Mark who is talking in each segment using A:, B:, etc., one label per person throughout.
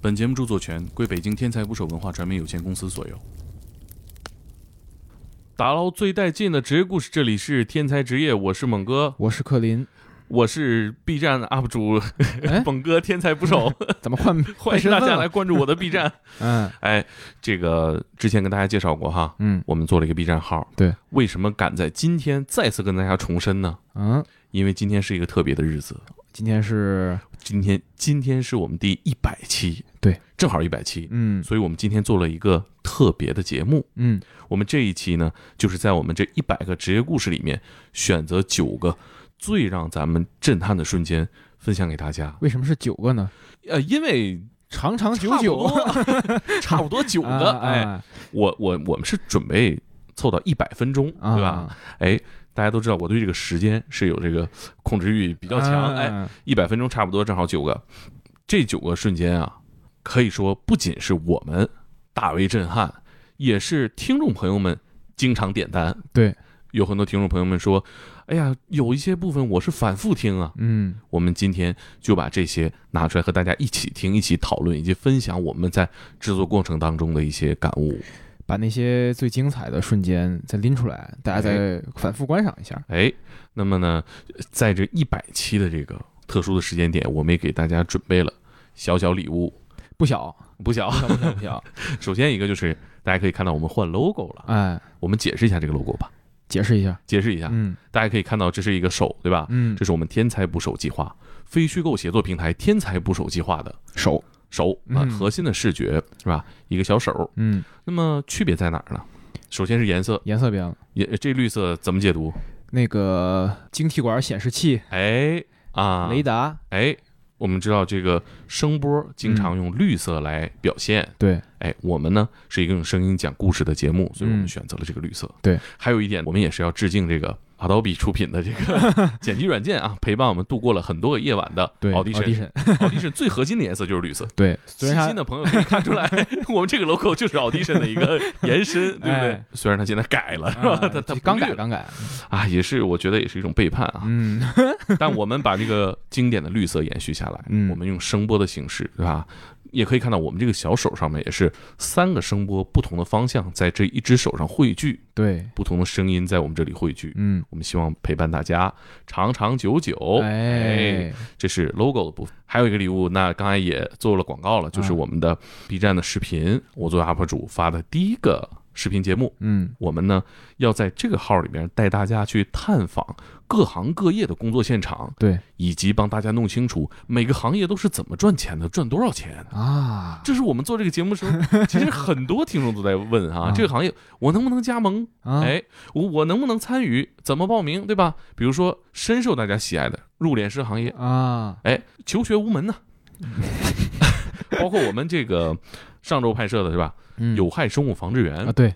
A: 本节目著作权归北京天才捕手文化传媒有限公司所有。打捞最带劲的职业故事，这里是天才职业，我是猛哥，
B: 我是克林，
A: 我是 B 站 UP 主
B: 哎
A: 猛哥天才捕 手，
B: 怎么换
A: 欢
B: 换
A: 迎
B: 身
A: 大
B: 份
A: 家
B: 了
A: 来关注我的 B 站。
B: 嗯
A: 哎，这个之前跟大家介绍过哈，
B: 嗯
A: 我们做了一个 B 站号，
B: 对，
A: 为什么赶在今天再次跟大家重申呢？
B: 嗯，
A: 因为今天是一个特别的日子，
B: 今天是
A: 今天今天是我们第一百期，
B: 对，
A: 正好一百期，
B: 嗯
A: 所以我们今天做了一个特别的节目。
B: 嗯
A: 我们这一期呢，就是在我们这一百个职业故事里面，选择九个最让咱们震撼的瞬间分享给大家。
B: 为什么是九个呢？
A: 呃，因为
B: 长长久久，
A: 差不多 差不多九个，
B: 啊
A: 哎，
B: 啊
A: 我我我们是准备凑到一百分钟，
B: 啊
A: 对吧？哎，大家都知道我对这个时间是有这个控制欲比较强，哎，，一百分钟差不多正好九个，这九个瞬间啊，可以说不仅是我们大为震撼，也是听众朋友们经常点单。
B: 对，
A: 有很多听众朋友们说，哎呀，有一些部分我是反复听啊。
B: 嗯
A: 我们今天就把这些拿出来和大家一起听、一起讨论，以及分享我们在制作过程当中的一些感悟。
B: 嗯，把那些最精彩的瞬间再拎出来，大家再反复观赏一下。
A: 哎，那么呢，在这一百期的这个特殊的时间点，我们也给大家准备了小小礼物，
B: 不小，
A: 不小。
B: 不小，不小，不 小。
A: 首先一个就是大家可以看到我们换 logo 了，
B: 哎，
A: 我们解释一下这个 logo 吧。
B: 解释一下，
A: 解释一下，
B: 嗯
A: 大家可以看到这是一个手，对吧？
B: 嗯
A: 这，是我们天才捕手计划非虚构协作平台天才捕手计划的
B: 手，
A: 手啊，
B: 嗯
A: 核心的视觉是吧？一个小手。
B: 嗯，
A: 那么区别在哪儿呢？首先是颜色，
B: 颜色变了，
A: 也呃这绿色怎么解读？
B: 那个晶体管显示器、
A: 哎啊，
B: 雷达，嗯
A: 哎，我们知道这个声波经常用绿色来表现，
B: 对，
A: 哎，我们呢是一个用声音讲故事的节目，所以我们
B: 嗯
A: 选择了这个绿色。
B: 对，
A: 还有一点，我们也是要致敬这个 Adobe 出品的这 个剪辑软件啊，陪伴我们度过了很多个夜晚的
B: 对
A: Audition。Audition 最核心的颜色就是绿色。
B: 对，虽
A: 细
B: 然它
A: 心的朋友可以看出来，我 们这个 logo 就是 Audition 的一个 延伸，对不对
B: 哎？
A: 虽然它现在改了，是吧
B: 啊？
A: 它它不
B: 刚
A: 绿
B: 改
A: 了
B: 刚改，
A: 啊，也是我觉得也是一种背叛啊。
B: 嗯
A: 但 我们把这个经典的绿色延续下来，
B: 嗯
A: 我们用声波的形式，对吧？也可以看到我们这个小手上面也是三个声波不同的方向在这一只手上汇聚，
B: 对，
A: 不同的声音在我们这里汇聚。
B: 嗯，
A: 我们希望陪伴大家长长久久。
B: 哎，
A: 这是 logo 的部分。还有一个礼物，那刚才也做了广告了，就是
B: 嗯
A: 我们的 B 站的视频，我作为 UP 主发的第一个视频节目。
B: 嗯
A: 我们呢要在这个号里面带大家去探访各行各业的工作现场，
B: 对
A: 以及帮大家弄清楚每个行业都是怎么赚钱的，赚多少钱。
B: 啊，
A: 这是我们做这个节目的时候，其实很多听众都在问啊，
B: 啊
A: 这个行业我能不能加盟？
B: 啊，
A: 哎，我我能不能参与？怎么报名？对吧？比如说深受大家喜爱的入殓师行业，
B: 啊，
A: 哎，求学无门呢、包括我们这个上周拍摄的是吧？
B: 嗯
A: 有害生物防治员
B: 啊，，对，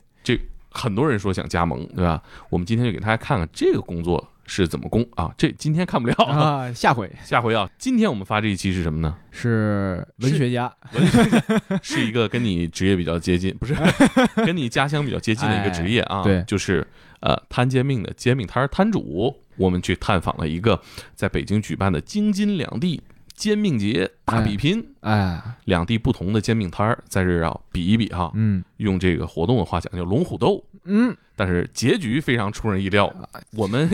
A: 很多人说想加盟，对吧？我们今天就给大家看看这个工作是怎么工啊。这今天看不了，
B: 啊，下回
A: 下回啊。今天我们发这一期是什么呢？
B: 是文学家，
A: 文学 是一个跟你职业比较接近，不是跟你家乡比较接近的一个职业啊。
B: 哎对
A: 就是呃摊煎饼的煎饼摊儿摊主。我们去探访了一个在北京举办的京津两地煎饼节大比拼。
B: 哎，
A: 两地不同的煎饼摊儿在这儿啊比一比哈，
B: 嗯
A: 用这个活动的话讲叫龙虎斗，
B: 嗯，
A: 但是结局非常出人意料，
B: 啊
A: 我 们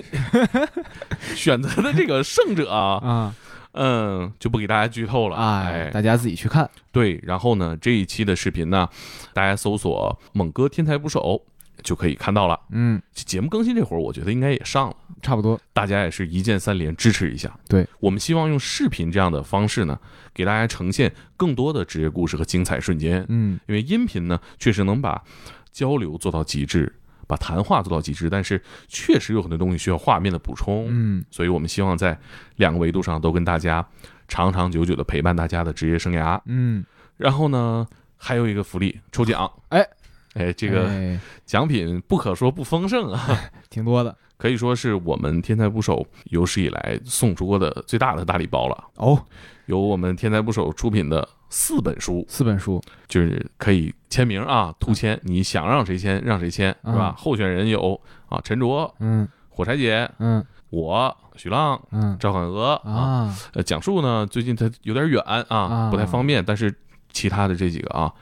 A: 选择的这个胜者啊，
B: 啊
A: 嗯，就不给大家剧透了，
B: 哎，
A: 哎，
B: 大家自己去看，
A: 对，然后呢这一期的视频呢，大家搜索“猛哥天才捕手”就可以看到了。
B: 嗯，
A: 节目更新这会儿，我觉得应该也上了，
B: 差不多，
A: 大家也是一键三连支持一下。
B: 对
A: 我们希望用视频这样的方式呢，给大家呈现更多的职业故事和精彩瞬间。
B: 嗯
A: 因为音频呢，确实能把交流做到极致，把谈话做到极致，但是确实有很多东西需要画面的补充，
B: 嗯，
A: 所以我们希望在两个维度上都跟大家长长久久的陪伴大家的职业生涯。
B: 嗯，
A: 然后呢，还有一个福利抽奖，
B: 哎
A: 哎，这个
B: 哎
A: 奖品不可说不丰盛啊，
B: 挺多的
A: 可以说是我们天才捕手有史以来送出过的最大的大礼包了，
B: 哦，
A: 有我们天才捕手出品的四本书。
B: 四本书，
A: 就是可以签名啊，兔签，你想让谁签让谁签，是吧？
B: 嗯
A: 候选人有啊，陈卓、
B: 嗯
A: 火柴姐、
B: 嗯
A: 我、许浪、
B: 嗯
A: 赵焕娥啊。
B: 啊
A: 呃，讲述呢，最近他有点远啊，
B: 啊
A: 不太方便，但是其他的这几个啊，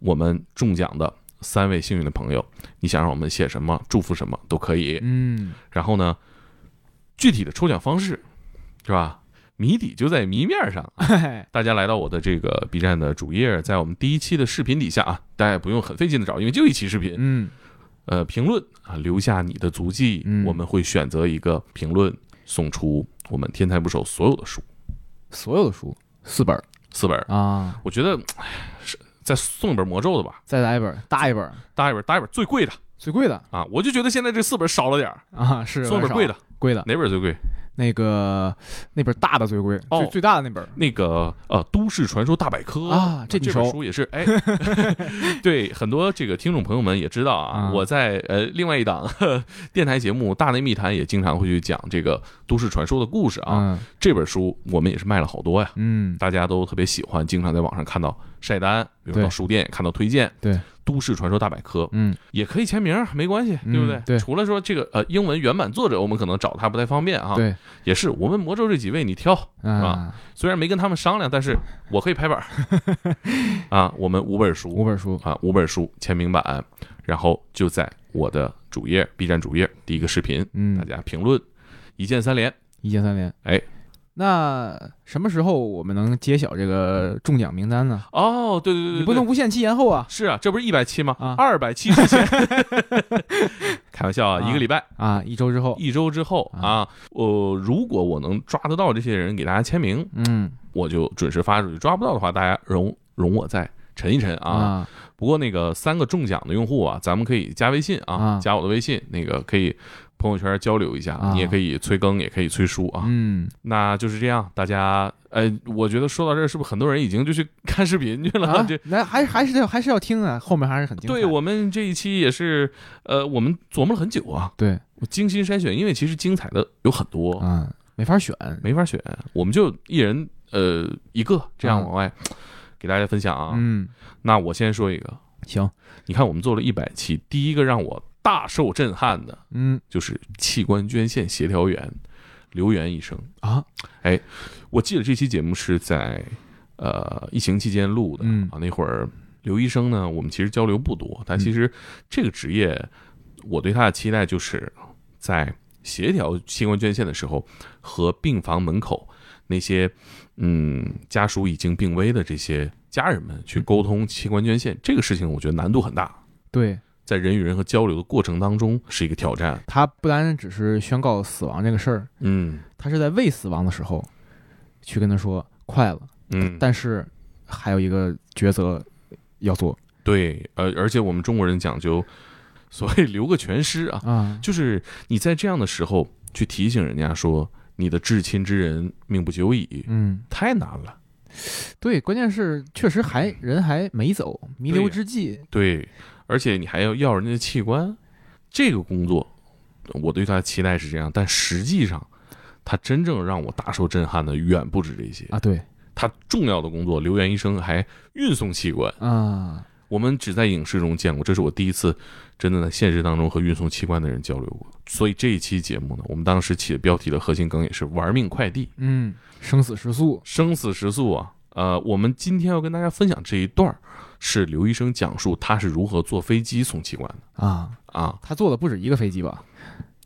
A: 我们中奖的三位幸运的朋友，你想让我们写什么、祝福什么都可以。
B: 嗯，
A: 然后呢，具体的抽奖方式是吧？谜底就在谜面上，
B: 嘿嘿
A: 大家来到我的这个 B 站的主页，在我们第一期的视频底下啊，大家也不用很费劲的找，因为就一期视频。
B: 嗯，
A: 呃，评论啊，留下你的足迹，
B: 嗯
A: 我们会选择一个评论送出我们天才捕手所有的书
B: 所有的书四本儿
A: 四本儿。
B: 啊，
A: 我觉得唉是再送一本魔咒的吧，
B: 再来一本儿，大一本儿，
A: 搭一本搭一本最贵的
B: 最贵的
A: 啊，我就觉得现在这四本少了点儿，
B: 啊，是
A: 送一本贵的，，
B: 贵的
A: 哪本最贵？
B: 那个那本大的最贵，
A: 哦
B: 最最大的那本儿
A: 那个呃，《都市传说大百科》
B: 啊这你
A: 这本
B: 熟
A: 书也是哎， 对很多这个听众朋友们也知道啊，
B: 嗯
A: 我在呃另外一档 呵电台节目《大内密谈》也经常会去讲这个都市传说的故事啊。
B: 啊，
A: 这本书我们也是卖了好多呀，
B: 嗯，
A: 大家都特别喜欢，经常在网上看到晒单，比如说
B: 对
A: 到书店也看到推荐。
B: 对
A: 《都市传说大百科》
B: 嗯
A: 也可以签名，没关系，对不对？
B: 嗯对
A: 除了说这个呃英文原版作者，我们可能找他不太方便啊。
B: 对，
A: 也是我们魔咒这几位你挑，
B: 啊，
A: 虽然没跟他们商量，但是我可以拍板 儿啊。我们五本书
B: 五本书，
A: 啊，五本书签名版，然后就在我的主页 B 站主页第一个视频，大
B: 嗯，
A: 家评论一键三连。
B: 一键三连，
A: 哎。
B: 那什么时候我们能揭晓这个中奖名单呢？
A: 哦，对对对对，
B: 你不能
A: 对
B: 无限期延后啊！
A: 是啊，这不是一百期吗
B: 啊？
A: 二百期之前， 开玩笑啊，
B: 啊
A: 一个礼拜。
B: 啊，一周之后，
A: 一周之后啊，呃，如果我能抓得到这些人给大家签名，
B: 嗯
A: 我就准时发出去；抓不到的话，大家容容我再沉一沉啊。
B: 啊
A: 不过那个三个中奖的用户啊，咱们可以加微信啊
B: 啊，
A: 加我的微信，那个可以朋友圈交流一下
B: 啊，
A: 你也可以催更，也可以催书啊。
B: 嗯，
A: 那就是这样，大家，呃，我觉得说到这儿，是不是很多人已经就去看视频去了？
B: 啊
A: 这。
B: 那还还是要还是要听啊，后面还是很精彩。
A: 对我们这一期也是，呃，我们琢磨了很久啊，
B: 对，
A: 我精心筛选，因为其实精彩的有很多，
B: 嗯，没法选，
A: 没法选，我们就一人呃一个这样
B: 嗯
A: 往外、给大家分享啊。
B: 嗯，
A: 那我先说一个，
B: 行，
A: 你看我们做了一百期，第一个让我大受震撼的
B: 嗯
A: 就是器官捐献协调员刘源医生。哎
B: 啊，
A: 我记得这期节目是在呃疫情期间录的、
B: 嗯
A: 啊，那会儿刘医生呢，我们其实交流不多，但
B: 嗯
A: 其实这个职业我对他的期待就是在协调器官捐献的时候，和病房门口那些嗯家属已经病危的这些家人们
B: 嗯
A: 去沟通器官捐献这个事情，我觉得难度很大。
B: 对
A: 在人与人和交流的过程当中是一个挑战，
B: 他不单单只是宣告死亡这个事儿，
A: 嗯
B: 他是在未死亡的时候去跟他说快了，
A: 嗯，
B: 但是还有一个抉择要做
A: 对，呃，而且我们中国人讲究所谓留个全尸啊，
B: 啊，
A: 就是你在这样的时候去提醒人家说你的至亲之人命不久矣，
B: 嗯，
A: 太难了。
B: 对，关键是确实还
A: 嗯
B: 人还没走，弥留之际，
A: 对，而且你还要要人家的器官，这个工作我对他的期待是这样，但实际上他真正让我大受震撼的远不止这些。
B: 啊，对
A: 他重要的工作，刘源医生还运送器官，
B: 啊，
A: 我们只在影视中见过，这是我第一次真的在现实当中和运送器官的人交流过。所以这一期节目呢，我们当时起的标题的核心梗也是“玩命快递”。
B: 嗯，生死时速，
A: 生死时速啊，呃，我们今天要跟大家分享这一段儿是刘医生讲述他是如何坐飞机送器官的
B: 啊，
A: 啊，
B: 他坐的不止一个飞机吧？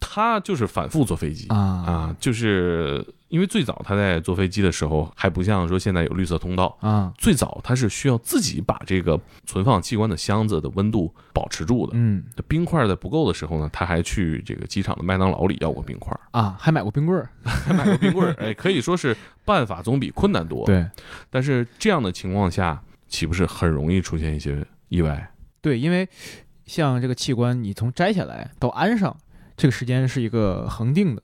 A: 他就是反复坐飞机
B: 啊
A: 啊，就是因为最早他在坐飞机的时候还不像说现在有绿色通道。
B: 啊，
A: 最早他是需要自己把这个存放器官的箱子的温度保持住的。
B: 嗯
A: 冰块在不够的时候呢，他还去这个机场的麦当劳里要过冰块，
B: 啊，还买过冰棍儿，
A: 还买过冰棍儿。哎，可以说是办法总比困难多。
B: 对
A: 但是这样的情况下，岂不是很容易出现一些意外？
B: 对，因为像这个器官，你从摘下来到安上，这个时间是一个恒定的。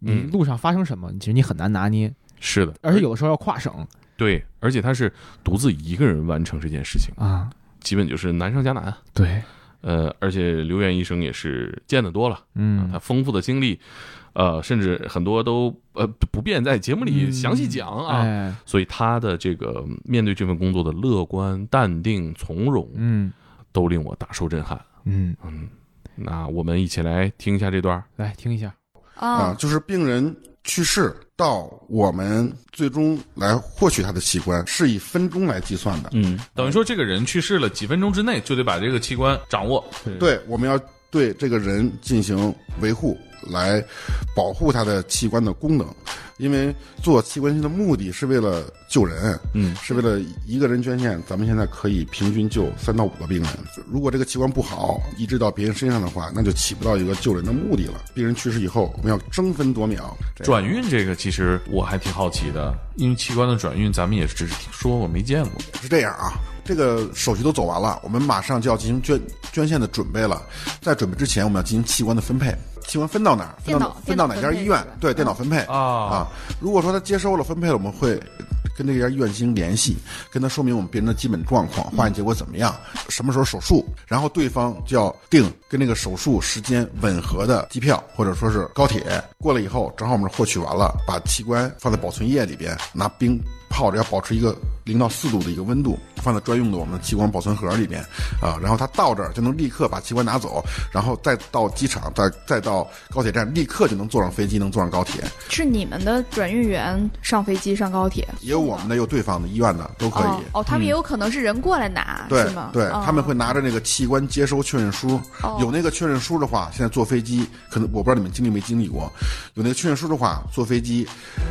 B: 你
A: 嗯
B: 路上发生什么，其实你很难拿捏，
A: 是的，
B: 而且有的时候要跨省
A: 对，而且他是独自一个人完成这件事情，
B: 啊。
A: 基本就是难上加难。
B: 对，
A: 呃，而且刘源医生也是见得多了，啊
B: 嗯
A: 他丰富的经历，呃，甚至很多都呃不便在节目里详细讲啊，
B: 嗯哎，
A: 所以他的这个面对这份工作的乐观、淡定、从容，
B: 嗯
A: 都令我大受震撼。
B: 嗯，
A: 嗯，那我们一起来听一下这段儿。
B: 来听一下
C: 啊
D: 啊，就是病人
C: 去世到我们最终来获取他的器官，是以分钟来计算的。
A: 嗯，等于说这个人去世了几分钟之内就得把这个器官掌握。
C: 对，我们要对这个人进行维护，来保护他的器官的功能。因为做器官捐献的目的是为了救人，
A: 嗯，
C: 是为了一个人捐献，咱们现在可以平均救三到五个病人。如果这个器官不好，移植到别人身上的话，那就起不到一个救人的目的了。病人去世以后，我们要争分夺秒。这样
A: 转运这个其实我还挺好奇的，因为器官的转运咱们也只是听说过，没见过。
C: 是这样啊，这个手续都走完了，我们马上就要进行捐捐献的准备了。在准备之前，我们要进行器官的分配，器官分到哪儿？分
D: 电
C: 到
D: 脑
C: 分到哪家医
D: 电脑
C: 院
D: 分配是吧？
C: 对，电脑分配
A: 啊
C: 啊。如果说他接收了分配了，我们会。跟这家医院进行联系，跟他说明我们病人的基本状况，化验结果怎么样，什么时候手术，然后对方就要订跟那个手术时间吻合的机票或者说是高铁。过了以后，正好我们获取完了，把器官放在保存液里边，拿冰泡着要保持一个零到四度的一个温度，放在专用的我们的器官保存盒里面啊，然后它到这儿就能立刻把器官拿走，然后再到机场，再再到高铁站，立刻就能坐上飞机，能坐上高铁，
D: 是你们的转运员上飞机上高铁，
C: 也有我们的，有对方的医院的都可以。
D: 哦哦，他们也有可能是人过来拿，
C: 对
D: 是吗？
C: 对，
D: 哦
C: 他们会拿着那个器官接收确认书，
D: 哦
C: 有那个确认书的话，现在坐飞机可能我不知道你们经历没经历过，有那个确认书的话，坐飞机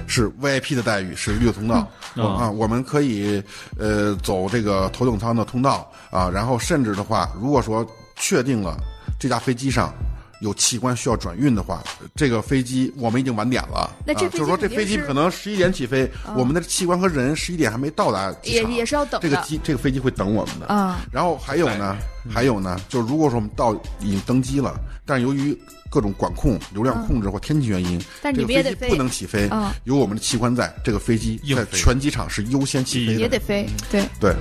C: 是 VIP 的待遇，是绿色通道、
A: 嗯
C: 啊，我们可以呃走这个头等舱的通道啊，然后甚至的话，如果说确定了这架飞机上。有器官需要转运的话，这个飞机我们已经晚点了。
D: 那这飞
C: 啊、
D: 机
C: 就是说这
D: 肯定
C: 飞机
D: 是嗯
C: 可能十一点起飞，我们的器官和人十一点还没到达机
D: 也
C: 场，啊
D: 也是要等
C: 这个
D: 的
C: 机这个飞机会等我们的。
D: 啊，
C: 然后还有呢，
A: 嗯
C: 还有呢，就是如果说我们到已经登机了，但是由于各种管控、流量控制或天气原因，
D: 但
C: 这
D: 你
C: 个
D: 们也
C: 飞
D: 得
C: 机
D: 飞
C: 不能起飞
D: 嗯。
C: 有我们的器官在，这个飞机
A: 硬
C: 在
A: 飞
C: 全机场是优先起
A: 硬
C: 飞
D: 也
C: 的。
D: 得飞，对，
C: 对，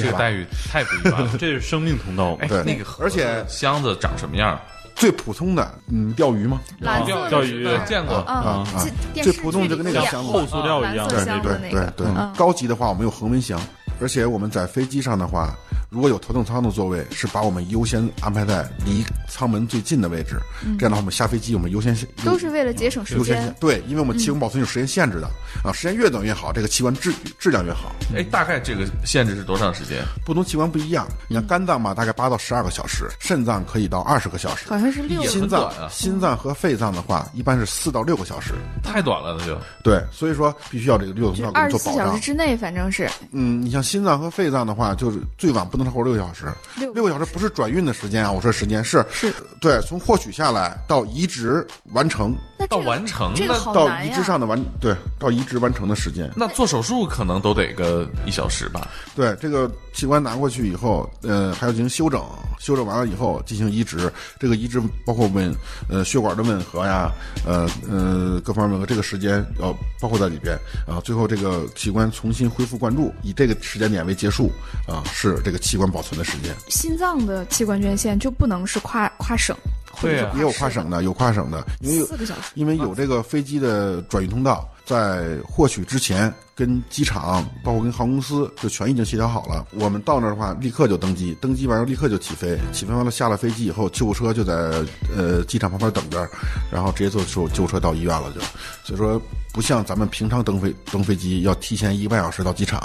A: 这
C: 害
A: 个
C: 吧
A: 待遇太不 一般了， 这是生命通道嘛。
C: 对
A: 那个盒子
C: 而且
A: 箱子长什么样？
C: 最普通的，嗯，钓鱼吗？
D: 蓝色
A: 钓
D: 的
A: 钓
D: 是
A: 鱼
D: 吧
A: 见过
D: 啊
C: 啊
D: 啊
C: 啊，
D: 这
C: 最普通就跟那个
D: 箱
C: 箱子
E: 后塑料一样
D: 哦蓝
E: 的
D: 色
C: 对
E: 那
D: 箱
E: 种
D: 子那
C: 对对
D: 个，
C: 对
D: 嗯，
C: 高级的话我们有恒温箱，而且我们在飞机上的话，如果有头等舱的座位，是把我们优先安排在离舱门最近的位置。这样的话，我们下飞机我们优先
D: 嗯都是为了节省时
C: 优先
D: 间。
C: 对，因为我们器官保存有时间限制的、啊，时间越短越好，这个器官质质量越好。
A: 哎，大概这个限制是多长时间？
C: 不同器官不一样，你看肝脏嘛，大概八到十二个小时，肾脏可以到二十个小时，
D: 好像是六
A: 也
D: 个
C: 心脏
A: 很短啊
C: 心脏和肺脏的话，一般是四到六个小时。
D: 嗯
A: 太短了，那就
C: 对，所以说必须要这个六个通道给我
D: 二十
C: 们做
D: 四小
C: 保
D: 时
C: 障。
D: 之内，反正是
C: 嗯，你像心脏和肺脏的话，就是最晚不能超过六个小时。
D: 六
C: 六个小时不是转运的时间啊，我说时间是
D: 是。
C: 对，从获取下来到移植完成，
D: 那这
A: 到
D: 个
A: 完成
D: 这个
A: 那
D: 好
C: 到
D: 难
C: 移
D: 呀
C: 植！上的完对，到移植完成的时间。
A: 那做手术可能都得个一小时吧。
C: 对，这个器官拿过去以后，呃，还要进行修整，修整完了以后进行移植。这个移植包括吻呃血管的吻合呀，呃呃各方面和这个时间要包括在里边啊。最后这个器官重新恢复灌注，以这个时间点为结束啊，是这个器官保存的时间。
D: 心脏的器官捐献就不能是跨跨省，或者
A: 对
D: 是
A: 啊
C: 也有跨省的，有跨省的，因为有
D: 四个小时。
C: 因为有这个飞机的转运通道，在获取之前跟机场，包括跟航空公司就全已经协调好了。我们到那儿的话，立刻就登机，登机完了立刻就起飞，起飞完了下了飞机以后，救护车就在呃机场旁边等着，然后直接坐救救护车到医院了就。所以说，不像咱们平常登飞登飞机要提前一个半小时到机场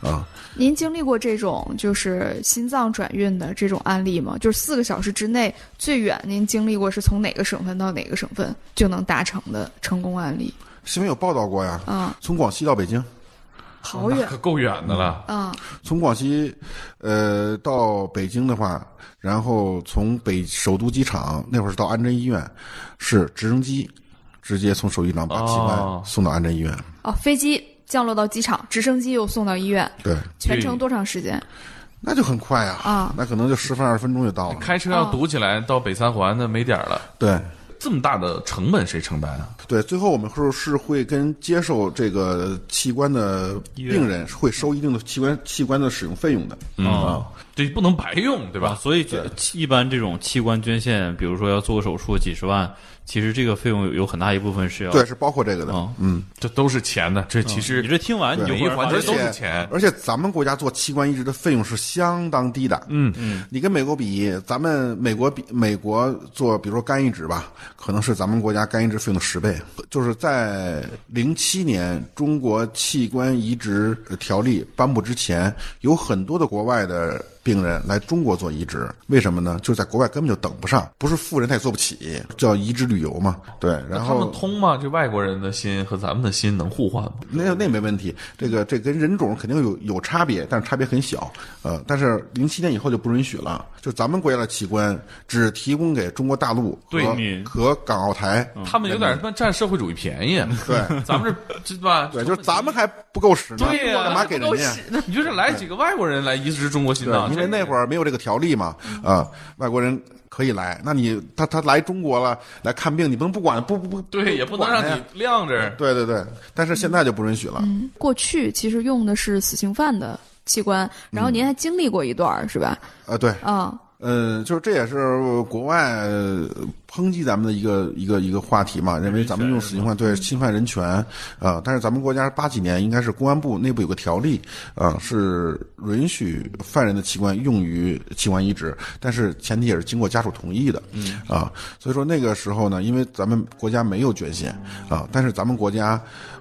C: 啊、
D: 您经历过这种就是心脏转运的这种案例吗？就是四个小时之内最远您经历过是从哪个省份到哪个省份就能达成的成功案例
C: 新闻有报道过呀，
D: 啊、
C: 从广西到北京，
D: 好远
A: 可够远的了。
D: 啊、
C: 从广西，呃，到北京的话，然后从北首都机场那会儿是到安贞医院，是直升机直接从首都机场把器
A: 哦
C: 官送到安贞医院。
D: 哦！飞机降落到机场，直升机又送到医院，
C: 对，
D: 全程多长时间？
C: 那就很快啊，
D: 啊
C: 那可能就十分二十分钟就到了。
A: 开车要堵起来到北三环，那没点儿了。
C: 嗯对
A: 这么大的成本谁承担啊？
C: 对，最后我们会是会跟接受这个器官的病人会收一定的器官器官的使用费用的。
A: 嗯
C: 啊，
A: 这不能白用，对
E: 啊
A: 吧？
E: 所以这一般这种器官捐献，比如说要做个手术几十万，其实这个费用有有很大一部分是要
C: 对，是包括这个的，
E: 嗯
C: 嗯。
A: 这都是钱的，这其实
E: 你这听完你就
A: 每
E: 会
A: 一
E: 发
A: 环节
E: 现
A: 都是钱。
C: 而且咱们国家做器官移植的费用是相当低的，
A: 嗯
C: 嗯，你跟美国比，咱们美国比美国做，比如说肝移植吧，可能是咱们国家肝移植费用的十倍。就是在零七年中国器官移植条例颁布之前，有很多的国外的病人来中国做移植，为什么呢？就是在国外根本就等不上，不是富人他也做不起，叫移植旅游嘛。对，然
A: 他
C: 后
A: 们通吗？这外国人的心和咱们的心能互换吗？
C: 那那没问题，这个这跟人种肯定有有差别，但是差别很小。呃，但是零七年以后就不允许了，就咱们国家的器官只提供给中国大陆和
A: 对
E: 你嗯
C: 和港澳台。
A: 他们有点他妈占社会主义便宜，
C: 对
A: 咱们这对吧？
C: 对，就是咱们还不够使呢，
A: 对呀
C: 干嘛给人
D: 不够
C: 家？
D: 使呢
A: 你就是来几个外国人来移植中国心脏，嗯
C: 对，因为那会儿没有这个条例嘛，啊、外国人可以来，那你他他来中国了来看病，你不能不管，不不不，
A: 对也不能让
C: 管他
A: 你
C: 呀
A: 晾着。
C: 对对对，但是现在就不允许了。
D: 嗯，过去其实用的是死刑犯的器官，然后您还经历过一段儿、是吧？
C: 呃，对，
D: 啊、
C: 呃，就是这也是国外呃抨击咱们的一个一个一个话题嘛，认为咱们用死刑犯对侵犯人权啊、呃但是咱们国家八几年应该是公安部内部有个条例啊、呃是允许犯人的器官用于器官移植，但是前提也是经过家属同意的。嗯啊，所以说那个时候呢，因为咱们国家没有捐献啊，但是咱们国家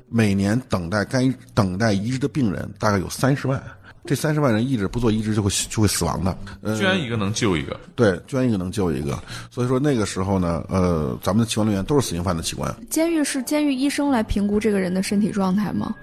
C: 每年等待该等待移植的病人大概有三十万。这三十万人一直不做移植就会就会死亡的，呃，
A: 捐一个能救一个，
C: 对，捐一个能救一个。所以说那个时候呢，呃，咱们的器官来源都是死刑犯的器官
D: 监狱是监狱医生来评估这个人的身体状态吗？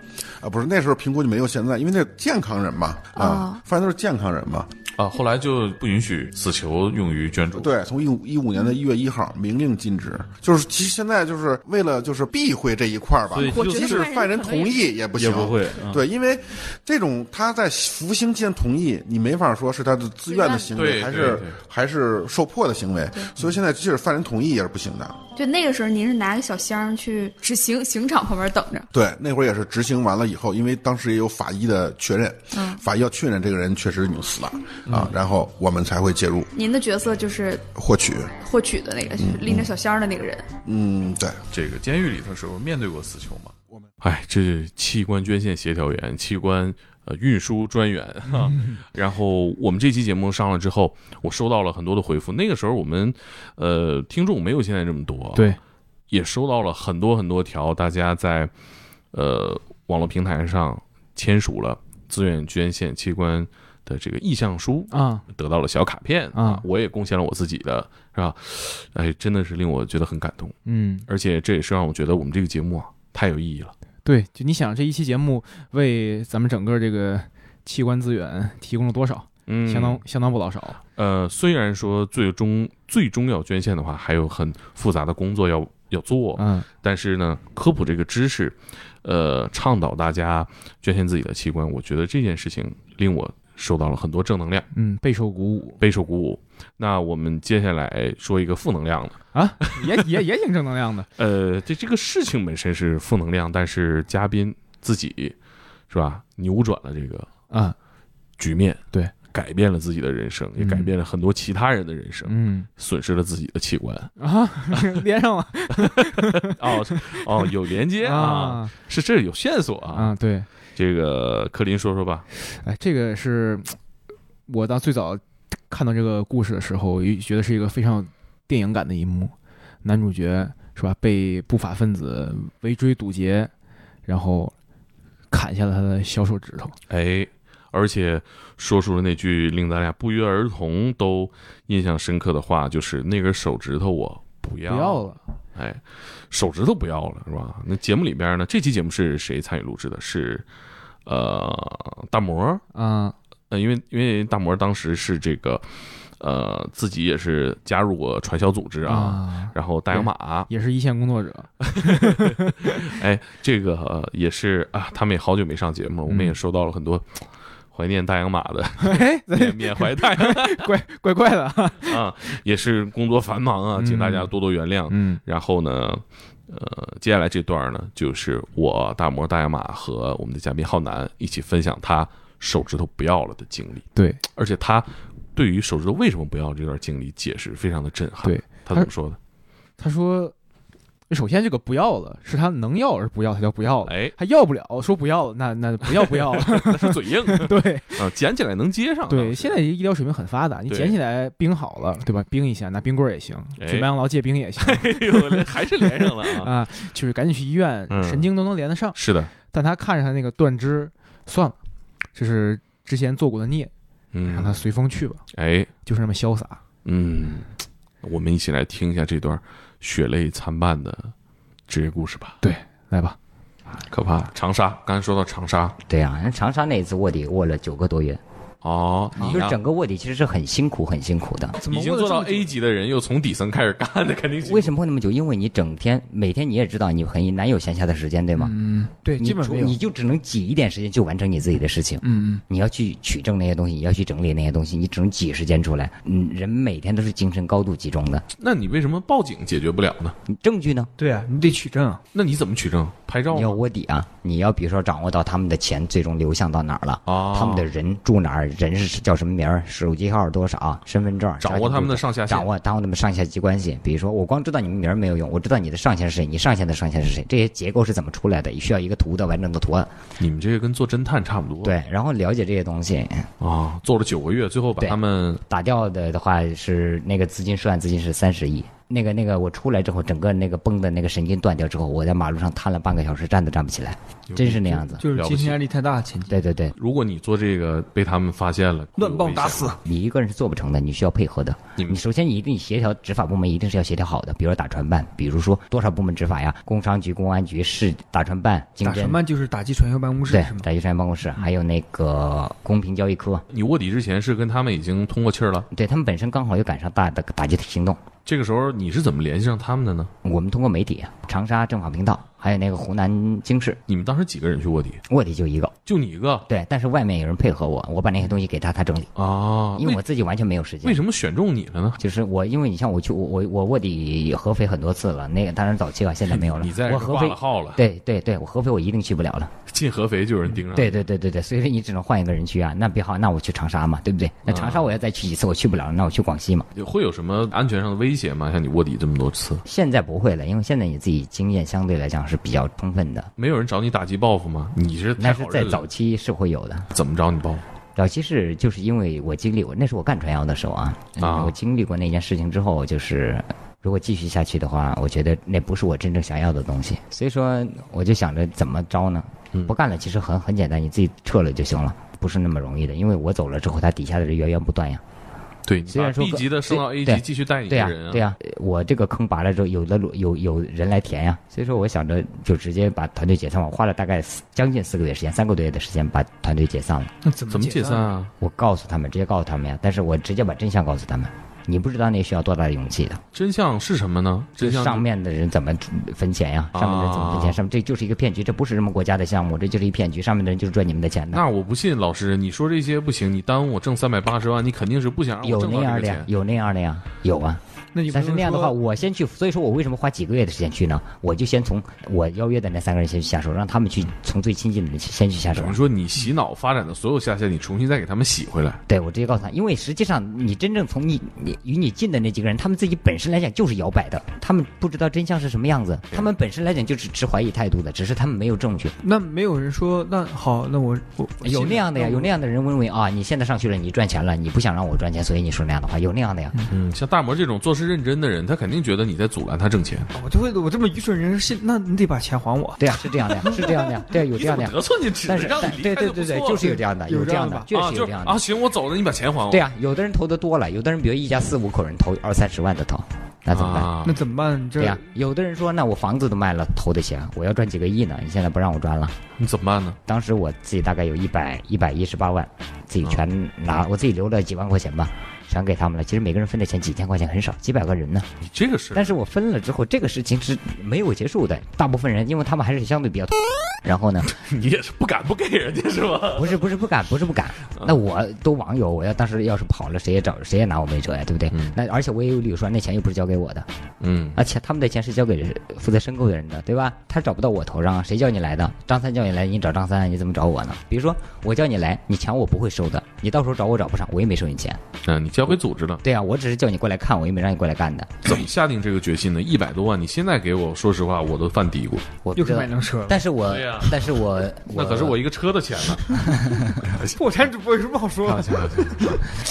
C: 啊，不是那时候评估就没有现在，因为那是健康人嘛，啊
D: 啊，
C: 犯人都是健康人嘛。
A: 啊，后来就不允许死囚用于捐助。
C: 对，从一五一五年的一月一号明令禁止，就是其实现在就是为了就是避讳这一块儿吧
E: 所以，
D: 我
E: 就
D: 觉
C: 即
D: 得
E: 是
C: 使犯人同意也不行。
E: 也不会，嗯
C: 对，因为这种他在服刑期间同意，你没法说是他的自愿的行为，
A: 对
C: 还
A: 对
C: 是
A: 对
C: 还是受迫的行为。所以现在即使犯人同意也是不行的。
D: 就那个时候，您是拿个小箱儿去执行刑场旁边等着。
C: 对，那会儿也是执行完了以后，因为当时也有法医的确认，
D: 嗯
C: 法医要确认这个人确实已经死了、啊，然后我们才会介入
D: 您的角色就是
C: 获取。
D: 获取的那个，就是拎着小箱儿的那个人。
C: 嗯，对，
A: 这个监狱里头时候面对过死囚吗？我们哎，这是器官捐献协调员、器官呃运输专 员哈。然后我们这期节目上了之后，我收到了很多的回复。那个时候我们呃听众没有现在这么多，，
B: 对，
A: 也收到了很多很多条大家在呃网络平台上签署了自愿捐献器官的这个意向书，
B: 啊
A: 得到了小卡片
B: 啊
A: 我也贡献了我自己的，是吧？哎，真的是令我觉得很感动。
B: 嗯，
A: 而且这也是让我觉得我们这个节目啊太有意义了。
B: 对，就你想这一期节目为咱们整个这个器官资源提供了多少？
A: 嗯
B: 相当相当不老少。
A: 呃，虽然说最终最终要捐献的话，还有很复杂的工作要要做，
B: 嗯，
A: 但是呢，科普这个知识，呃，倡导大家捐献自己的器官，我觉得这件事情令我受到了很多正能量，
B: 嗯，备受鼓舞
A: 备受鼓舞。那我们接下来说一个负能量的，
B: 啊，也也也挺正能量的。
A: 呃，这这个事情本身是负能量，但是嘉宾自己是吧，扭转了这个
B: 啊，
A: 局面，
B: 对，
A: 改变了自己的人生，也改
B: 嗯
A: 变了很多其他人的人生，
B: 嗯
A: 损失了自己的器 官。
B: 啊，连上了
A: 哦哦，有连接啊，
B: 啊
A: 是这有线索啊。
B: 啊，对，
A: 这个柯林说说吧，
B: 哎，这个是我当最早看到这个故事的时候，也觉得是一个非常有电影感的一幕。男主角是吧，被不法分子围追堵截，然后砍下了他的小手指头。
A: 哎，而且说出了那句令咱俩不约而同都印象深刻的话，就是那根手指头我不
B: 不
A: 要
B: 要了，
A: 哎，手指头不要了，是吧？那节目里边呢，这期节目是谁参与录制的？是呃大魔儿
B: 啊，
A: 呃，因为因为大魔当时是这个，呃，自己也是加入过传销组织啊，
B: 啊，
A: 然后大洋马，
B: 也是一线工作者，
A: 哎，这个、呃也是啊，他们也好久没上节目了，我们
B: 嗯
A: 也收到了很多怀念大洋马的
B: 哎，
A: 缅缅怀大洋
B: 怪怪的啊，
A: 啊，也是工作繁忙啊，请大家
B: 嗯
A: 多多原谅。
B: 嗯
A: 然后呢，呃，接下来这段呢，就是我大魔大洋马和我们的嘉宾浩南一起分享他手指头不要了的经历，
B: 对，
A: 而且他对于手指头为什么不要这段经历解释非常的震撼。
B: 对，
A: 他怎么说的？
B: 他说，首先这个不要了，是他能要而不要，他叫不要了。
A: 哎，
B: 他要不了，说不要了，那那不要不要了。
A: 那是嘴硬
B: 对
A: 啊，捡起来能接上。
B: 对，现在医疗水平很发达，你
A: 对
B: 捡起来冰好了，对吧？冰一下，拿冰棍儿也行，
A: 哎
B: 去麦当劳借冰也行
A: 哎呦，还是连上了啊！
B: 啊，就是赶紧去医院，
A: 嗯
B: 神经都能连得上。
A: 是的，
B: 但他看着他那个断肢，算了，这是之前做过的孽，让他
A: 嗯，
B: 随风去吧，
A: 哎，
B: 就是那么潇洒。
A: 嗯，我们一起来听一下这段血泪参半的职业故事吧。
B: 来吧，
A: 可怕，长沙，刚才说到长沙，
F: 对呀、人长沙那一次卧底卧了九个多月，啊
A: 哦，你
F: 就是
A: 呢
F: 整个卧底其实是很辛苦、很辛苦的。
A: 已经做到 A 级的人，又从底层开始干的，肯定
F: 为什么会那么久？因为你整天每天你也知道你很难有闲暇的时间，对吗？
B: 嗯，对，
F: 你
B: 基本
F: 除
B: 没有
F: 你。就只能挤一点时间去完成你自己的事情。
B: 嗯
F: 你要去取证那些东西，你要去整理那些东西，你只能挤时间出来。嗯，人每天都是精神高度集中的。
A: 那你为什么报警解决不了呢？
F: 你证据呢？
B: 对啊，你得取证啊。
A: 嗯那你怎么取证？拍照
F: 你要
A: 吗？
F: 卧底啊！你要比如说掌握到他们的钱最终流向到哪儿了，
A: 啊，
F: 他们的人住哪儿，人是叫什么名儿，手机号是多少，身份证，
A: 掌握他们的上下线
F: 掌握他们的上下级关系。比如说，我光知道你们名儿没有用，我知道你的上线是谁，你上线的上线是谁，这些结构是怎么出来的，需要一个图的完整的图案。
A: 你们这个跟做侦探差不多。
F: 对，然后了解这些东西，
A: 啊，做了九个月，最后把
F: 对
A: 他们
F: 打掉的的话是那个资金涉案资金是三十亿。那个那个，我出来之后，整个那个崩的那个神经断掉之后，我在马路上瘫了半个小时，站都站不起来，真是那样子。
G: 就是
A: 了不
G: 精
A: 起
G: 神压力太大，前期
F: 对对对，
A: 如果你做这个被他们发现了，
G: 乱棒打死
A: 有危险，
F: 你一个人是做不成的，你需要配合的。
A: 你
F: 你
A: 们
F: 首先你一定协调执法部门一定是要协调好的，比如说打船办，比如说多少部门执法呀，工商局、公安局、市打船办、经
G: 打
F: 侦
G: 什，么就是打击传销办公室
F: 对
G: 是，吗？
F: 打击船办公室，
A: 嗯
F: 还有那个公平交易科，
A: 你卧底之前是跟他们已经通过气儿了，
F: 对他们本身刚好又赶上大的打击行动。
A: 这个时候你是怎么联系上他们的呢？
F: 我们通过媒体、长沙政法频道，还有那个湖南经视，
A: 你们当时几个人去卧底？
F: 卧底就一个，
A: 就你一个
F: 对，但是外面有人配合我，我把那些东西给他，他整理，
A: 啊？
F: 因为
A: 为
F: 我自己完全没有时间
A: 为。什么选中你了呢？
F: 就是我，因为你像我去我我我卧底合肥很多次了，那个当然早期啊，现在没有了。
A: 你在这
F: 我
A: 儿
F: 合
A: 挂
F: 肥
A: 了，号了，
F: 对对对，我合肥我一定去不了了。
A: 进合肥就有人盯上。
F: 对，对对对对，所以说你只能换一个人去啊。那别好，那我去长沙嘛，对不对？那长
A: 嗯
F: 沙我要再去几次，我去不了了，那我去广西嘛。
A: 会有什么安全上的威胁吗？像你卧底这么多次，
F: 现在不会了，因为现在你自己经验相对来讲是比较充分的。
A: 没有人找你打击报复吗？你是
F: 那
A: 太
F: 是
A: 好
F: 在
A: 认
F: 早
A: 了，
F: 期是会有的，
A: 怎么找你报复？
F: 早期是就是因为我经历过，那是我干传销的时候啊，
A: 啊
F: 我经历过那件事情之后，就是如果继续下去的话，我觉得那不是我真正想要的东西，所以说我就想着怎么着呢
A: 嗯？
F: 不干了，其实很很简单，你自己撤了就行了，不是那么容易的，因为我走了之后，他底下的人源源不断呀。
A: 对，你
F: 虽
A: 把
F: 然说
A: B
F: 个
A: 级的升到 A
F: 对
A: 级，继续带你的
F: 对呀、
A: 人啊
F: 对呀、呃我这个坑拔了之后，有的路有有人来填呀、所以说我想着就直接把团队解散了。我花了大概四将近四个月时间，三个多月的时间把团队解散了。
G: 那怎
A: 怎么解
G: 散
A: 散
G: 啊？
A: 啊？
F: 我告诉他们，直接告诉他们呀，但是我直接把真相告诉他们。你不知道那需要多大的勇气的，
A: 真相是什么呢？真相
F: 上面的人怎么分钱呀？上面的人怎么分
A: 啊
F: 钱？上面这就是一个骗局，这不是什么国家的项目，这就是一骗局，上面的人就是赚你们的钱的。
A: 那我不信，老师，你说这些不行，你耽误我挣三百八十万，你肯定是不
G: 啊
A: 想让我
F: 有
A: 挣
F: 那
A: 到
F: 样
A: 这
F: 的
A: 个
F: 呀，
A: 钱。
F: 有那样的呀，有啊。
G: 那你不
F: 但是
G: 能
F: 那样的话，
G: 说
F: 我先去，所以说我为什么花几个月的时间去呢？我就先从我邀约的那三个人先去下手，让他们去从最亲近的人去先去下手啊
A: 等于。说你洗脑发展的所有下线，你重新再给他们洗回来。
F: 对，我直接告诉他，因为实际上你真正从你你与你近的那几个人，他们自己本身来讲就是摇摆的，他们不知道真相是什么样子，他们本身来讲就是持怀疑态度的，只是他们没有证据。
G: 那没有人说那好，那我我我
F: 有
G: 信
F: 那
G: 了
F: 样的呀，
G: 那我
F: 有那样的人认为啊，你现在上去了，你赚钱了，你不想让我赚钱，所以你说那样的话，有那样的呀。
A: 嗯，像大魔这种做事认真的人，他肯定觉得你在阻拦他挣钱。
G: 我就会我这么愚蠢人信，那你得把钱还我。
F: 对啊呀，是这样 的呀，是这样的呀，对，啊有这样的呀。
A: 寸进去
F: 但是，但对对对对，就是有这样的，
G: 有
F: 有这
G: 这样
F: 样
G: 的
F: 的
G: 吧，
F: 确
A: 啊，
F: 实有
A: 就
F: 这样的
A: 啊，。行，我走了，你把钱还我。
F: 对啊，有的人投的多了，有的人比如一家四五口人投二三十万的投，那怎么办？
A: 啊
G: 那怎么办？你这
F: 对呀、有的人说，那我房子都卖了，投的钱，我要赚几个亿呢？你现在不让我赚了。
A: 你怎么办呢？
F: 当时我自己大概有一百一百一十八万，自己全拿，
A: 嗯
F: 我自己留了几万块钱吧，全给他们了。其实每个人分的钱几千块钱很少，几百个人呢。
A: 你这个事儿
F: 但是我分了之后，这个事情是没有结束的。大部分人因为他们还是相对比较然后呢，
A: 你也是不敢不给人家是吧？
F: 不是不是不敢，不是不敢。
A: 嗯
F: 那我都网友，我要当时要是跑了，谁也找谁也拿我没辙呀，对不对？
A: 嗯
F: 那而且我也有理由说，那钱又不是交给我的，
A: 嗯
G: 啊
F: 而且他们的钱是交给负责申购的人的，对吧？他找不到我头上啊，谁叫你来的？张三叫你来，你找张三，你怎么找我呢？比如说我叫你来，你抢我不会收的，你到时候找我找不上，我也没收你钱。
A: 啊，你交给组织了，
F: 对啊，我只是叫你过来看，我也没让你过来干的。
A: 怎么下定这个决心呢？一百多万，你现在给我，说实话我都犯嘀咕。
F: 我
G: 又
F: 不
G: 是
F: 知道
G: 买，辆车了。
F: 但是我
A: 对呀
F: 但是我
A: 那可是我一个车的钱呢。
G: 破产主播有什么好说的？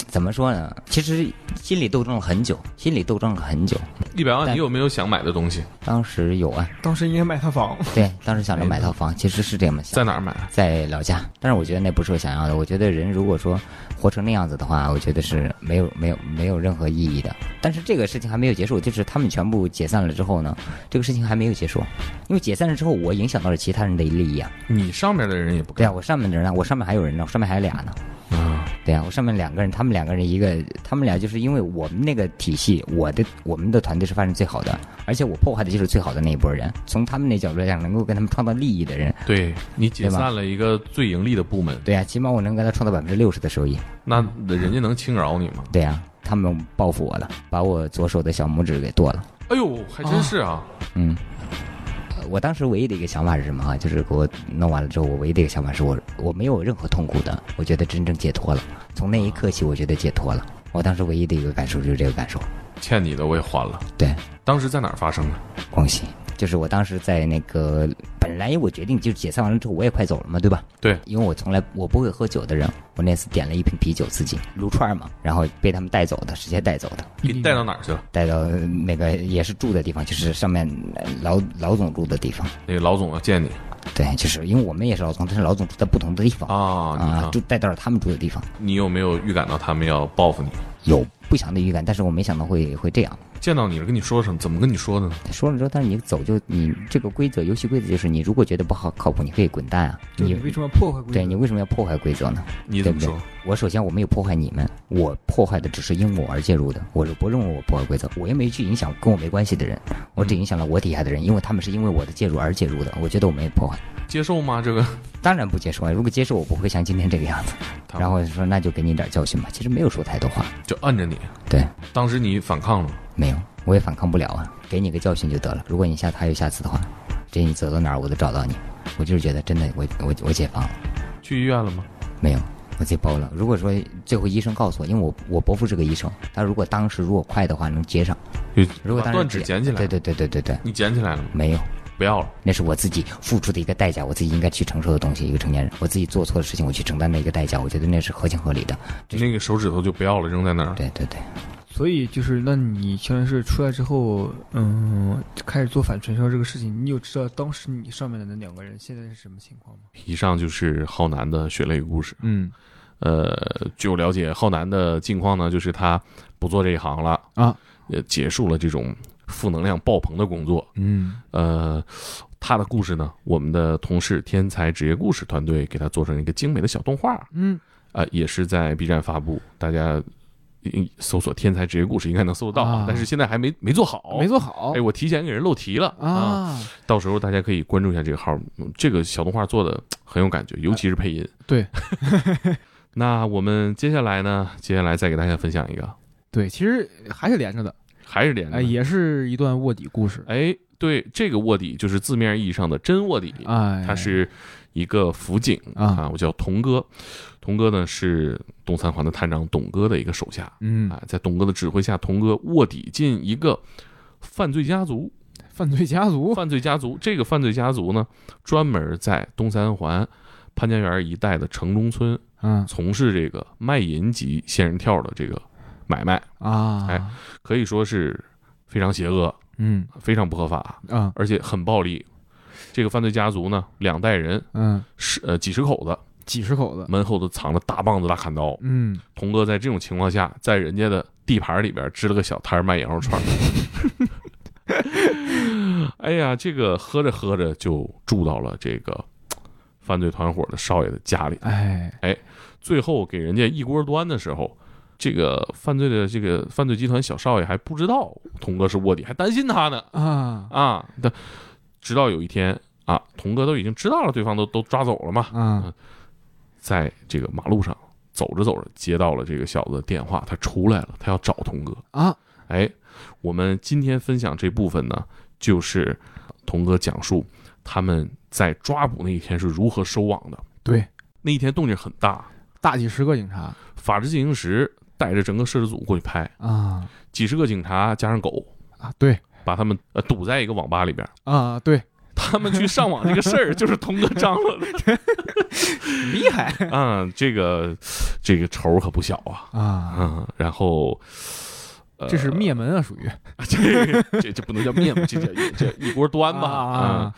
F: 怎么说呢？其实心里斗争了很久，心里斗争了很久。
A: 一百万，
F: 但
A: 你有没有想买的东西？
F: 当时有啊，
G: 当时应该买套房，
F: 对，当时想着买套房，其实是这么想，
A: 在哪儿买？啊
F: 在老家，但是我觉得那不是我想要的。我觉得人如果说活成那样子的话，我觉得是没有没有没有任何意义的。但是这个事情还没有结束，就是他们全部解散了之后呢，这个事情还没有结束，因为解散了之后，我影响到了其他人的利益啊。
A: 你上面的人也不
F: 对
A: 干
F: 啊，我上面的人呢，我上面还有人呢，我上面还有俩呢。
H: 嗯
A: 啊，
F: 对啊，我上面两个人，他们两个人一个，他们俩就是因为我们那个体系，我的我们的团队是发展最好的，而且我破坏的就是最好的那一波人。从他们那角度来讲，能够跟他们创造利益的人，
A: 对你解
F: 对吧
A: 散了一个最盈利的部门，
F: 对啊，起码我能跟他创造百分之六十的收益。
A: 那人家能轻饶你吗？
F: 对啊，他们报复我了，把我左手的小拇指给剁了。
A: 哎呦，还真是啊！
F: 嗯，呃我当时唯一的一个想法是什么啊？就是给我弄完了之后，我唯一的一个想法是我我没有任何痛苦的，我觉得真正解脱了。从那一刻起，我觉得解脱了。我当时唯一的一个感受就是这个感受。
A: 欠你的我也还了。
F: 对，
A: 当时在哪儿发生的？
F: 恭喜！就是我当时在那个，本来我决定就是解散完了之后我也快走了嘛，对吧？
A: 对，
F: 因为我从来我不会喝酒的人，我那次点了一瓶啤酒自己撸串儿嘛，然后被他们带走的，直接带走的，
A: 你带到哪儿去了？
F: 带到呃那个也是住的地方，就是上面呃老老总住的地方。
A: 那个老总要见你
F: 对，就是因为我们也是老总，但是老总住在不同的地方
A: 啊！你看
F: 就带到了他们住的地方，
A: 你有没有预感到他们要报复你？
F: 有不祥的预感，但是我没想到会会这样。
A: 见到你了，跟你说什么？怎么跟你说的呢？
F: 说了之后，但是你走就你这个规则，游戏规则就是你如果觉得不好靠谱，你可以滚蛋啊！
G: 就
F: 你
G: 你为什么破坏规
F: 对你
G: 则？
F: 为什么要破坏规则呢？
A: 嗯你怎么
F: 对
A: 说
F: 不？我首先我没有破坏你们，我破坏的只是因我而介入的，我是不认为我破坏规则，我也没去影响跟我没关系的人，
A: 嗯
F: 我只影响了我底下的人，因为他们是因为我的介入而介入的，我觉得我没有破坏，
A: 接受吗？这个？
F: 当然不接受啊，如果接受我不会像今天这个样子。
A: 他
F: 然后就说那就给你点教训吧，其实没有说太多话，
A: 就摁着你。
F: 对，
A: 当时你反抗了吗，
F: 没有，我也反抗不了啊，给你个教训就得了，如果你下次还有下次的话，这你走到哪儿我都找到你，我就是觉得真的我我我解放了。
A: 去医院了吗？
F: 没有，我自己包了。如果说最后医生告诉我，因为我我伯父是个医生，他如果当时如果快的话能接上，
A: 就
F: 如果
A: 把
F: 当时
A: 断指捡起来。
F: 对对对对对对，
A: 你捡起来了吗？
F: 没有，
A: 不要了。
F: 那是我自己付出的一个代价，我自己应该去承受的东西。一个成年人，我自己做错的事情，我去承担的一个代价，我觉得那是合情合理的。这
A: 那个手指头就不要了，扔在那儿。
F: 对对对，
G: 所以就是，那你相当于是出来之后，嗯，开始做反传销这个事情，你有知道当时你上面的那两个人现在是什么情况吗？
A: 以上就是浩南的血泪故事。
B: 嗯
A: 呃，据我了解，浩南的境况呢，就是他不做这一行了
B: 啊，
A: 呃，结束了这种负能量爆棚的工作。
B: 嗯，
A: 呃，他的故事呢，我们的同事天才职业故事团队给他做成一个精美的小动画，
B: 嗯，
A: 啊，也是在 B 站发布，大家。嗯搜索“天才职业故事”应该能搜得到，
B: 啊
A: 但是现在还没没做好，
B: 没做好
A: 哎，我提前给人漏题了啊！
B: 啊，
A: 到时候大家可以关注一下这个号，嗯这个小动画做的很有感觉，尤其是配音。
B: 对，
A: 那我们接下来呢？接下来再给大家分享一个，
B: 对，其实还是连着的，
A: 还是连着
B: 哎，
A: 的。
B: 也是一段卧底故事，
A: 哎，对，这个卧底就是字面意义上的真卧底，
B: 哎，
A: 他是一个辅警
B: 啊
A: 啊，我叫童哥。童哥呢是东三环的探长董哥的一个手下
B: 嗯，
A: 啊，在董哥的指挥下，童哥卧底进一个犯罪家族。
B: 犯罪家族，
A: 犯罪家族。这个犯罪家族呢，专门在东三环潘家园一带的城中村
B: 嗯
A: 从事这个卖淫及仙人跳的这个买卖，
B: 啊，
A: 哎可以说是非常邪恶、
B: 嗯
A: 非常不合法，
B: 啊
A: 而且很暴力。这个犯罪家族呢，两代人
B: 嗯，
A: 是呃几十口子，
B: 几十口子，
A: 门后头藏着大棒子、大砍刀。
B: 嗯，
A: 童哥在这种情况下，在人家的地盘里边支了个小摊儿 卖羊肉串儿。哎呀，这个喝着喝着就住到了这个犯罪团伙的少爷的家里。
B: 哎，
A: 最后给人家一锅端的时候，这个犯罪的这个犯罪集团小少爷还不知道童哥是卧底，还担心他呢
B: 啊，
A: 啊。但直到有一天，啊，童哥都已经知道了，对方都都抓走了嘛，嗯
B: 啊
A: 在这个马路上走着走着，接到了这个小子的电话，他出来了，他要找童哥。
B: 啊，
A: 哎，我们今天分享这部分呢，就是童哥讲述他们在抓捕那一天是如何收网的。
B: 对，
A: 那一天动静很大，
B: 大几十个警察
A: 法制进行时带着整个摄制组过去拍，
B: 啊
A: 几十个警察加上狗，
B: 啊，对
A: 把他们呃堵在一个网吧里边。
B: 啊对，
A: 他们去上网这个事儿，就是童哥张罗的。
B: 厉害
A: 啊，这个这个仇可不小啊。
B: 啊，
A: 啊，然后。呃
B: 这是灭门啊，属于
A: 这这这不能叫面目，这这这一锅端吧
B: 啊
A: 啊。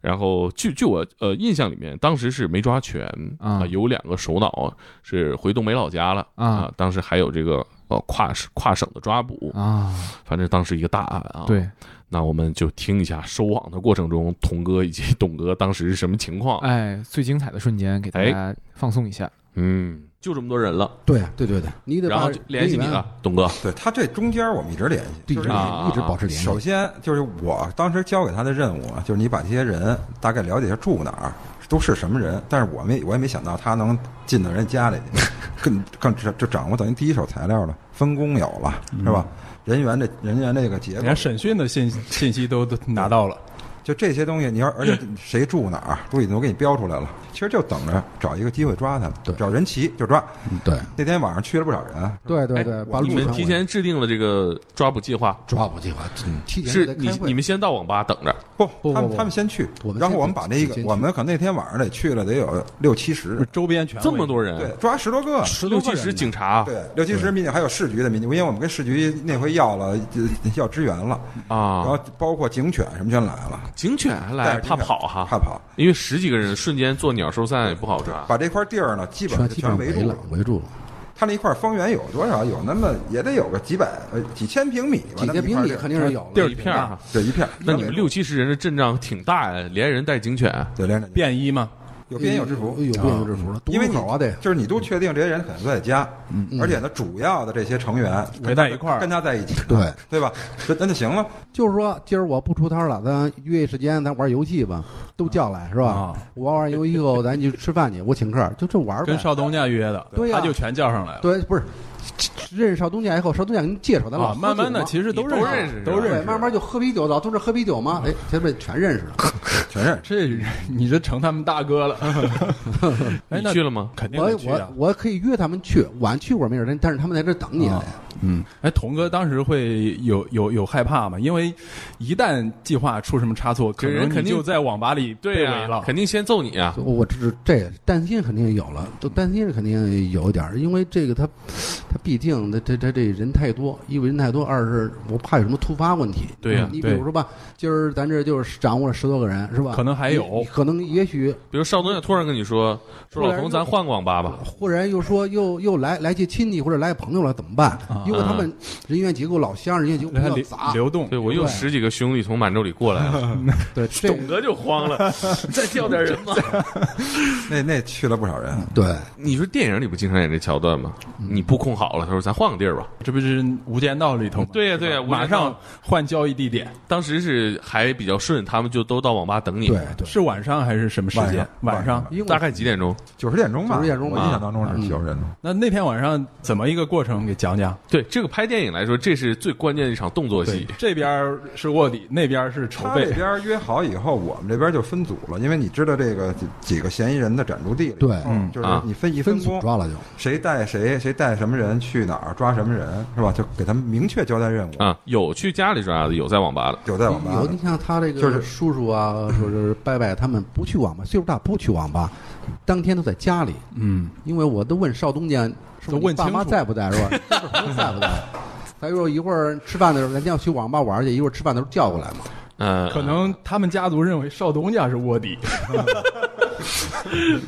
A: 然后据据我呃印象里面，当时是没抓全
B: 啊
A: 有两个首脑是回东北老家了
B: 啊
A: 啊，当时还有这个呃跨省跨省的抓捕，
B: 啊，
A: 反正当时一个大案啊。，
B: 对，
A: 那我们就听一下收网的过程中，童哥以及董哥当时是什么情况？
B: 哎，最精彩的瞬间给大家放松一下，
A: 嗯，就这么多人了，
I: 啊对对对对，你得把
A: 然后就联系你了，董哥
J: 对他这中间我们一直联系，
I: 对，
J: 就是
A: 啊
I: 一直保持联系
J: 首。先就是我当时交给他的任务啊，就是你把这些人大概了解一下住哪儿，都是什么人。但是我没我也没想到他能进到人家里去，更更就就掌握等于第一手材料了，分工有了是吧？人员这人员这个结
H: 嗯人
J: 构
H: 家，审讯的信信息都都拿到了，
J: 就这些东西，你要 而且谁住哪儿都已经都给你标出来了。其实就等着找一个机会抓他们
I: 对，
J: 找人齐就抓。
I: 对
J: 那天晚上去了不少人，啊
I: 对对
A: 哎
I: 对，把路
A: 你
I: 程
A: 们
I: 我
A: 提前制定了这个抓捕计划，
I: 抓捕计划，提前
A: 是
I: 在开
A: 你
I: 会
A: 你们先到网吧等着，
J: 不，
I: 不
J: 他
I: 不
J: 们他们先去
I: 我们，
J: 然后
I: 先
J: 我们把那
I: 先
J: 个
I: 去
J: 我们可能那天晚上得去了得有六七十人，
H: 周边全
A: 这么多人，
J: 对，抓十多个，啊
I: 十多个
A: 六七十
I: 人呢
A: 警察
J: 对，六七十民警，还有市局的民警，因为我们跟市局那回要了就要支援了，然后
A: 啊，
J: 包括警犬什么全来了，
A: 警犬还
J: 带
A: 来，
J: 着警
A: 怕
J: 犬
A: 跑哈，
J: 怕跑，
A: 因为十几个人瞬间做鸟兽散也不好抓。
J: 把这块地儿呢基本
I: 全
J: 上
I: 基本上
J: 全围
I: 围
J: 住
I: 了
J: 了。，
I: 围住了，
J: 他那一块方圆有多少？有那么也得有个几百呃几千平米吧，
I: 几
J: 那么
I: 千
J: 一
I: 平
J: 块
I: 米
J: 地儿
I: 肯定是有了啊
A: 地儿一片儿哈，
J: 对一片儿。
A: 啊那你们六七十人的阵仗挺大呀，连人带警犬啊
J: 对连着你
H: 便衣吗？
J: 有边有制服，
I: 有边有制服了，
J: 因为
I: 堵
J: 你
I: 口啊得嗯
J: 就是你都确定这些人可能都在家，而且呢，主要的这些成员
H: 围在一块儿
J: 跟他在一起，
I: 对
J: 对吧？那那就行了。
I: 就是说，今儿我不出摊了，咱约一时间，咱玩游戏吧，都叫来是吧？
H: 啊
I: 我玩完游戏后，咱去吃饭去，我请客，就这玩儿呗
H: 跟。少东家约的，
I: 对呀
H: 他就全叫上来了。
I: 对，不是认识少东家以后，少东家给你介绍咱
H: 啊，
I: 俩，
H: 慢慢的其实
A: 你
H: 都
A: 都
H: 认
A: 认识
H: 都
A: 是吧
H: 认
I: 对
H: 识，，嗯
I: 慢慢就喝啤酒的，都是喝啤酒嘛。哎，前辈全认识了，
J: 全认识。
H: 这你这成他们大哥了。哎，
A: 你
H: 那
A: 去了吗？
H: 肯定
I: 我
H: 得去啊
I: 我！我可以约他们去，晚去会儿没准儿，但是他们在这等你
H: 啊
I: 呢。
H: 哎，童哥当时会有有有害怕吗？因为一旦计划出什么差错，可
A: 这人
H: 能
A: 肯
H: 你
A: 定
H: 就在网吧里被
A: 对
H: 围
A: 呀、
H: 了。
A: 肯定先揍你啊！
I: 我我这是这担心肯定有了，都
H: 嗯
I: 担心是肯定有一点儿，因为这个他，他毕竟他他他这人太多，一为人太多，二是我怕有什么突发问题。嗯
A: 对呀
I: 你比
H: 对
I: 如说吧，今儿咱这就是掌握了十多个人，是吧？
H: 可能还有
I: 你可能也许
A: 比如少东家突然跟你说
I: 忽
A: 说老
I: 然
A: 冯，
I: 又
A: 咱换个网吧吧。
I: 忽然又说又又来来些亲戚或者来朋友了，怎么办？
H: 啊
I: 因为他们人员结构老乡，人员结构比
H: 他
I: 较
H: 流
I: 杂。
H: 流动
A: 对，我又
I: 对
A: 十几个兄弟从满洲里过来 了，
I: 对，这
A: 董哥就慌了， 再叫点人吧。
J: 那那去了不少人，
I: 对
A: 你说电影里不经常演这桥段吗？你布控好了，他说咱换个地儿吧。
H: 嗯这不是《无间道》里头吗？
A: 对啊呀对呀
H: 是吧
A: 无间道
H: 马上换交易地点，
A: 当时是还比较顺，他们就都到网吧等你。
I: 对对，
H: 是晚上还是什么时间？晚
J: 晚
H: 上。
J: 上
H: 啊
I: 因为
A: 大概几点钟？
J: 九十点钟吧，
I: 90点钟吧
J: 我印象当中嗯是九十点钟。
H: 那那天晚上怎么一个过程？给讲讲。
A: 对这个拍电影来说，这是最关键的一场动作戏。
H: 这边是卧底，那边 是筹
J: 他
H: 备
J: 这。边约好以后，我们这边就分组了，因为你知道这个几几个嫌疑人的暂住地了。
I: 对
J: 嗯，就是
A: 啊
J: 你分一
I: 分
J: 分
I: 组
J: 工，
I: 抓了就。
J: 谁带谁，谁带什么人去哪儿抓什么人，是吧？就给他们明确交代任务。
A: 啊，有去家里抓的，有在网吧的。
J: 有在网吧
I: 有
J: 的
I: 你像他这个
J: 就是
I: 叔叔啊，说是伯伯他们不去网吧，岁数大不去网吧，当天都在家里。
H: 嗯，
I: 因为我都问少东家，说
H: 都问
I: 你爸妈
H: 清楚
I: 在不在是 吧？在不在？他说一会儿吃饭的时候，人家要去网吧玩去，一会儿吃饭的时候叫过来嘛。
A: 嗯，
H: 呃可能他们家族认为少东家是卧底，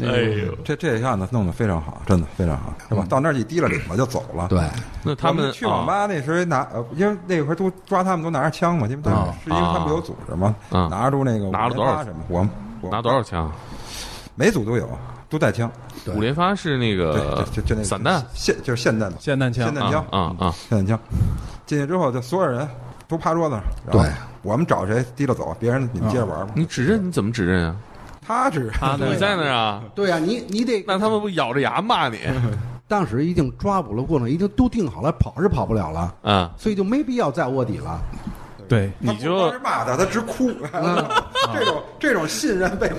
A: 哎呦，嗯
J: 这这一下子弄得非常好，真的非常好，是吧？到那儿一提了领子就走了。
I: 对，
A: 那他
J: 我们去网
A: 啊
J: 吧那时候拿，呃因为那会儿都抓他们都拿着枪嘛，因为他们
H: 啊
J: 是因为他们有组织嘛，
A: 啊
J: 拿着那个
A: 拿了多少
J: 508什么，我们我
A: 拿多少枪？
J: 每组都有，都带枪，
I: 对
A: 五连发是那
J: 对，
A: 个
J: 就就就那个
A: 散弹
J: 现就是现代的
H: 霰弹枪
J: 霰
A: 啊
J: 弹枪，
A: 啊啊！
J: 霰弹枪。进去之后，就所有人。都趴桌子上，然后
I: 对，
J: 我们找谁提溜走，别人你
H: 啊
J: 们接
A: 啊
J: 着玩吧。
A: 你指认你怎么指认啊？
J: 他只
A: 啊，你在那儿啊？
I: 对呀、你你得
A: 那他们不咬着牙 骂你？
I: 当时已经抓捕了过程，已经都定好了，跑是跑不了了，
A: 啊，
I: 所以就没必要再卧底了。
H: 对，
A: 你就嗯
J: 他不光是骂他，他直哭。 这种这种信 任被哭，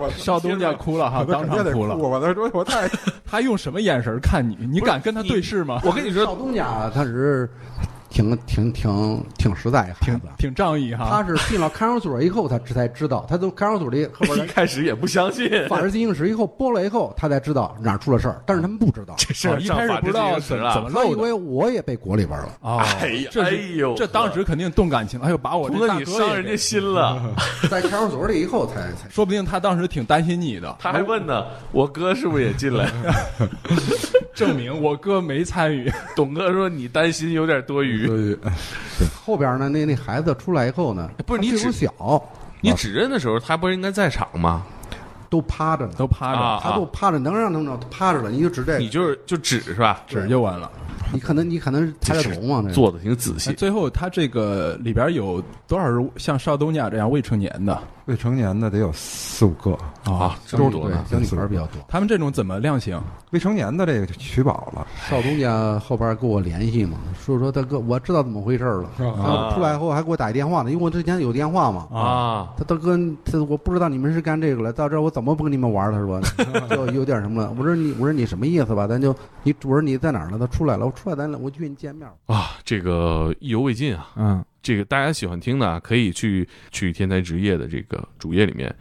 J: 我
H: 少东家哭了哈，
J: 我
H: 当
J: 肯定
H: 场
J: 得
H: 哭
J: 哭，
H: 了。
J: 我他说我太
H: 他用什么眼神看你？你敢跟他对视 吗？
A: 我跟你
I: 少
A: 说，
I: 东家啊他是挺挺挺挺实在一孩
H: 挺
I: 子，
H: 挺仗义
I: 他
H: 哈。
I: 是进了看守所以后，他这才知道，他从看守 所里后边
A: 一开始也不相信，
I: 法制进行时以后剥了以后，他才知道哪儿出了事儿，但是他们不知道，
A: 是
H: 哦一开始不知道怎怎么
I: 他
H: 漏
I: 以
H: 的。
I: 为我也被裹里边了。
H: 哦，
A: 哎呀
H: 这是
A: 哎呦
H: 这当时肯定动感情了。哎呦，把我
A: 鹏
H: 这
A: 哥
H: 大
A: 你
H: 哥
A: 伤
H: 也
A: 人
H: 给
A: 家 心了，
I: 在看守所里以后才才
H: 说不定他当时挺担心你的，
A: 他还问呢，我哥是不是也进来？
H: 证明我哥没参与。
A: 董哥说你担心有点多余，
I: 后边呢，那那孩子出来以后呢，
H: 哎
A: 不是你
I: 他岁数
A: 指
I: 小，
A: 你指认的时候，他不是应该在场吗？
I: 都趴着呢，
H: 都趴着，
A: 啊
I: 他都趴着，能让他们都趴着了，你就指这
A: 你
I: 个，
A: 就是就指是吧？
H: 纸就完了。哎
I: 你可能你可能抬着头嘛，那个
A: 做的挺仔细
H: 那，最后他这个里边有多少是像邵东家这样未成年的
J: 未成年的得有四五个，
A: 啊，这
I: 都
A: 么
I: 是
A: 多
I: 对
A: 呢，
I: 小女孩比较多。
H: 他们这种怎么量刑？
J: 未成年的这个取保了，
I: 少东家后边跟我联系嘛，说说大哥，我知道怎么回事了。然后出来以后还给我打一电话呢，因为我之前有电话嘛。
A: 啊，
I: 他大哥，他我不知道你们是干这个了，到这儿我怎么不跟你们玩了？他说就有点什么了。我说你，我说你什么意思吧？咱就你，我说你在哪儿呢？他出来了，我出来咱俩我约你见面。
A: 啊，这个意犹未尽啊。
B: 嗯，
A: 这个大家喜欢听的啊，可以去去天才职业的这个主页里面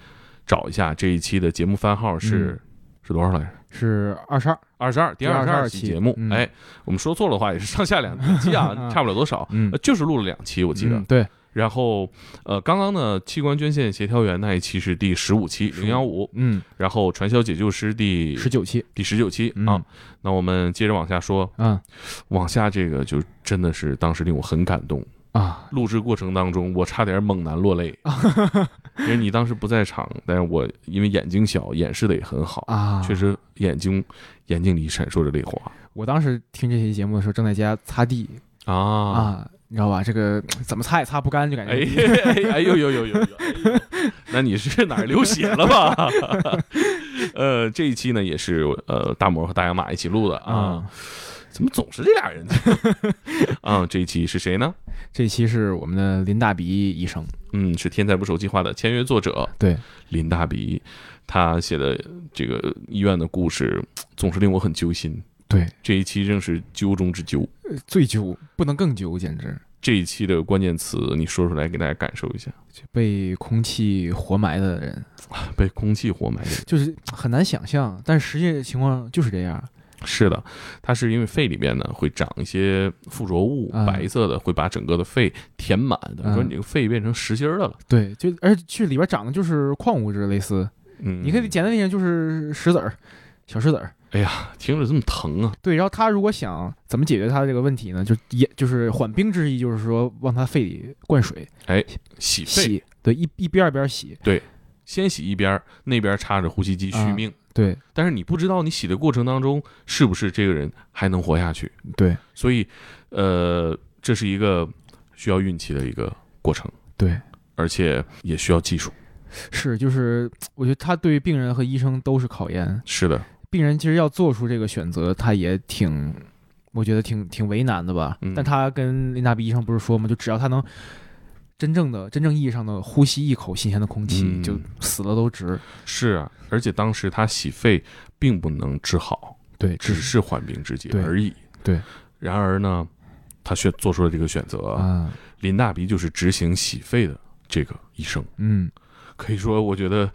A: 找一下这一期的节目番号
H: 嗯
A: 是、是多少来着？
B: 是二十二，
A: 二十二，第
B: 第
A: 二十二
B: 22
A: 期
B: 期
A: 节目。
B: 嗯
A: 哎，我们说错了的话也是上下两期 啊，差不了多少。
B: 嗯
A: 呃，就是录了两期，我记得。
B: 嗯对，
A: 然后，呃，刚刚呢，器官捐献协调员那一期是第十五期零幺五，
B: 嗯，
A: 然后传销解救师第
B: 十九期，
A: 第十九期、
B: 嗯
A: 啊。那我们接着往下说，
B: 嗯
A: 往下这个就真的是当时令我很感动。
B: 啊，
A: 录制过程当中，我差点猛男落泪， 因为你当时不在场，但是我因为眼睛小，掩饰的也很好
B: 啊
A: 确实眼睛眼睛里闪烁着泪花
B: 我当时听这期节目的时候，正在家擦地
A: 啊！
B: 啊，你知道吧？这个怎么擦也擦不干，就感
A: 哎
B: 觉
A: 哎哎呦呦呦呦！ 呦哎呦 那你是哪儿流血了吧？ 呃，这一期呢也是呃大魔和大洋马一起录的啊，怎么总是这俩人 呢？啊，这一期是谁呢？
B: 这期是我们的林大鼻医生，
A: 嗯，是《天才捕手计划》的签约作者
B: 对，
A: 林大鼻，他写的这个医院的故事总是令我很揪心。
B: 对，
A: 这一期正是揪中之揪。
B: 最揪不能更揪，简直
A: 这一期的关键词，你说出来给大家感受一下。
B: 被空气活埋的人，
A: 啊被空气活埋的人
B: 就是很难想象，但实际情况就是这样。
A: 是的，它是因为肺里面呢会长一些附着物，
B: 嗯
A: 白色的会把整个的肺填满，等于说
B: 嗯
A: 你这个肺变成实心儿的了。
B: 对，就而且去里边长的就是矿物质，类似，
A: 嗯，哎
B: 你可以简单理解就是石子儿，小石子儿。
A: 听着这么疼啊！
B: 对，然后他如果想怎么解决他这个问题呢？就也就是缓兵之计，就是说往他肺里灌水
A: 哎洗肺，
B: 洗，对，一一边儿一边儿洗，
A: 先洗一边儿，那边插着呼吸机续
B: 嗯
A: 命。
B: 对
A: 但是你不知道你洗的过程当中是不是这个人还能活下去，
B: 对
A: 所以，呃，这是一个需要运气的一个过程，
B: 对，
A: 而且也需要技术。
B: 是就是我觉得他对病人和医生都是考验，
A: 是的，
B: 病人其实要做出这个选择，他也挺，我觉得挺挺为难的吧。
A: 嗯
B: 但他跟林大比医生不是说吗？就只要他能。真正的、真正意义上的呼吸一口新鲜的空气，
A: 嗯
B: 就死了都值。
A: 是啊，而且当时他洗肺并不能治好，
B: 对，
A: 只是缓兵之计
B: 对
A: 而已。
B: 对
A: 然而呢，他选做出了这个选择。
B: 啊，
A: 林大鼻就是执行洗肺的这个医生，
B: 嗯，
A: 可以说，我觉得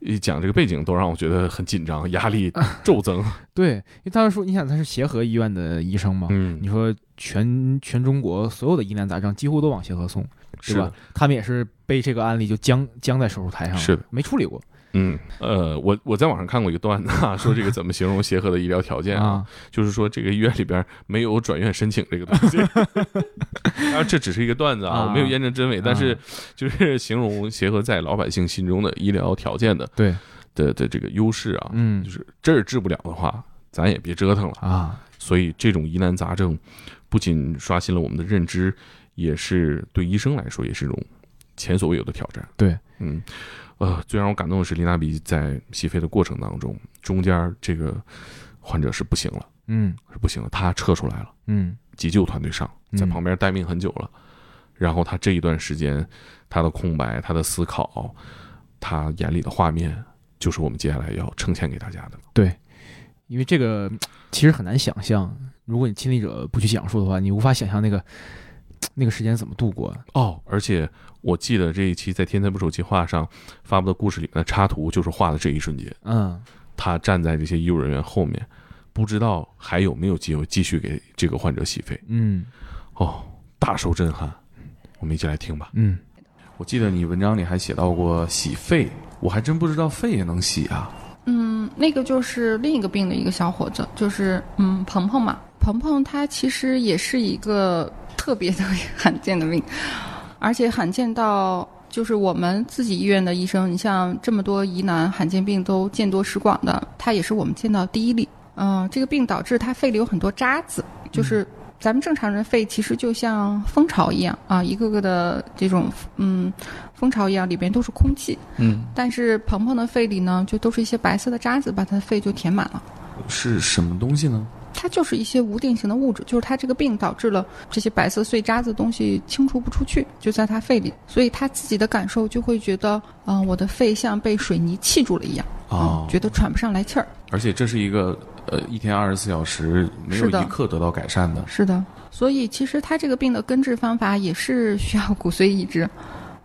A: 一讲这个背景都让我觉得很紧张，压力骤增。
B: 对，因为当时说，你想他是协和医院的医生嘛，
A: 嗯
B: 你，说全全中国所有的疑难杂症几乎都往协和送，
A: 是
B: 对
A: 的
B: 吧？他们也是被这个案例就僵僵在手术台上了，
A: 是的
B: 没处理过
A: 嗯，呃，我我在网上看过一个段子啊，说这个怎么形容协和的医疗条件啊？
B: 啊。
A: 就是说这个医院里边没有转院申请这个东西， 当然这只是一个段子啊，
B: 啊
A: 我没有验证真伪，但是就是形容协和在老百姓心中的医疗条件的
B: 对，
A: 的的这个优势啊，
B: 嗯
A: 就是这儿治不了的话，咱也别折腾了。
B: 啊，
A: 所以这种疑难杂症不仅刷新了我们的认知，也是对医生来说也是一种前所未有的挑战。
B: 对，
A: 嗯，呃，最让我感动的是，林娜比在洗肺的过程当中，中间这个患者是不行了，
B: 嗯
A: 是不行了，他撤出来了，
B: 嗯
A: 急救团队上，在
B: 嗯
A: 旁边待命很久了。然后他这一段时间，他的空白，他的思考，他眼里的画面，就是我们接下来要呈现给大家的。
B: 对，因为这个其实很难想象，如果你亲历者不去讲述的话，你无法想象那个那个时间怎么度过。
A: 哦，而且我记得这一期在《天才捕手计划》上发布的故事里面的插图，就是画的这一瞬间，
B: 嗯
A: 他站在这些医务人员后面，不知道还有没有机会继续给这个患者洗肺。
B: 嗯
A: 哦，大受震撼。我们一起来听吧。
B: 嗯，
H: 我记得你文章里还写到过洗肺，我还真不知道肺也能洗啊。
K: 嗯，那个就是另一个病的一个小伙子，就是嗯，鹏鹏嘛。鹏鹏他其实也是一个特别特别罕见的 病，而且罕见到就是我们自己医院的医生，你像这么多疑难罕见病都见多识广的，他也是我们见到第一例。嗯、这个病导致他肺里有很多渣子，就是咱们正常人肺其实就像蜂巢一样啊，一个个的这种嗯蜂巢一样，里边都是空气。
H: 嗯，
K: 但是鹏鹏的肺里呢，就都是一些白色的渣子，把他的肺就填满了。
H: 是什么东西呢？
K: 它就是一些无定型的物质，就是他这个病导致了这些白色碎渣子的东西清除不出去，就在他肺里，所以他自己的感受就会觉得，嗯、我的肺像被水泥砌住了一样，
B: 嗯
A: 哦
K: 觉得喘不上来气儿。
H: 而且这是一个呃一天二十四小时没有
K: 是的
H: 一刻得到改善的。
K: 是的，所以其实他这个病的根治方法也是需要 骨髓移植，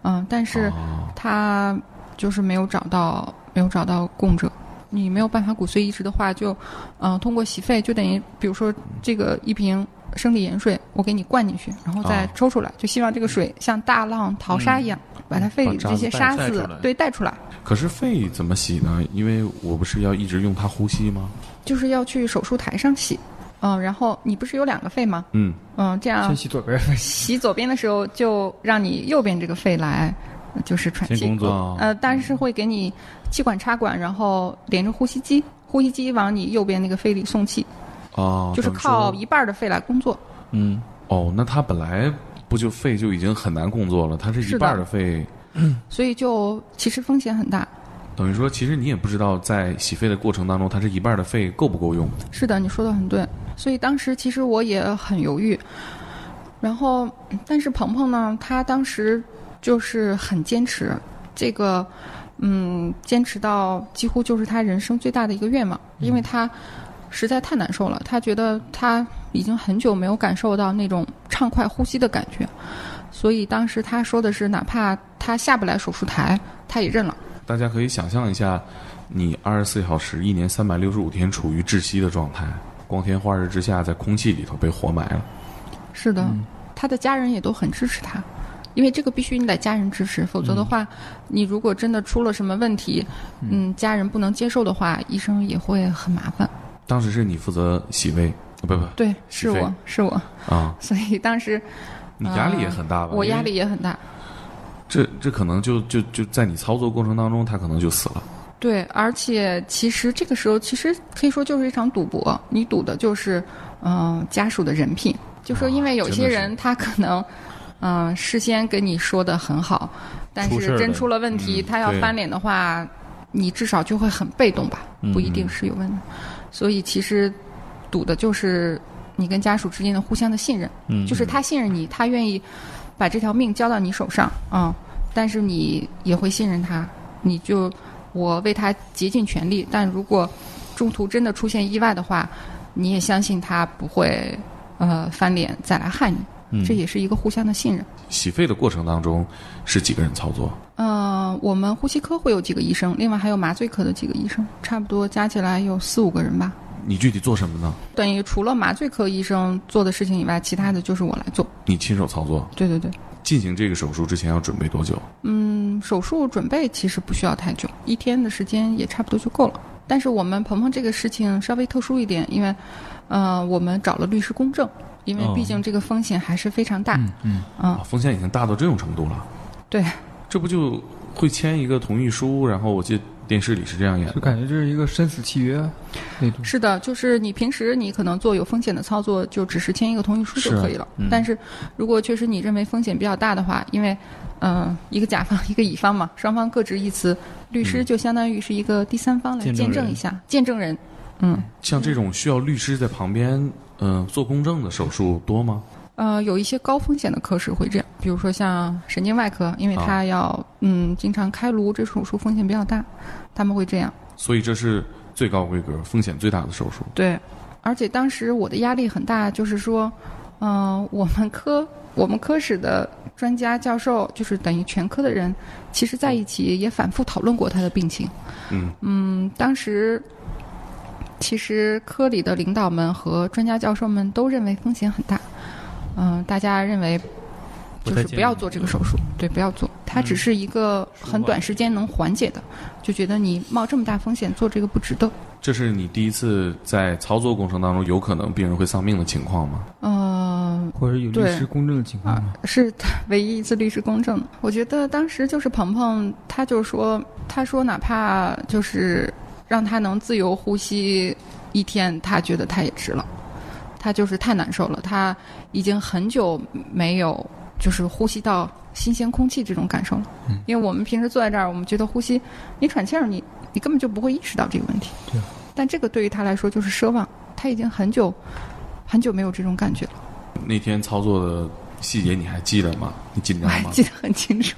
K: 嗯，但是
H: 哦
K: 他就是没有找到没有找到供者。你没有办法骨髓移植的话，就，嗯、通过洗肺就等于，比如说这个一瓶生理盐水，我给你灌进去，然后再
A: 哦
K: 抽出来，就希望这个水像大浪淘沙一样，把它肺
H: 嗯把
K: 里的
H: 渣
K: 这
H: 子
K: 些
H: 带
K: 沙
H: 带
K: 子
H: 出来
K: 对带出来，
H: 可是肺怎么洗呢？因为我不是要一直用它呼吸吗？
K: 就是要去手术台上洗。嗯，然后你不是有两个肺吗？
H: 嗯，
K: 嗯，这样
G: 先洗左边儿，
K: 洗左边的时候，就让你右边这个肺来，呃 就是喘
E: 先
K: 气
E: 工。作，
K: 呃，但是会给你气管插管，然后连着呼吸机，呼吸机往你右边那个肺里送气，
H: 哦，
K: 就是
H: 等于说
K: 靠一半儿的肺来工作。
H: 嗯哦，那它本来不就肺就已经很难工作了，它是
K: 是
H: 一
K: 的
H: 半儿的肺，
K: 所以就其实风险很大。
H: 等于说其实你也不知道在洗肺的过程当中，它这一半儿的肺够不够用。
K: 是的，你说的很对。所以当时其实我也很犹豫，然后但是鹏鹏呢，他当时就是很坚持，这个嗯，坚持到几乎就是他人生最大的一个愿望，因为他实在太难受了，他觉得他已经很久没有感受到那种畅快呼吸的感觉，所以当时他说的是，哪怕他下不来手术台，他也认了。
H: 大家可以想象一下，你二十四小时、一年三百六十五天处于窒息的状态，光天化日之下，在空气里头被活埋了。
K: 是的，
H: 嗯
K: 他的家人也都很支持他，因为这个必须你得家人支持，否则的话，
H: 嗯
K: 你如果真的出了什么问题，嗯，家人不能接受的话，医生也会很麻烦。
H: 当时是你负责洗胃，呃不不
K: 对，
H: 是
K: 是
H: 非
K: 我是我，
H: 啊，
K: 所以当时呃
H: 你压力也很大吧？
K: 我压
H: 因为
K: 力也很大。
H: 这这可能就就就在你操作过程当中，他可能就死了。
K: 对，而且其实这个时候，其实可以说就是一场赌博，你赌的就是，嗯、家属的人品。就说因为有
H: 啊真
K: 些
H: 的是
K: 人他可能，嗯、事先跟你说的很好，但
E: 出事儿
K: 是真
E: 了
K: 出了问题，
H: 嗯
K: 他要
H: 对
K: 翻脸的话，你至少就会很被动吧，不一定
H: 嗯
K: 是有问题。所以其实赌的就是你跟家属之间的互相的信任，
E: 嗯
K: 就是他信任你，他愿意把这条命交到你手上啊、但是你也会信任他，你就我为他竭尽全力，但如果中途真的出现意外的话，你也相信他不会呃翻脸再来害你，这也是一个互相的信任。
H: 洗肺的过程当中是几个人操作？
K: 呃，我们呼吸科会有几个医生，另外还有麻醉科的几个医生，差不多加起来有四五个人吧。
H: 你具体做什么呢？
K: 等于除了麻醉科医生做的事情以外，其他的就是我来做。
H: 你亲手操作，
K: 对对对，
H: 进行这个手术之前要准备多久？
K: 嗯，手术准备其实不需要太久，一天的时间也差不多就够了。但是我们鹏鹏这个事情稍微特殊一点，因为，呃，我们找了律师公证，因为
H: 哦
K: 毕竟这个风险还是非常大。
B: 嗯
K: 嗯
H: 啊，风险已经大到这种程度了。
K: 对，
H: 这不就会签一个同意书，然后我记得电视里是这样演
G: 就
H: 的。
G: 感觉这是一个生死契约那种。
K: 是的，就是你平时你可能做有风险的操作，就只是签一个同意书
G: 是
K: 就可以了。
G: 嗯
K: 但是如果确实你认为风险比较大的话，因为，呃，一个甲方 一个乙方嘛，双方各执一词，律师就相当于是一个第三方来
H: 见证
K: 见证
H: 人
K: 一下，见证人。嗯，
H: 像这种需要律师在旁边，嗯、做公证的手术多吗？
K: 呃，有一些高风险的科室会这样，比如说像神经外科，因为
H: 啊
K: 它要、嗯经常开颅，这手术风险比较大，他们会这样。
H: 所以这是最高规格、风险最大的手术。
K: 对，而且当时我的压力很大，就是说，嗯、我们科 我们科室的专家教授，就是等于全科的人，其实在一起也反复讨论过他的病情。
H: 嗯
K: 嗯，当时其实科里的领导们和专家教授们都认为风险很大，嗯、大家认为
E: 不
K: 就
E: 太
K: 是
E: 建
K: 不要
E: 议
K: 做这个手术，对，不要做，它
G: 嗯
K: 只是一个很短时间能缓解的，就觉得你冒这么大风险做这个不值得。
H: 这是你第一次在操作过程当中有可能病人会丧命的情况吗？
K: 嗯，
G: 或者有律
K: 对啊
G: 师公证的情况吗？
K: 是他唯一一次律师公证。我觉得当时就是鹏鹏，他就说，他说哪怕就是让他能自由呼吸一天，他觉得他也值了。他就是太难受了，他已经很久没有就是呼吸到新鲜空气这种感受了。
G: 嗯
K: 因为我们平时坐在这儿，我们觉得呼吸，你喘气儿，你你根本就不会意识到这个问题。
G: 对。
K: 但这个对于他来说就是奢望，他已经很久很久没有这种感觉了。
H: 那天操作的细节你还记得吗？你紧张吗？
K: 记得很清楚。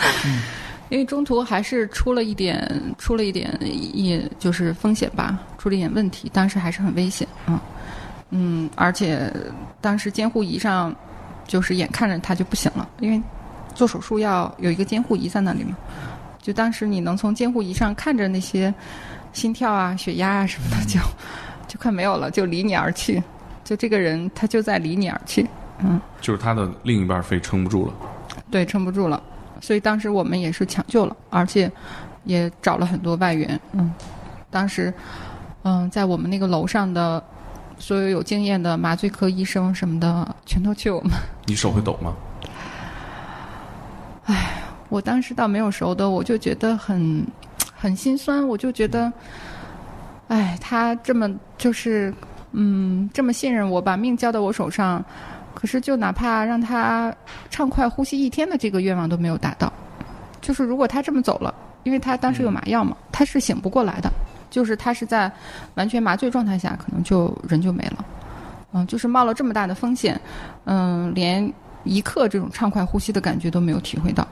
K: 因为中途还是出了一点，出了一点，也就是风险吧，出了一点问题，当时还是很危险啊。嗯，而且当时监护仪上，就是眼看着他就不行了，因为做手术要有一个监护仪在那里嘛。就当时你能从监护仪上看着那些心跳啊、血压啊什么的，就就快没有了，就离你而去。就这个人，他就在离你而去。嗯，
H: 就是他的另一半肺撑不住了。
K: 对，撑不住了，所以当时我们也是抢救了，而且也找了很多外援。嗯，当时，嗯，在我们那个楼上的所有有经验的麻醉科医生什么的，全都去我们。
H: 你手会抖吗？
K: 我当时倒没有熟的，我就觉得很很心酸，我就觉得，哎，他这么就是，嗯，这么信任我，把命交到我手上，可是就哪怕让他畅快呼吸一天的这个愿望都没有达到。就是如果他这么走了，因为他当时有麻药嘛，他是醒不过来的，就是他是在完全麻醉状态下，可能就人就没了。嗯，就是冒了这么大的风险，嗯，连一刻这种畅快呼吸的感觉都没有体会到。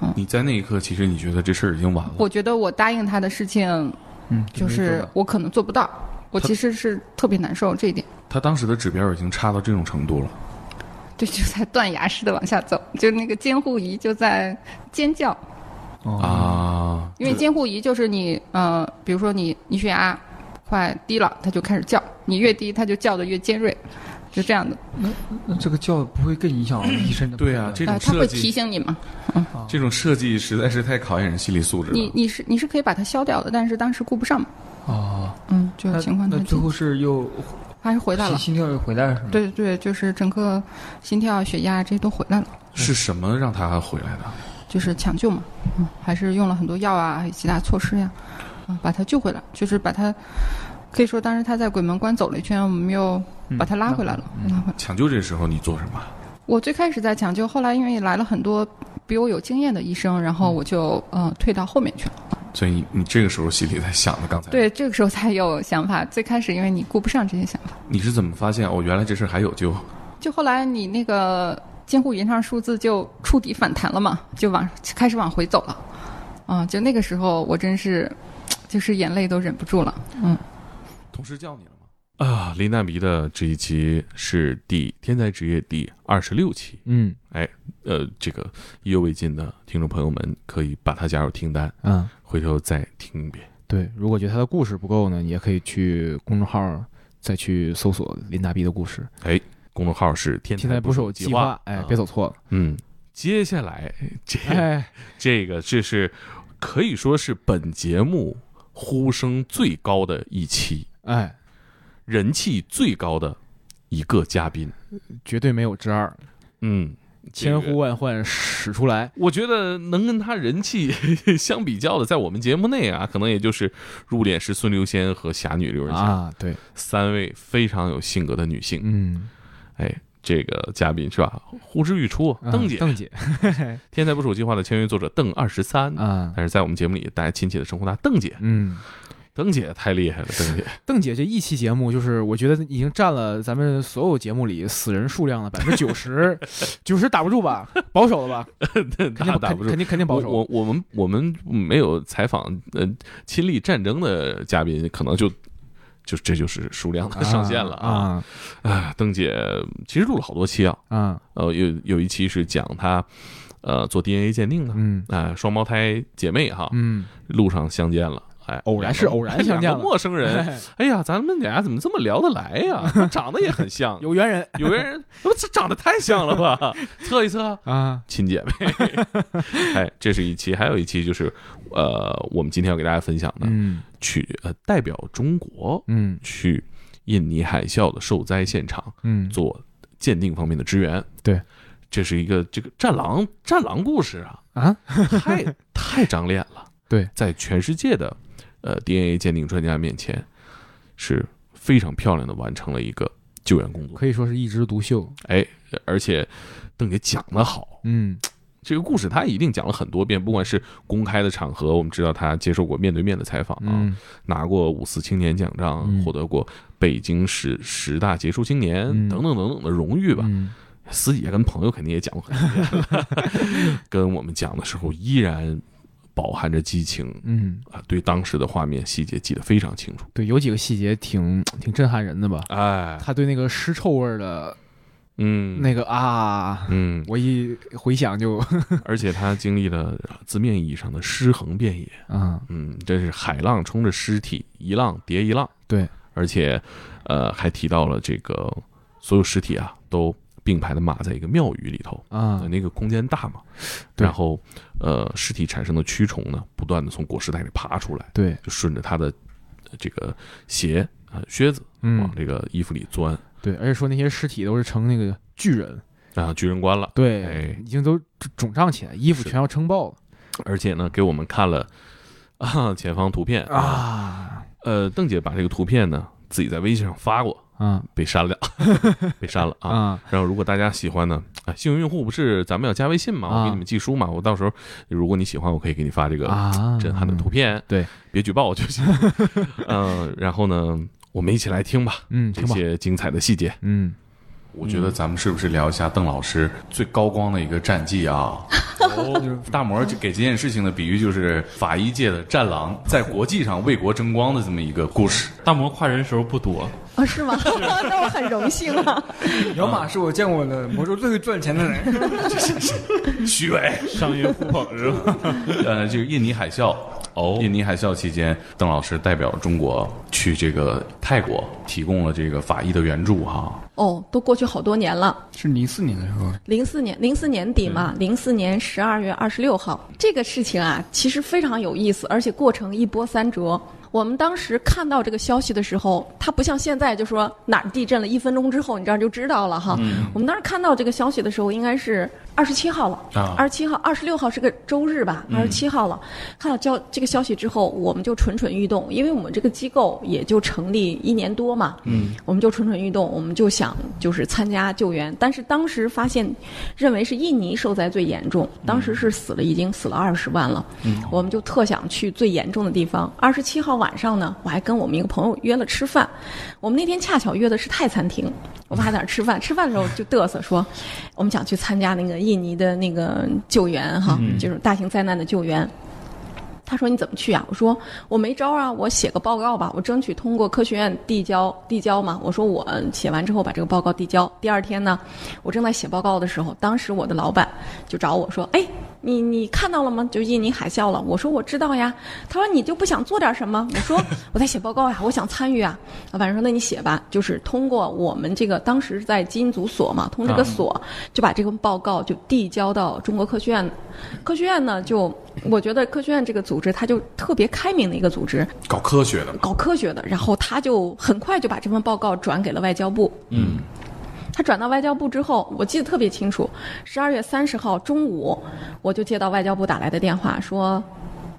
K: 嗯
H: 你在那一刻，其实你觉得这事儿已经完了。
K: 我觉得我答应他的事情，
H: 嗯
K: 就是我可能做不到，我其实是特别难受这一点。
H: 他当时的指标已经差到这种程度了。
K: 对，就在断崖式的往下走，就那个监护仪就在尖叫，
H: 啊，
K: 因为监护仪就是你呃，比如说你你血压快低了，它就开始叫，你越低它就叫的越尖锐，就这样的。
G: 那这个觉不会更影响医生的？
H: 对啊，这种
K: 啊，它
H: 设
K: 会提
H: 计，
K: 醒你嘛？
H: 这种设计实在是太考验人心理素质
K: 你
H: 了。
K: 你是你是可以把它消掉的，但是当时顾不上嘛。
G: 啊，
K: 嗯，就
G: 那
K: 情况
G: 那
K: 它
G: 最后是又
K: 还是回来了。
G: 心跳又回来了是吗？
K: 对对，就是整个心跳、血压这些都回来了。
G: 嗯
H: 是什么让他回来的？
K: 就是抢救嘛，嗯，还是用了很多药啊，还有其他措施呀、啊，把他救回来，就是把他，可以说当时他在鬼门关走了一圈，我们又把他拉回来了。拉
A: 嗯
K: 回来
H: 抢救这时候你做什么？
K: 我最开始在抢救，后来因为来了很多比我有经验的医生，然后我就呃退到后面去了。
H: 所以你你这个时候心里在想的，刚才
K: 对，这个时候才有想法。最开始因为你顾不上这些想法，
H: 你是怎么发现哦？原来这事儿还有救。
K: 就后来你那个监护仪上数字就触底反弹了嘛，就往开始往回走了。啊、就那个时候我真是，就是眼泪都忍不住了。嗯。
H: 同事叫你了吗？
A: 啊，林黛比的这一期是第《天才职业》第二十六期。
B: 嗯，
A: 哎，呃，这个意犹未尽的听众朋友们可以把它加入听单，
B: 嗯，
A: 回头再听一遍。
B: 对，如果觉得他的故事不够呢，也可以去公众号再去搜索林大逼的故事。
A: 哎，公众号是“天
B: 天才
A: 才
B: 捕手
A: 手
B: 计
A: 划
B: 划”，，哎
A: 啊，
B: 别走错了。
A: 嗯，接下来这、
B: 哎
A: 这个这是可以说是本节目呼声最高的一期，
B: 哎，
A: 人气最高的一个嘉宾，
B: 绝对没有之二。
A: 嗯，
B: 千呼万唤始出来。
A: 我觉得能跟他人气 相比较的，在我们节目内啊，可能也就是入殓师孙刘仙和侠女刘仁香
B: 啊，对，
A: 三位非常有性格的女性。
B: 嗯，
A: 哎，这个嘉宾是吧？呼之欲出，
B: 啊
A: 邓姐，
B: 邓 姐，
A: 天才捕手计划的签约作者邓二十三
B: 啊，
A: 但是在我们节目里，大家亲切的称呼她邓姐。
B: 嗯，
A: 邓姐太厉害了，邓 姐，
B: 邓姐这一期节目，就是我觉得已经占了咱们所有节目里死人数量的百分之 九十，九十打不住吧，保守了吧，肯定
A: 那打不住
B: 肯。定肯定保
A: 我
B: 守。
A: 我我们我们没有采访呃亲历战争的嘉宾，可能就就这就是数量的上限了啊！
B: 啊
A: 啊，邓姐其实录了好多期啊，
B: 啊，
A: 呃，有有一期是讲她呃做 DNA 鉴定的，
B: 嗯
A: 啊、双胞胎姐妹哈，
B: 嗯，
A: 路上相见了。哎，
B: 偶然是偶然相见
A: 两
B: 了
A: 个陌生人。 哎呀，咱们俩怎么这么聊得来呀？长得也很像，
B: 有缘人
A: 有缘人，我这长得太像了吧？测一测，
B: 啊，
A: 亲姐 妹。哎，这是一期，还有一期就是，呃，我们今天要给大家分享的，
B: 嗯
A: 去呃代表中国
B: 嗯
A: 去印尼海啸的受灾现场
B: 嗯，
A: 做鉴定方面的支援。
B: 对，
A: 这是一个这个战狼战狼故事啊，
B: 啊，
A: 太太长脸了。
B: 对，
A: 在全世界的呃 DNA 鉴定专家面前，是非常漂亮的完成了一个救援工作。
B: 可以说是一枝独秀。
A: 哎，而且邓姐讲的好。
B: 嗯
A: 这个故事他一定讲了很多遍，不管是公开的场合，我们知道他接受过面对面的采访啊，
B: 嗯
A: 拿过五四青年奖章，
B: 嗯
A: 获得过北京十十大杰出青年、
B: 嗯
A: 等等等等的荣誉吧。
B: 嗯
A: 私底下跟朋友肯定也讲过很多 遍，跟我们讲的时候依然饱含着激情
B: 嗯，
A: 啊，对当时的画面细节记得非常清楚。
B: 对，有几个细节挺挺震撼人的吧？
A: 哎，
B: 他对那个尸臭味儿的
A: 嗯，
B: 那个啊，
A: 嗯，
B: 我一回想就
A: 而且他经历了字面意义上的尸横遍野，
B: 啊，
A: 嗯，这是海浪冲着尸体一浪叠一浪。
B: 对，
A: 而且，呃，还提到了这个所有尸体啊都并排的码在一个庙宇里头，
B: 啊
A: 那个空间大嘛，
B: 对
A: 然后呃，尸体产生的蛆虫呢，不断的从裹尸袋里爬出来，
B: 对，
A: 就顺着他的呃这个鞋啊、呃靴子
B: 嗯
A: 往，这个衣服里钻，
B: 对，而且说那些尸体都是成那个巨人，
A: 然后巨人观了，
B: 对，
A: 哎
B: 已经都肿胀起来，衣服
A: 是
B: 全要撑爆了
A: 而且呢，给我们看了 啊前方图片，
B: 啊
A: 呃，邓姐把这个图片呢自己在微信上发过，
B: 啊
A: 被删 了，被删了啊。
B: 啊
A: 然后，如果大家喜欢呢，哎，幸运用户不是咱们要加微信吗？我给
B: 啊
A: 你们寄书嘛。我到时候如果你喜欢，我可以给你发这个
B: 啊！
A: 震撼的图
B: 片，
A: 片。
B: 对，
A: 别举报我就 行。嗯，然后呢，我们一起来听吧
B: 嗯，
A: 这
B: 行吧，
A: 些精彩的细节。
B: 嗯，
H: 我觉得咱们是不是聊一下邓老师最高光的一个战绩啊？
B: 嗯
H: 大魔就给这件事情的比喻就是法医界的战狼，在国际上为国争光的这么一个故事。
E: 大魔跨人时候不多，
D: 哦，是吗？ 那我很荣幸 啊。
G: 姚马是我见过的魔兽最会赚钱的人。
H: 虚伪，
E: 商业互捧是吧？
H: 呃，就是印尼海啸。哦，印尼海啸期间，邓老师代表中国去这个泰国，提供了这个法医的援助哈、
L: 哦，都过去好多年了，
G: 是零四年的时候，
L: 零四年零四年底嘛，零四年十二月二十六号，这个事情啊，其实非常有意思，而且过程一波三折。我们当时看到这个消息的时候，它不像现在就说哪儿地震了，一分钟之后你这样就知道了哈。我们当时看到这个消息的时候，应该是二十七号了
H: 啊，
L: 二十七号、二十六号是个周日吧，二十七号了。看到消这个消息之后，我们就蠢蠢欲动，因为我们这个机构也就成立一年多嘛，嗯，我们就蠢蠢欲动，我们就想就是参加救援，但是当时发现，认为是印尼受灾最严重，当时是死了，已经死了二十万了，嗯，我们就特想去最严重的地方。二十七号晚上呢，我还跟我们一个朋友约了吃饭，我们那天恰巧约的是泰餐厅，我们还在那儿吃饭，吃饭的时候就嘚瑟说， 我们想去参加那个印尼的那个救援哈，就是大型灾难的救援。他说你怎么去啊？我说我没招啊，我写个报告吧，我争取通过科学院递交递交嘛。我说我写完之后把这个报告递交。第二天呢，我正在写报告的时候，当时我的老板就找我说：“哎，你你看到了吗？就印尼海啸了。”我说我知道呀。他说你就不想做点什么？我说 我在写报告呀，我想参与啊。老板说那你写吧，就是通过我们这个当时在基因组所嘛，通过这个所就把这个报告就递交到中国科学院。科学院呢就。我觉得科学院这个组织，它就特别开明的一个组织，
H: 搞科学的嘛。
L: 搞科学的，然后他就很快就把这份报告转给了外交部。嗯，他转到外交部之后，我记得特别清楚，十二月三十号中午，我就接到外交部打来的电话，说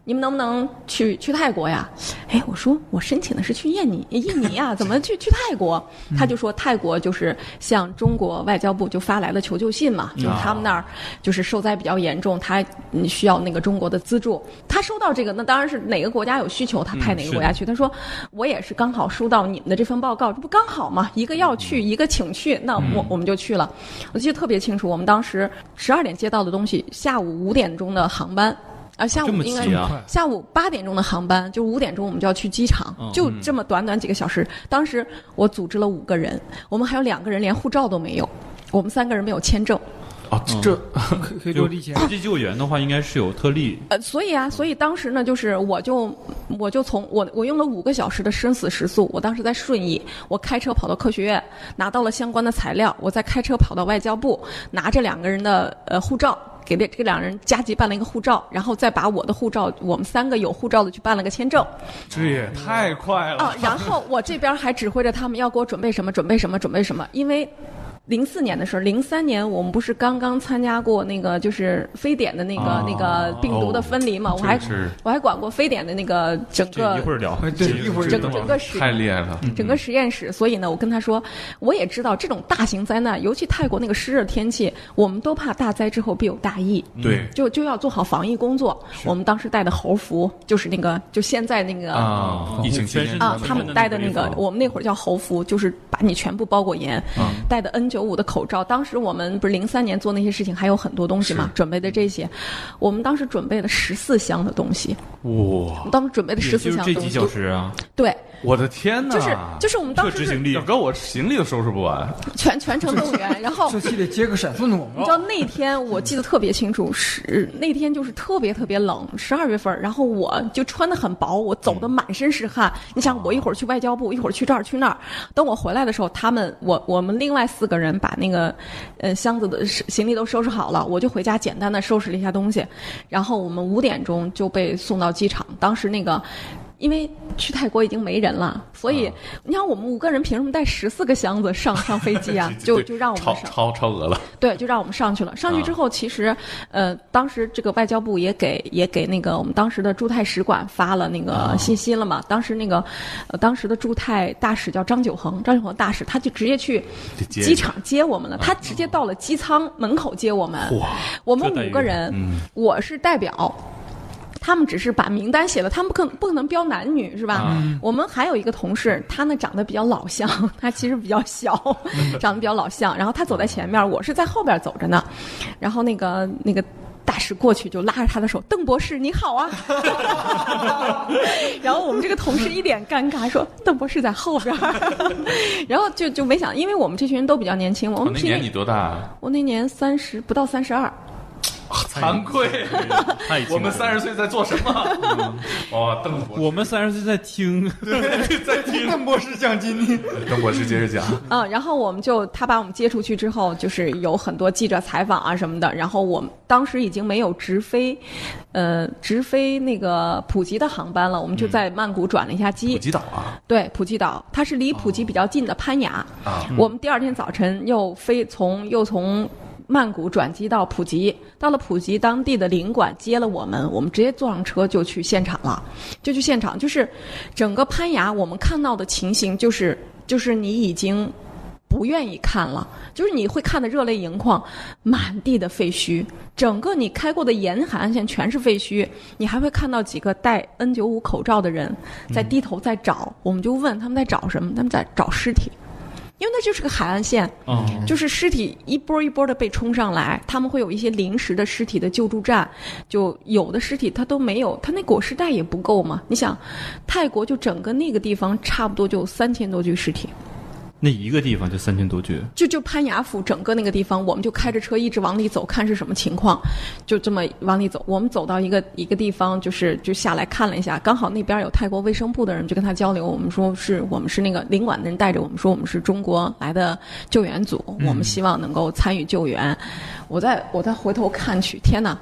L: 你们能不能去去泰国呀？哎，我说我申请的是去印尼，印尼啊呀，怎么去去泰国？他就说泰国就是向中国外交部就发来了求救信嘛，就是他们那儿就是受灾比较严重，他嗯需要那个中国的资助。他收到这个，那当然是哪个国家有需求，他派哪个国家去。他说我也是刚好收到你们的这份报告，这不刚好吗？一个要去，一个请去，那我
E: 嗯
L: 我们就去了。我记得特别清楚，我们当时十二点接到的东西，下午五点钟的航班。啊，下午
E: 这么
L: 应该
E: 急
L: 是
E: 啊
L: 下午八点钟的航班，就五点钟我们就要去机场，
E: 嗯
L: 就这么短短几个小时。当时我组织了五个人，我们还有两个人连护照都没有，我们三个人没有签证。
A: 啊，
E: 这
G: 可以
E: 多理解。国际救援的话，应该是有特例，
L: 呃，所以啊，所以当时呢，就是我就我就从我我用了五个小时的生死时速，我当时在顺义，我开车跑到科学院，拿到了相关的材料，我再开车跑到外交部，拿着两个人的呃护照。给这这两人加急办了一个护照，然后再把我的护照，我们三个有护照的去办了个签证。
A: 这也太快了
L: 啊，然后我这边还指挥着他们要给我准备什么，准备什么，准备什么，因为。零四年的时候，零三年我们不是刚刚参加过那个就是非典的那个、
E: 啊
L: 那个病毒的分离嘛？我还
H: 真是
L: 我还管过非典的那个整
E: 这
L: 个
E: 一会儿聊，
H: 这
L: 整整个实
H: 太厉害了，
L: 整个实验室。所以呢，我跟他说，我也知道这种大型灾难，尤其泰国那个湿热天气，我们都怕大灾之后必有大疫。
H: 对
L: 就就要做好防疫工作。我们当时带的猴服，就是那个就现在那个
M: 哦
H: 啊疫情期间
L: 呃啊，他们戴的那个，我们那会儿叫猴服，就是把你全部包裹严，
M: 嗯
H: 啊
L: 戴的 N95 的口罩。当时我们不是零三年做那些事情，还有很多东西嘛，准备的这些，我们当时准备了十四箱的东西，我
H: 嗯
A: 哇
L: 们当时准备了十四箱东西，
A: 啊！
L: 对，
A: 我的天哪！
L: 就是就是我们当时
A: 这
L: 是
A: 执行力，哥，我行李都收拾不完。？
L: 全全程动员，然 后
G: 这期得接个闪送的广
L: 你
G: 告
L: 知。道那天我记得特别清楚，是那天就是特别特别冷，十二月份儿，然后我就穿的很薄，我走的满身是汗。你想，我一会儿去外交部，一会儿去这儿去那儿，等我回来的时候，他们我我们另外四个人把那个呃箱子的是行李都收拾好了，我就回家简单的收拾了一下东西，然后我们五点钟就被送到机场，当时那个。因为去泰国已经没人了，所以你想我们五个人凭什么带十四个箱子上上飞机啊就就让我们
A: 超
L: 上。
A: 超超额了。
L: 对，就让我们上去了。上去之后，其实，呃，当时这个外交部也给也给那个我们当时的驻泰使馆发了那个信息了嘛。当时那个，呃，当时的驻泰大使叫张九恒，张九恒大使，他就直接去
H: 接
L: 机场接我们了，他直接到了机舱门口接我们。我们五个
N: 嗯
L: 人，我是代表。他们只是把名单写了，他们不可不可能标男女是吧？
K: 嗯
L: 我们还有一个同事，他呢长得比较老相， 他其实比较小，长得比较老相。然后他走在前面，我是在后边走着呢。然后那个那个大使过去就拉着他的手，邓博士你好啊。然后我们这个同事一脸尴尬说，邓博士在后边 儿。然后就就没想，因为我们这群人都比较年轻，我
H: 哦
L: 们
H: 那
L: 平
H: 年
L: 均
H: 你多大 啊？
L: 我那年三十不到三十二，
H: 惭愧，我们三十岁在做什么？哦，邓博，
E: 我们三十岁在听，
H: 在听
G: 邓博士讲经历，
H: 邓博士接着讲，
L: 嗯，然后我们就他把我们接出去之后，就是有很多记者采访啊什么的。然后我们当时已经没有直飞，呃，直飞那个普吉的航班了，我们就在曼谷转了一下
H: 嗯
L: 机。
H: 普吉岛啊，
L: 对，普吉岛，它是离普吉比较近的攀雅。
H: 啊
L: 我们第二天早晨又飞从又从曼谷转机到普吉，到了普吉当地的领馆接了我们，我们直接坐上车就去现场了，就去现场，就是整个攀崖我们看到的情形就是就是你已经。不愿意看了，就是你会看得热泪盈眶，满地的废墟，整个你开过的严寒现在全是废墟，你还会看到几个戴 N95 口罩的人在低头在找，我们就问他们在找什么，他们在找尸体，因为那就是个海岸线，
E: 哦
A: 嗯
L: 就是尸体一波一波的被冲上来，他们会有一些临时的尸体的救助站，就有的尸体它都没有，它那裹尸袋也不够嘛。你想，泰国就整个那个地方差不多就三千多具尸体，
E: 那一个地方就三千多具，
L: 就就攀崖府整个那个地方，我们就开着车一直往里走，看是什么情况，就这么往里走。我们走到一个一个地方，就是就下来看了一下，刚好那边有泰国卫生部的人，就跟他交流。我们说是我们是那个领馆的人带着我们说我们是中国来的救援组，
K: 嗯
L: 我们希望能够参与救援。我再我再回头看去，天哪！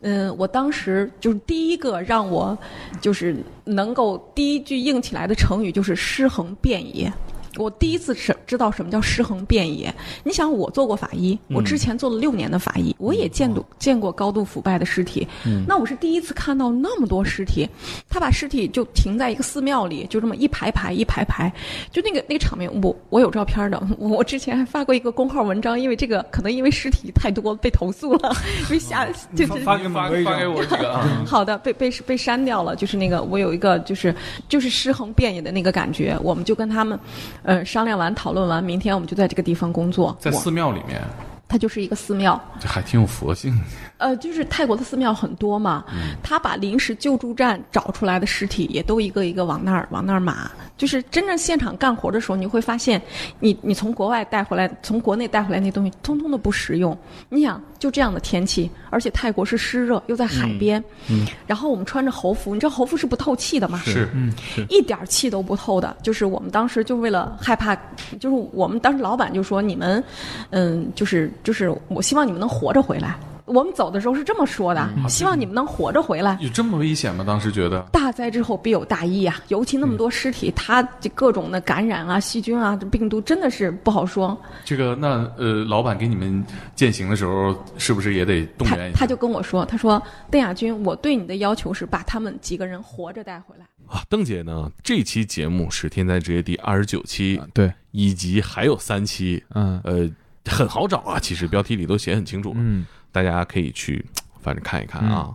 L: 嗯，我当时就是第一个让我就是能够第一句硬起来的成语就是尸横遍野。我第一次知知道什么叫失衡遍野。你想，我做过法医，
O: 嗯
L: 我之前做了六年的法医，我也见过见过高度腐败的尸体。
O: 嗯
L: 那我是第一次看到那么多尸体，他把尸体就停在一个寺庙里，就这么一排排一排排，就那个那个场面，我我有照片的。 我我之前还发过一个公号文章，因为这个可能因为尸体太多被投诉了， 因为吓就
A: 发
L: 就
A: 发给发发给我几个啊
L: 好的，被被被删掉了，就是那个我有一个就是就是尸横遍野的那个感觉，我们就跟他们，呃，商量完讨论完，明天我们就在这个地方工作。
H: 在
L: 我
H: 寺庙里面，
L: 它就是一个寺庙，
H: 这还挺有佛性的。
L: 呃，就是泰国的寺庙很多嘛，
H: 嗯
L: 他把临时救助站找出来的尸体也都一个一个往那儿往那儿码。就是真正现场干活的时候，你会发现你，你从国外带回来，从国内带回来那东西，通通都不实用。你想，就这样的天气，而且泰国是湿热，又在海边，
O: 嗯
L: 然后我们穿着猴服，你知道猴服是不透气的嘛？
O: 嗯是
L: 一点儿气都不透的。就是我们当时就为了害怕，就是我们当时老板就说你们，嗯，就是就是我希望你们能活着回来。我们走的时候是这么说的，
H: 嗯
L: 希望你们能活着回来。
H: 有这么危险吗？当时觉得
L: 大灾之后必有大疫啊，尤其那么多尸体，它这各种的感染啊、细菌啊、这病毒真的是不好说。
H: 这个那呃，老板给你们践行的时候，是不是也得动
L: 他
H: 员一下？
L: 他就跟我说，他说邓亚军，我对你的要求是把他们几个人活着带回来。
A: 啊，邓姐呢？这期节目是《天才职业》第二十九期，
B: 啊对，
A: 以及还有三期，
B: 嗯，
A: 呃，很好找啊，其实标题里都写很清楚了，
B: 嗯，
A: 大家可以去，反正看一看啊。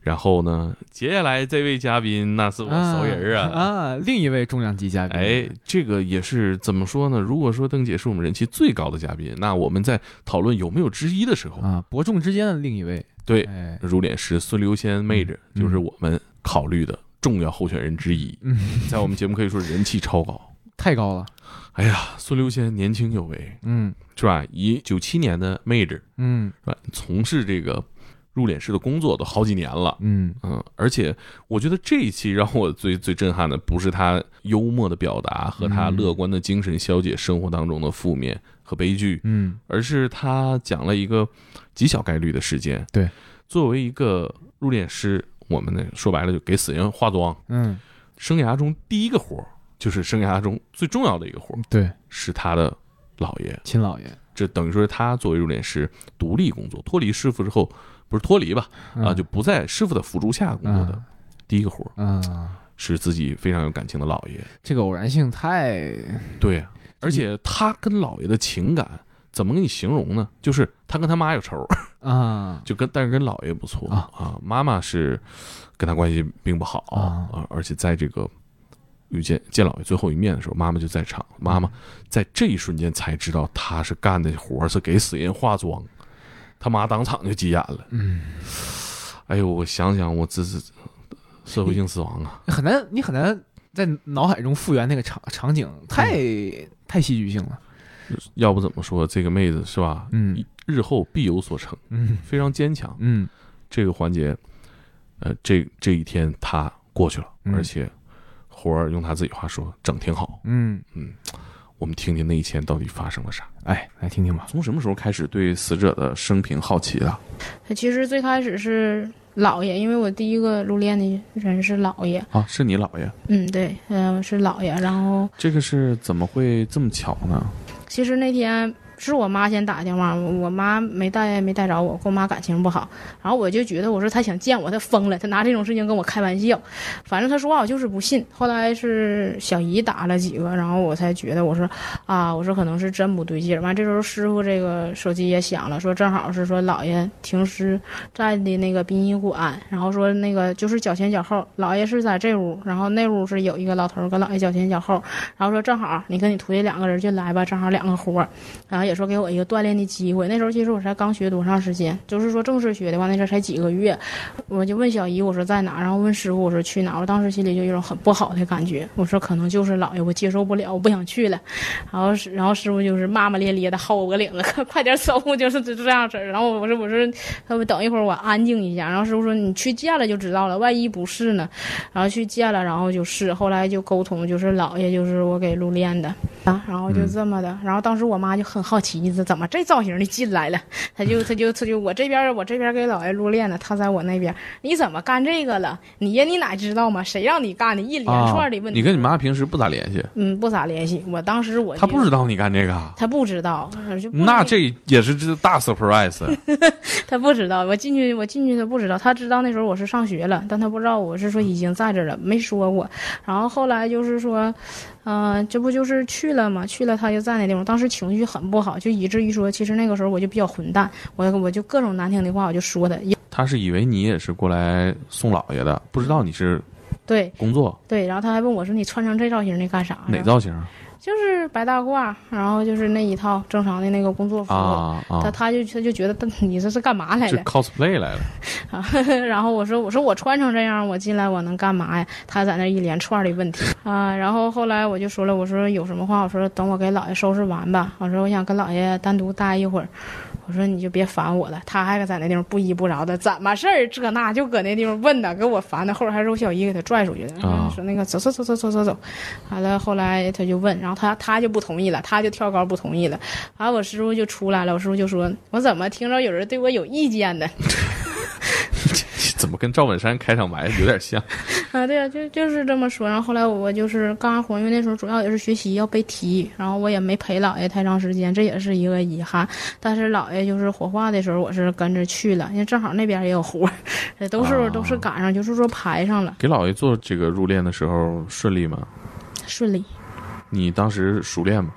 A: 然后呢，接下来这位嘉宾那是我熟人啊，
B: 啊，另一位重量级嘉宾，
A: 哎，这个也是怎么说呢？如果说邓姐是我们人气最高的嘉宾，那我们在讨论有没有之一的时候
B: 啊，伯仲之间的另一位，哎
A: 对，如脸石、孙刘仙妹子就是我们考虑的重要候选人之一，
B: 嗯
A: 在我们节目可以说人气超高。
B: 太高了，
A: 哎呀，孙刘仙年轻有为，
B: 嗯
A: 是吧？以九七年的妹子，
B: 嗯
A: 是吧？从事这个入殓师的工作都好几年了，
B: 嗯
A: 嗯，而且我觉得这一期让我最最震撼的，不是他幽默的表达和他
B: 嗯
A: 乐观的精神消解生活当中的负面和悲剧，
B: 嗯，
A: 而是他讲了一个极小概率的事件。
B: 对，
A: 作为一个入殓师，我们呢说白了就给死人化妆，
B: 嗯，
A: 生涯中第一个活儿，就是生涯中最重要的一个活儿，
B: 对，
A: 是他的姥爷，
B: 嗯亲姥爷。
A: 这等于说是他作为入殓师独立工作，脱离师傅之后，不是脱离吧？啊，
B: 嗯
A: 就不在师傅的辅助下工作的第一个活儿，
B: 嗯，
A: 是自己非常有感情的姥爷。
B: 这个偶然性太
A: 对，啊而且他跟姥爷的情感怎么给你形容呢？就是他跟他妈有仇儿，
B: 啊，
A: 就跟但是跟姥爷不错
B: 啊
A: 妈妈是跟他关系并不好
B: 啊
A: 而且在这个遇见见姥爷最后一面的时候，妈妈就在场，
B: 嗯
A: 妈妈在这一瞬间才知道他是干的活儿是给死人化妆，他妈当场就急眼了。
B: 嗯，
A: 哎呦，我想想，我这是社会性死亡啊！
B: 很难，你很难在脑海中复原那个场场景，太太戏剧性了。
A: 要不怎么说这个妹子是吧？
B: 嗯，
A: 日后必有所成，
B: 嗯
A: 非常坚强。
B: 嗯，
A: 这个环节，呃，这这一天她过去了，
B: 嗯
A: 而且活儿用她自己话说，整挺好。
B: 嗯
A: 嗯，我们听听那一天到底发生了啥？
B: 哎，来听听吧。
A: 从什么时候开始对死者的生平好奇啊的？
M: 其实最开始是姥爷，因为我第一个入殓的人是姥爷。
A: 啊，是你姥爷？
M: 嗯，对，嗯、是姥爷。然后
A: 这个是怎么会这么巧呢？
M: 其实那天是我妈先打的电话，我我妈没带没带着我，跟我妈感情不好。然后我就觉得我说她想见我，她疯了，她拿这种事情跟我开玩笑。反正她说话我就是不信。后来是小姨打了几个，然后我才觉得我说啊，我说可能是真不对劲儿。完这时候师傅这个手机也响了，说正好是说姥爷停尸在的那个殡仪馆，然后说那个就是脚前脚后，姥爷是在这屋，然后那屋是有一个老头儿跟姥爷脚前脚后，然后说正好你跟你徒弟两个人就来吧，正好两个活儿，然后也说给我一个锻炼的机会。那时候其实我才刚学多长时间，就是说正式学的话，那时候才几个月，我就问小姨我说在哪，然后问师傅我说去哪，我当时心里就有一种很不好的感觉，我说可能就是姥爷，我接受不了，我不想去了。然后是然后师傅就是骂骂咧咧的薅我领子， 快点走，就是就这样式儿。然后我说我说他们等一会儿我安静一下。然后师傅说你去见了就知道了，万一不是呢？然后去见了，然后就是后来就沟通，就是姥爷就是我给入殓的。啊，然后就这么的，然后当时我妈就很好奇，这怎么这造型就进来了？她就她就她就我这边我这边给姥爷撸练呢，她在我那边，你怎么干这个了？你呀，你哪知道吗？谁让你干的？一连串的问题。
A: 啊你跟你妈平时不咋联系，
M: 嗯不咋联系，我当时我
A: 她
M: 就
A: 不知，道你干这个啊，
M: 她不知道，就不
A: 那这也是这大 surprise。
M: 他不知道，我进去我进去他不知道，他知道那时候我是上学了，但他不知道我是说已经在这儿了，没说我。然后后来就是说，嗯、这不就是去了嘛？去了他就在那地方，当时情绪很不好，就以至于说，其实那个时候我就比较混蛋，我我就各种难听的话我就说他，也
A: 她是以为你也是过来送姥爷的，不知道你是
M: 对
A: 工作
M: 对，然后他还问我说你穿成这造型你干啥？
A: 哪造型
M: 就是白大褂，然后就是那一套正常的那个工作服。
A: 啊
M: 他
A: 啊？
M: 他就他就觉得你这是干嘛来
A: 就
M: 的？
A: cosplay 来了，
M: 啊，然后我说我说我穿成这样，我进来我能干嘛呀？他在那一连串的问题啊，然后后来我就说了，我说有什么话，我说等我给姥爷收拾完吧，我说我想跟姥爷单独待一会儿，我说你就别烦我了。他还在那地方不依不饶的，怎么事儿这那就搁那地方问呢，给我烦的，后来还是我小姨给他拽出去的，
A: 啊
M: 说那个走走走走走走走，完了后来他就问，然后他他就不同意了，他就跳高不同意了，然后我师傅就出来了，我师傅就说，我怎么听着有人对我有意见呢？
A: 怎么跟赵本山开场白有点 像？
M: 啊，对啊，就就是这么说。然后后来我就是刚刚活，因为那时候主要也是学习要背题，然后我也没陪姥爷太长时间，这也是一个遗憾。但是姥爷就是火化的时候，我是跟着去了，因为正好那边也有活儿，呃都是、都是赶上，就是说排上了，
A: 给姥爷做这个入殓的时候顺利吗？
M: 顺利，
A: 你当时熟练吗？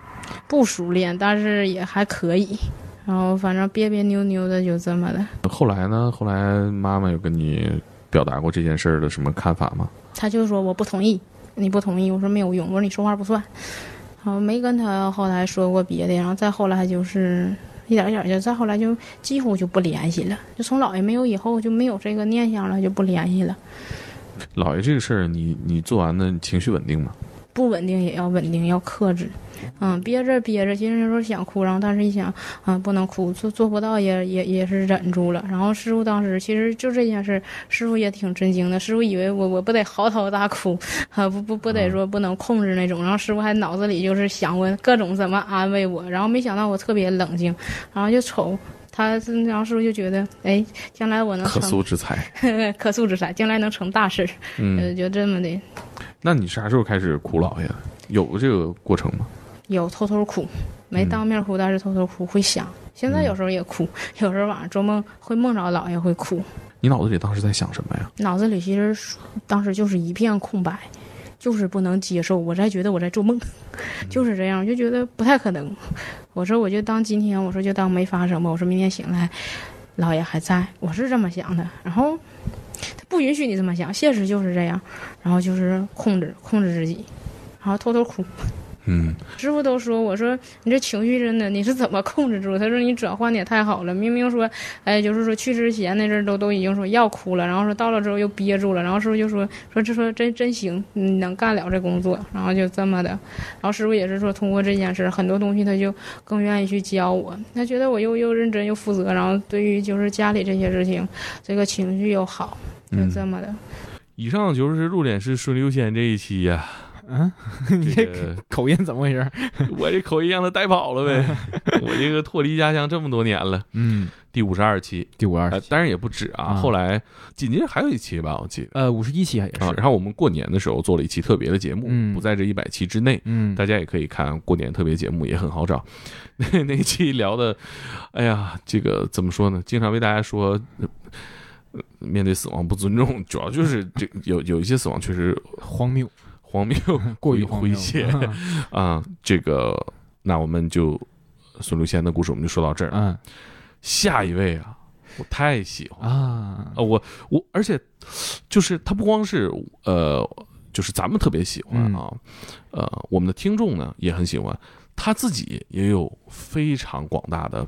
M: 不熟练，但是也还可以。然后反正别别扭扭的，就这么的。
A: 后来呢？后来妈妈有跟你表达过这件事儿的什么看法吗？
M: 他就说我不同意，你不同意，我说没有用，我说你说话不算，然后没跟他后来说过别的，然后再后来就是一点一点就再后来就几乎就不联系了，就从姥爷没有以后就没有这个念想了，就不联系了。
A: 姥爷这个事儿，你你做完的情绪稳定吗？
M: 不稳定也要稳定，要克制。嗯，憋着憋着，其实那时候想哭，然后但是一想，嗯，不能哭，做做不到也也也是忍住了。然后师傅当时其实就这件事，师傅也挺震惊的。师傅以为我我不得嚎啕大哭，啊不不不得
A: 嗯
M: 说不能控制那种。然后师傅还脑子里就是想我各种怎么安慰我，然后没想到我特别冷静，然后就瞅他，然后师傅就觉得，哎，将来我能
A: 可
M: 成
A: 塑之才。
M: 可塑之才，将来能成大事儿，呃
A: 嗯，
M: 就这么的。
A: 那你啥时候开始哭姥爷的？有这个过程吗？
M: 有偷偷哭，没当面哭，但是偷偷哭会想。现在有时候也哭， 有时候晚上做梦会梦着姥爷会哭，
A: 你脑子里当时在想什么呀？
M: 脑子里其实当时就是一片空白，就是不能接受，我才觉得我在做梦，就是这样，我就觉得不太可能。我说我就当今天，我说就当没发生吧，我说明天醒来，姥爷还在，我是这么想的。然后他不允许你这么想，现实就是这样，然后就是控制控制自己，然后偷偷哭。
A: 嗯，
M: 师傅都说，我说你这情绪真的你是怎么控制住？他说你转换的也太好了，明明说，哎，就是说去之前那阵儿都都已经说要哭了，然后说到了之后又憋住了，然后师傅就说说这说真真行，你能干了这工作，然后就这么的，然后师傅也是说通过这件事，很多东西他就更愿意去教我，他觉得我又又认真又负责，然后对于就是家里这些事情，这个情绪又好，就
A: 嗯
M: 这么的。
A: 以上就是入殓师顺流仙这一期呀、
B: 嗯， 你这
A: 个
B: 口音怎么回 事？
A: 我这口音让他带跑了 呗。我这个脱离家乡这么多年了，
B: 嗯，
A: 第五十二期，
B: 第五十
A: 二，当然也不止啊。
B: 啊
A: 后来紧接着还有一期吧，我记得。
B: 呃，五十一期也是
A: 啊，，然后我们过年的时候做了一期特别的节目，
B: 嗯
A: 不在这一百期之内，
B: 嗯
A: 大家也可以看过年特别节目，也很好找。 那那一期聊的，哎呀，这个怎么说呢？经常被大家说。呃面对死亡不尊重，主要就是这有有一些死亡确实
B: 荒谬、
A: 荒 谬、
B: 过于
A: 诙
B: 荒谬嗯
A: 诙谐 啊。这个，那我们就孙露仙的故事我们就说到这儿。
B: 嗯，
A: 下一位啊，我太喜欢
B: 啊，
A: 啊，我我，而且就是他不光是呃，就是咱们特别喜欢啊，
B: 嗯
A: 呃，我们的听众呢也很喜欢，他自己也有非常广大的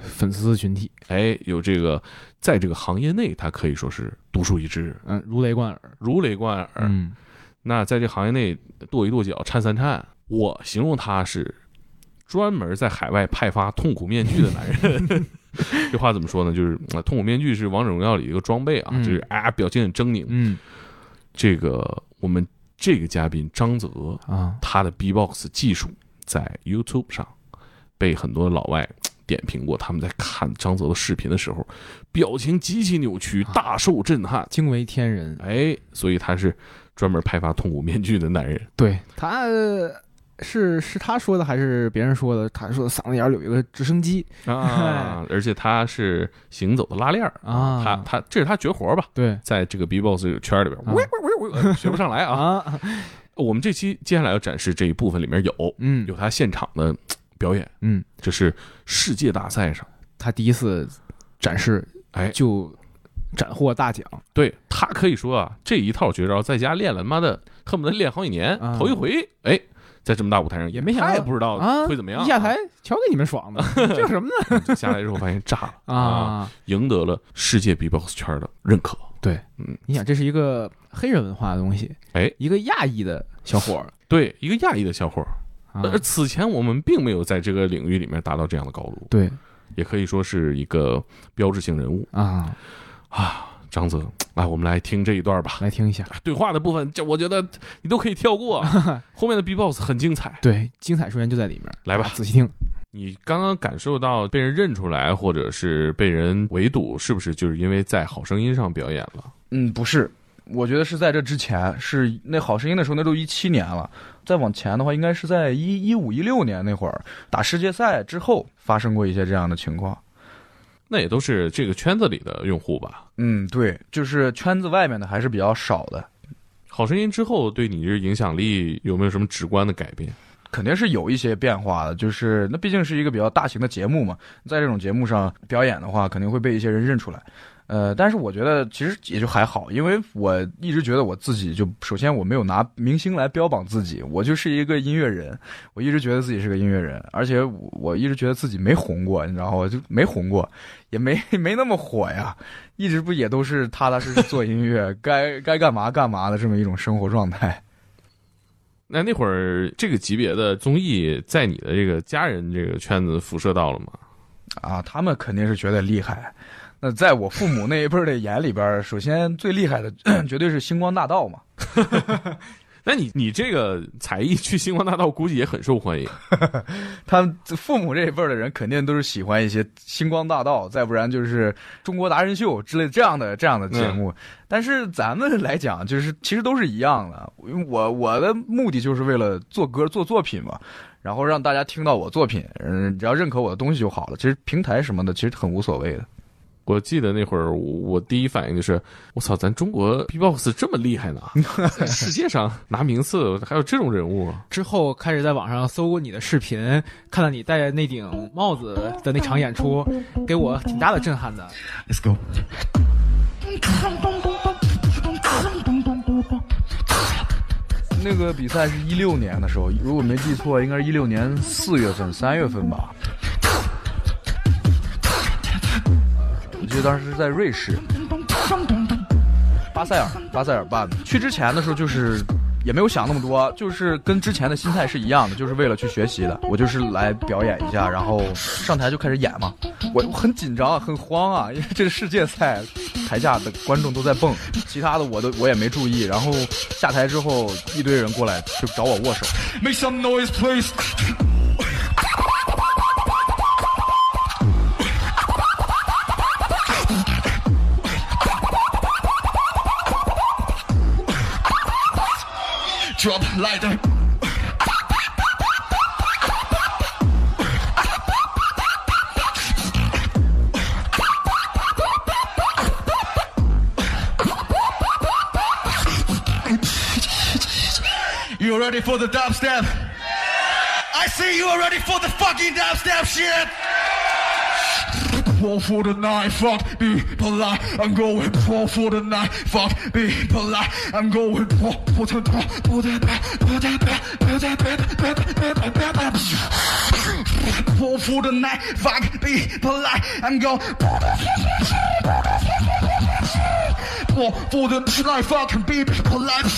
B: 粉丝群体，
A: 哎，有这个在这个行业内，他可以说是独树一帜，
B: 嗯，如雷贯耳，
A: 如雷贯耳。
B: 嗯，
A: 那在这行业内跺一跺脚，颤三颤，我形容他是专门在海外派发痛苦面具的男人。 这话怎么说呢？就是呃痛苦面具是王者荣耀里一个装备啊，
B: 嗯
A: 就是啊表现很狰狞。
B: 嗯，
A: 这个我们这个嘉宾张泽
B: 啊，
A: 他的 B-box 技术在 YouTube 上被很多老外点评过，他们在看张泽的视频的时候，表情极其扭曲，大受震撼，
B: 啊惊为天人。
A: 哎，所以他是专门派发痛苦面具的男人。
B: 对他呃是是他说的还是别人说的？他说嗓子眼儿有一个直升机
A: 啊，而且他是行走的拉链儿
B: 啊
A: 他他这是他绝活吧？
B: 对，啊
A: 在这个 B-box 圈里边，
G: 嗯
A: 喂喂喂喂，呃学不上来啊。我们这期接下来要展示这一部分里面有，
B: 嗯，
A: 有他现场的表演，
B: 嗯，
A: 这是世界大赛上
B: 他第一次展示，
A: 哎，
B: 就斩 获大奖。
A: 对他可以说啊，这一套绝招在家练了，妈的，恨不得练好几年，头一回，哎，在这么大舞台上也
B: 啊没想到
A: 他也不知道
B: 啊
A: 会怎么样
B: 一。下台，瞧给你们爽的，这有什么 呢？
A: 就下来之后发现炸了
B: 啊
A: 赢得了世界 B-box 圈的认可。
B: 对，
A: 嗯，
B: 你想，这是一个黑人文化的东西，
A: 哎，
B: 一个亚裔的小伙 儿，啊
A: 对，一个亚裔的小伙儿。而此前我们并没有在这个领域里面达到这样的高度，
B: 对，
A: 也可以说是一个标志性人物
B: 啊
A: 啊！张泽，来，我们来听这一段吧，
B: 来听一下
A: 对话的部分，这我觉得你都可以跳 过，后面的 B-box 很精彩。
B: 对，精彩瞬间就在里面。
A: 来吧，
B: 啊仔细听。
A: 你刚刚感受到被人认出来，或者是被人围堵，是不是就是因为在《好声音》上表演了？
O: 嗯，不是，我觉得是在这之前，是那好声音的时候，那都一七年了。再往前的话，应该是在一一五一六年那会儿打世界赛之后发生过一些这样的情况。
A: 那也都是这个圈子里的用户吧？
O: 嗯，对，就是圈子外面的还是比较少的。
A: 好声音之后对你这影响力有没有什么直观的改变？
O: 肯定是有一些变化的，就是那毕竟是一个比较大型的节目嘛，在这种节目上表演的话，肯定会被一些人认出来。呃，但是我觉得其实也就还好，因为我一直觉得我自己就首先我没有拿明星来标榜自己，我就是一个音乐人，我一直觉得自己是个音乐人，而且我我一直觉得自己没红过，你知道吗？我就没红过，也没 没那么火呀，一直不也都是踏踏实实做音乐， 该该干嘛干嘛的这么一种生活状态。
A: 那那会儿这个级别的综艺，在你的这个家人这个圈子辐射到了吗？
O: 啊，他们肯定是觉得厉害。那在我父母那一辈儿的眼里边儿，首先最厉害的 绝对是星光大道嘛。
A: 那你你这个才艺去星光大道，估计也很受欢迎。
O: 他们父母这一辈儿的人肯定都是喜欢一些星光大道，再不然就是中国达人秀之类这样的这样的节目。但是咱们来讲，就是其实都是一样的。因为我我的目的就是为了做歌做作品嘛，然后让大家听到我作品，嗯，只要认可我的东西就好了。其实平台什么的，其实很无所谓的。
A: 我记得那会儿，我我第一反应就是，我操，咱中国 B-box 这么厉害呢，在世界上拿名次还有这种人物啊？
B: 之后开始在网上搜过你的视频，看到你戴着那顶帽子的那场演出，给我挺大的震撼的。
N: Let's go。
O: 那个比赛是一六年的时候，如果没记错，应该是一六年四月份、三月份吧。我记得当时是在瑞士，巴塞尔，巴塞尔办的。去之前的时候就是也没有想那么多，就是跟之前的心态是一样的，就是为了去学习的。我就是来表演一下，然后上台就开始演嘛。我我很紧张，很慌啊， 因为这是世界赛，台下的观众都在蹦，其他的我都我也没注意。然后下台之后，一堆人过来就找我握手。
N: Make some noise, please. You ready for the dubstep? I see you are ready for the fucking dubstep shit. Four for the night, fuck, be polite. I'm going four for the night, fuck, be polite. I'm going four for the night, for the night, for the night, for the night, for the night, for the night. Four for the night, fuck, be polite. I'm going four for the night, fuck, be polite.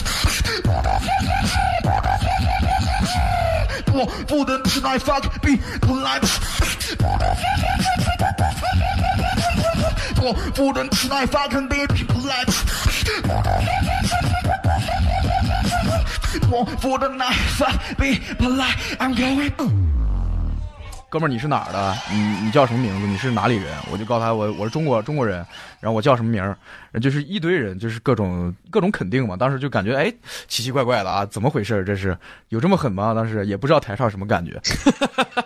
N: Wo, wo denn Schnei, fuck, be polite. Wo, wo denn Schnei, fuck, be polite. Fall for the night, fuck, be polite, I'm going.
O: 哥们儿，你是哪儿的？你你叫什么名字？你是哪里人？我就告诉他我我是中国中国人，然后我叫什么名儿，然后就是一堆人，就是各种各种肯定嘛。当时就感觉哎，奇奇怪怪的啊，怎么回事儿？这是有这么狠吗？当时也不知道台上什么感觉。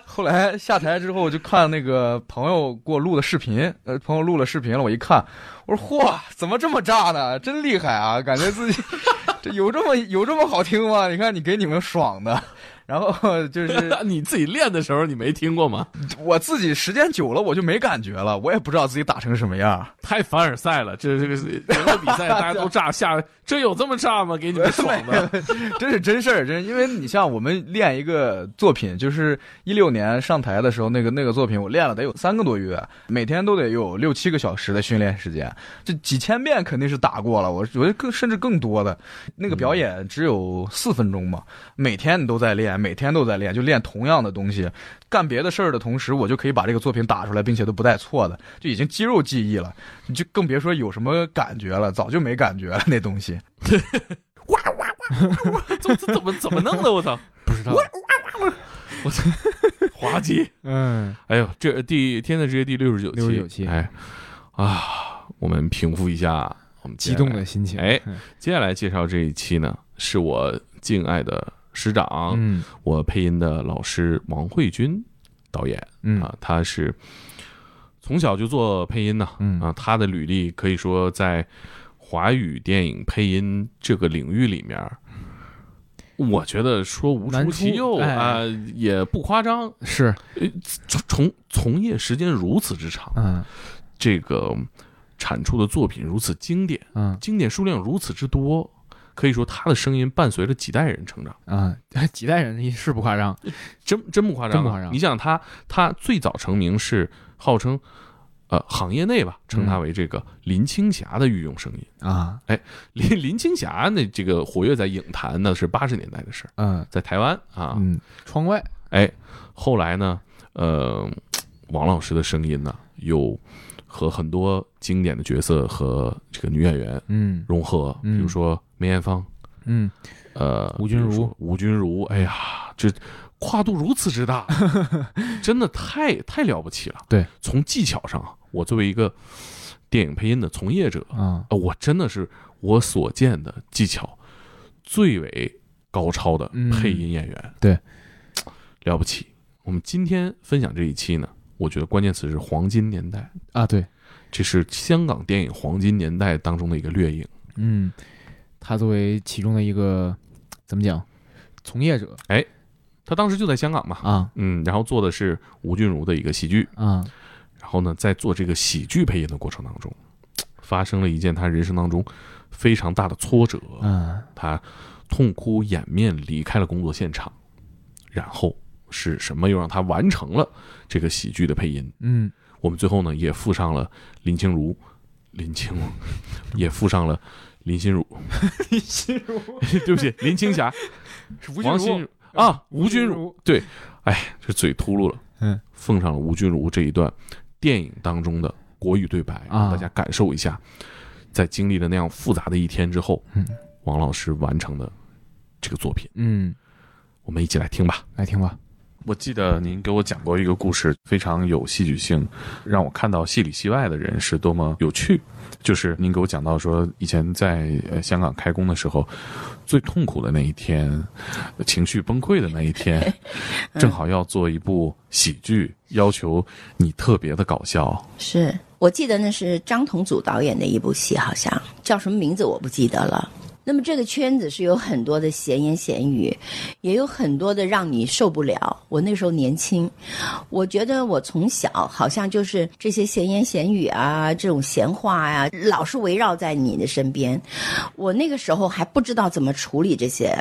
O: 后来下台之后，我就看那个朋友给我录的视频，呃，朋友录了视频了，我一看，我说嚯，怎么这么炸呢？真厉害啊！感觉自己 这有这么有这么好听吗？你看你给你们爽的。 然后就是
A: 你自己练的时候，你没听过吗？
O: 我自己时间久了，我就没感觉了，我也不知道自己打成什么样，
A: 太凡尔赛了。这这个人物比赛，大家都炸下，这有这么炸吗？给你们爽的，
O: 真是真事儿，真是因为你像我们练一个作品，就是一六年上台的时候，那个那个作品我练了得有三个多月，每天都得有六七个小时的训练时间，这几千遍肯定是打过了。我我更甚至更多的，那个表演只有四分钟嘛，每天你都在练，每天都在练，就练同样的东西。干别的事儿的同时，我就可以把这个作品打出来，并且都不带错的，就已经肌肉记忆了，你就更别说有什么感觉了，早就没感觉了那东西。
A: 怎么怎么怎么弄的？我操！ 不知道。我操！ 滑稽。
B: 嗯，
A: 哎呦，这第天的职业第六十九期，
B: 69期
A: 哎啊，我们平复一下我们接下来
B: 激动的心情
A: 哎
B: 嗯，
A: 接下来介绍这一期呢，是我敬爱的师长，
B: 嗯，
A: 我配音的老师王慧君导演，
B: 嗯
A: 啊，他是从小就做配音呐，
B: 嗯
A: 啊，他的履历可以说在华语电影配音这个领域里面。我觉得说无
B: 难
A: 出
B: 出
A: 其右啊、
B: 哎
A: 也不夸张，
B: 是
A: 呃，从从业时间如此之长，
B: 嗯，
A: 这个产出的作品如此经典，
B: 嗯，
A: 经典数量如此之多，可以说他的声音伴随着几代人成长，
B: 啊， 几代人是不夸张，
A: 真真不夸张啊，
B: 真不夸张
A: 你想他，他最早成名是号称，呃，行业内吧，称他为这个林青霞的御用声音。
B: 啊，
A: 哎，林林青霞那这个活跃在影坛呢是八十年代的事儿，
B: 嗯，
A: 在台湾啊，
B: 嗯，窗外，
A: 哎，后来呢，呃，王老师的声音呢又和很多经典的角色和这个女演员
B: 嗯
A: 融合，比如说梅艳芳，
B: 嗯，
A: 呃，
B: 吴君如
A: 比说吴君如，哎呀，这跨度如此之 大，真的太太了不起了。
B: 对，
A: 从技巧上啊，我作为一个电影配音的从业者
B: 啊
A: 呃我真的是我所见的技巧最为高超的配音演员，
B: 嗯对，
A: 了不起。我们今天分享这一期呢，我觉得关键词是黄金年代，
B: 啊，对，
A: 这是香港电影黄金年代当中的一个掠影。
B: 嗯，他作为其中的一个怎么讲，从业者
A: 哎，他当时就在香港嘛，
B: 啊，
A: 嗯，然后做的是吴君如的一个喜剧，
B: 啊，
A: 然后呢，在做这个喜剧配音的过程当中，发生了一件他人生当中非常大的挫折，
B: 嗯，
A: 他痛哭掩面离开了工作现场，然后是什么又让他完成了这个喜剧的配音？
B: 嗯，
A: 我们最后呢也附上了林清如，林清如 也附上了林心如，
B: 林心如，
A: 对不起，林青霞，
B: 吴君
A: 王
B: 如
A: 心如啊，
B: 吴
A: 吴
B: 君
A: 君
B: 如
A: 如， 对，哎，这嘴秃噜了，
B: 嗯，
A: 奉上了吴君如这一段电影当中的国语对白，
B: 啊
A: 让大家感受一下，在经历了那样复杂的一天之后，
B: 嗯
A: 王老师完成的这个作品，
B: 嗯，
A: 我们一起来听吧。
B: 来听吧，
H: 我记得您给我讲过一个故事，非常有戏剧性，让我看到戏里戏外的人是多么有趣。就是您给我讲到说，以前在呃香港开工的时候，最痛苦的那一天，情绪崩溃的那一天，正好要做一部喜剧，要求你特别的搞笑。
P: 是我记得那是张同祖导演的一部戏，好像叫什么名字我不记得了。那么这个圈子是有很多的闲言闲语，也有很多的让你受不了。我那时候年轻，我觉得我从小好像就是这些闲言闲语啊，这种闲话呀、老是围绕在你的身边。我那个时候还不知道怎么处理这些，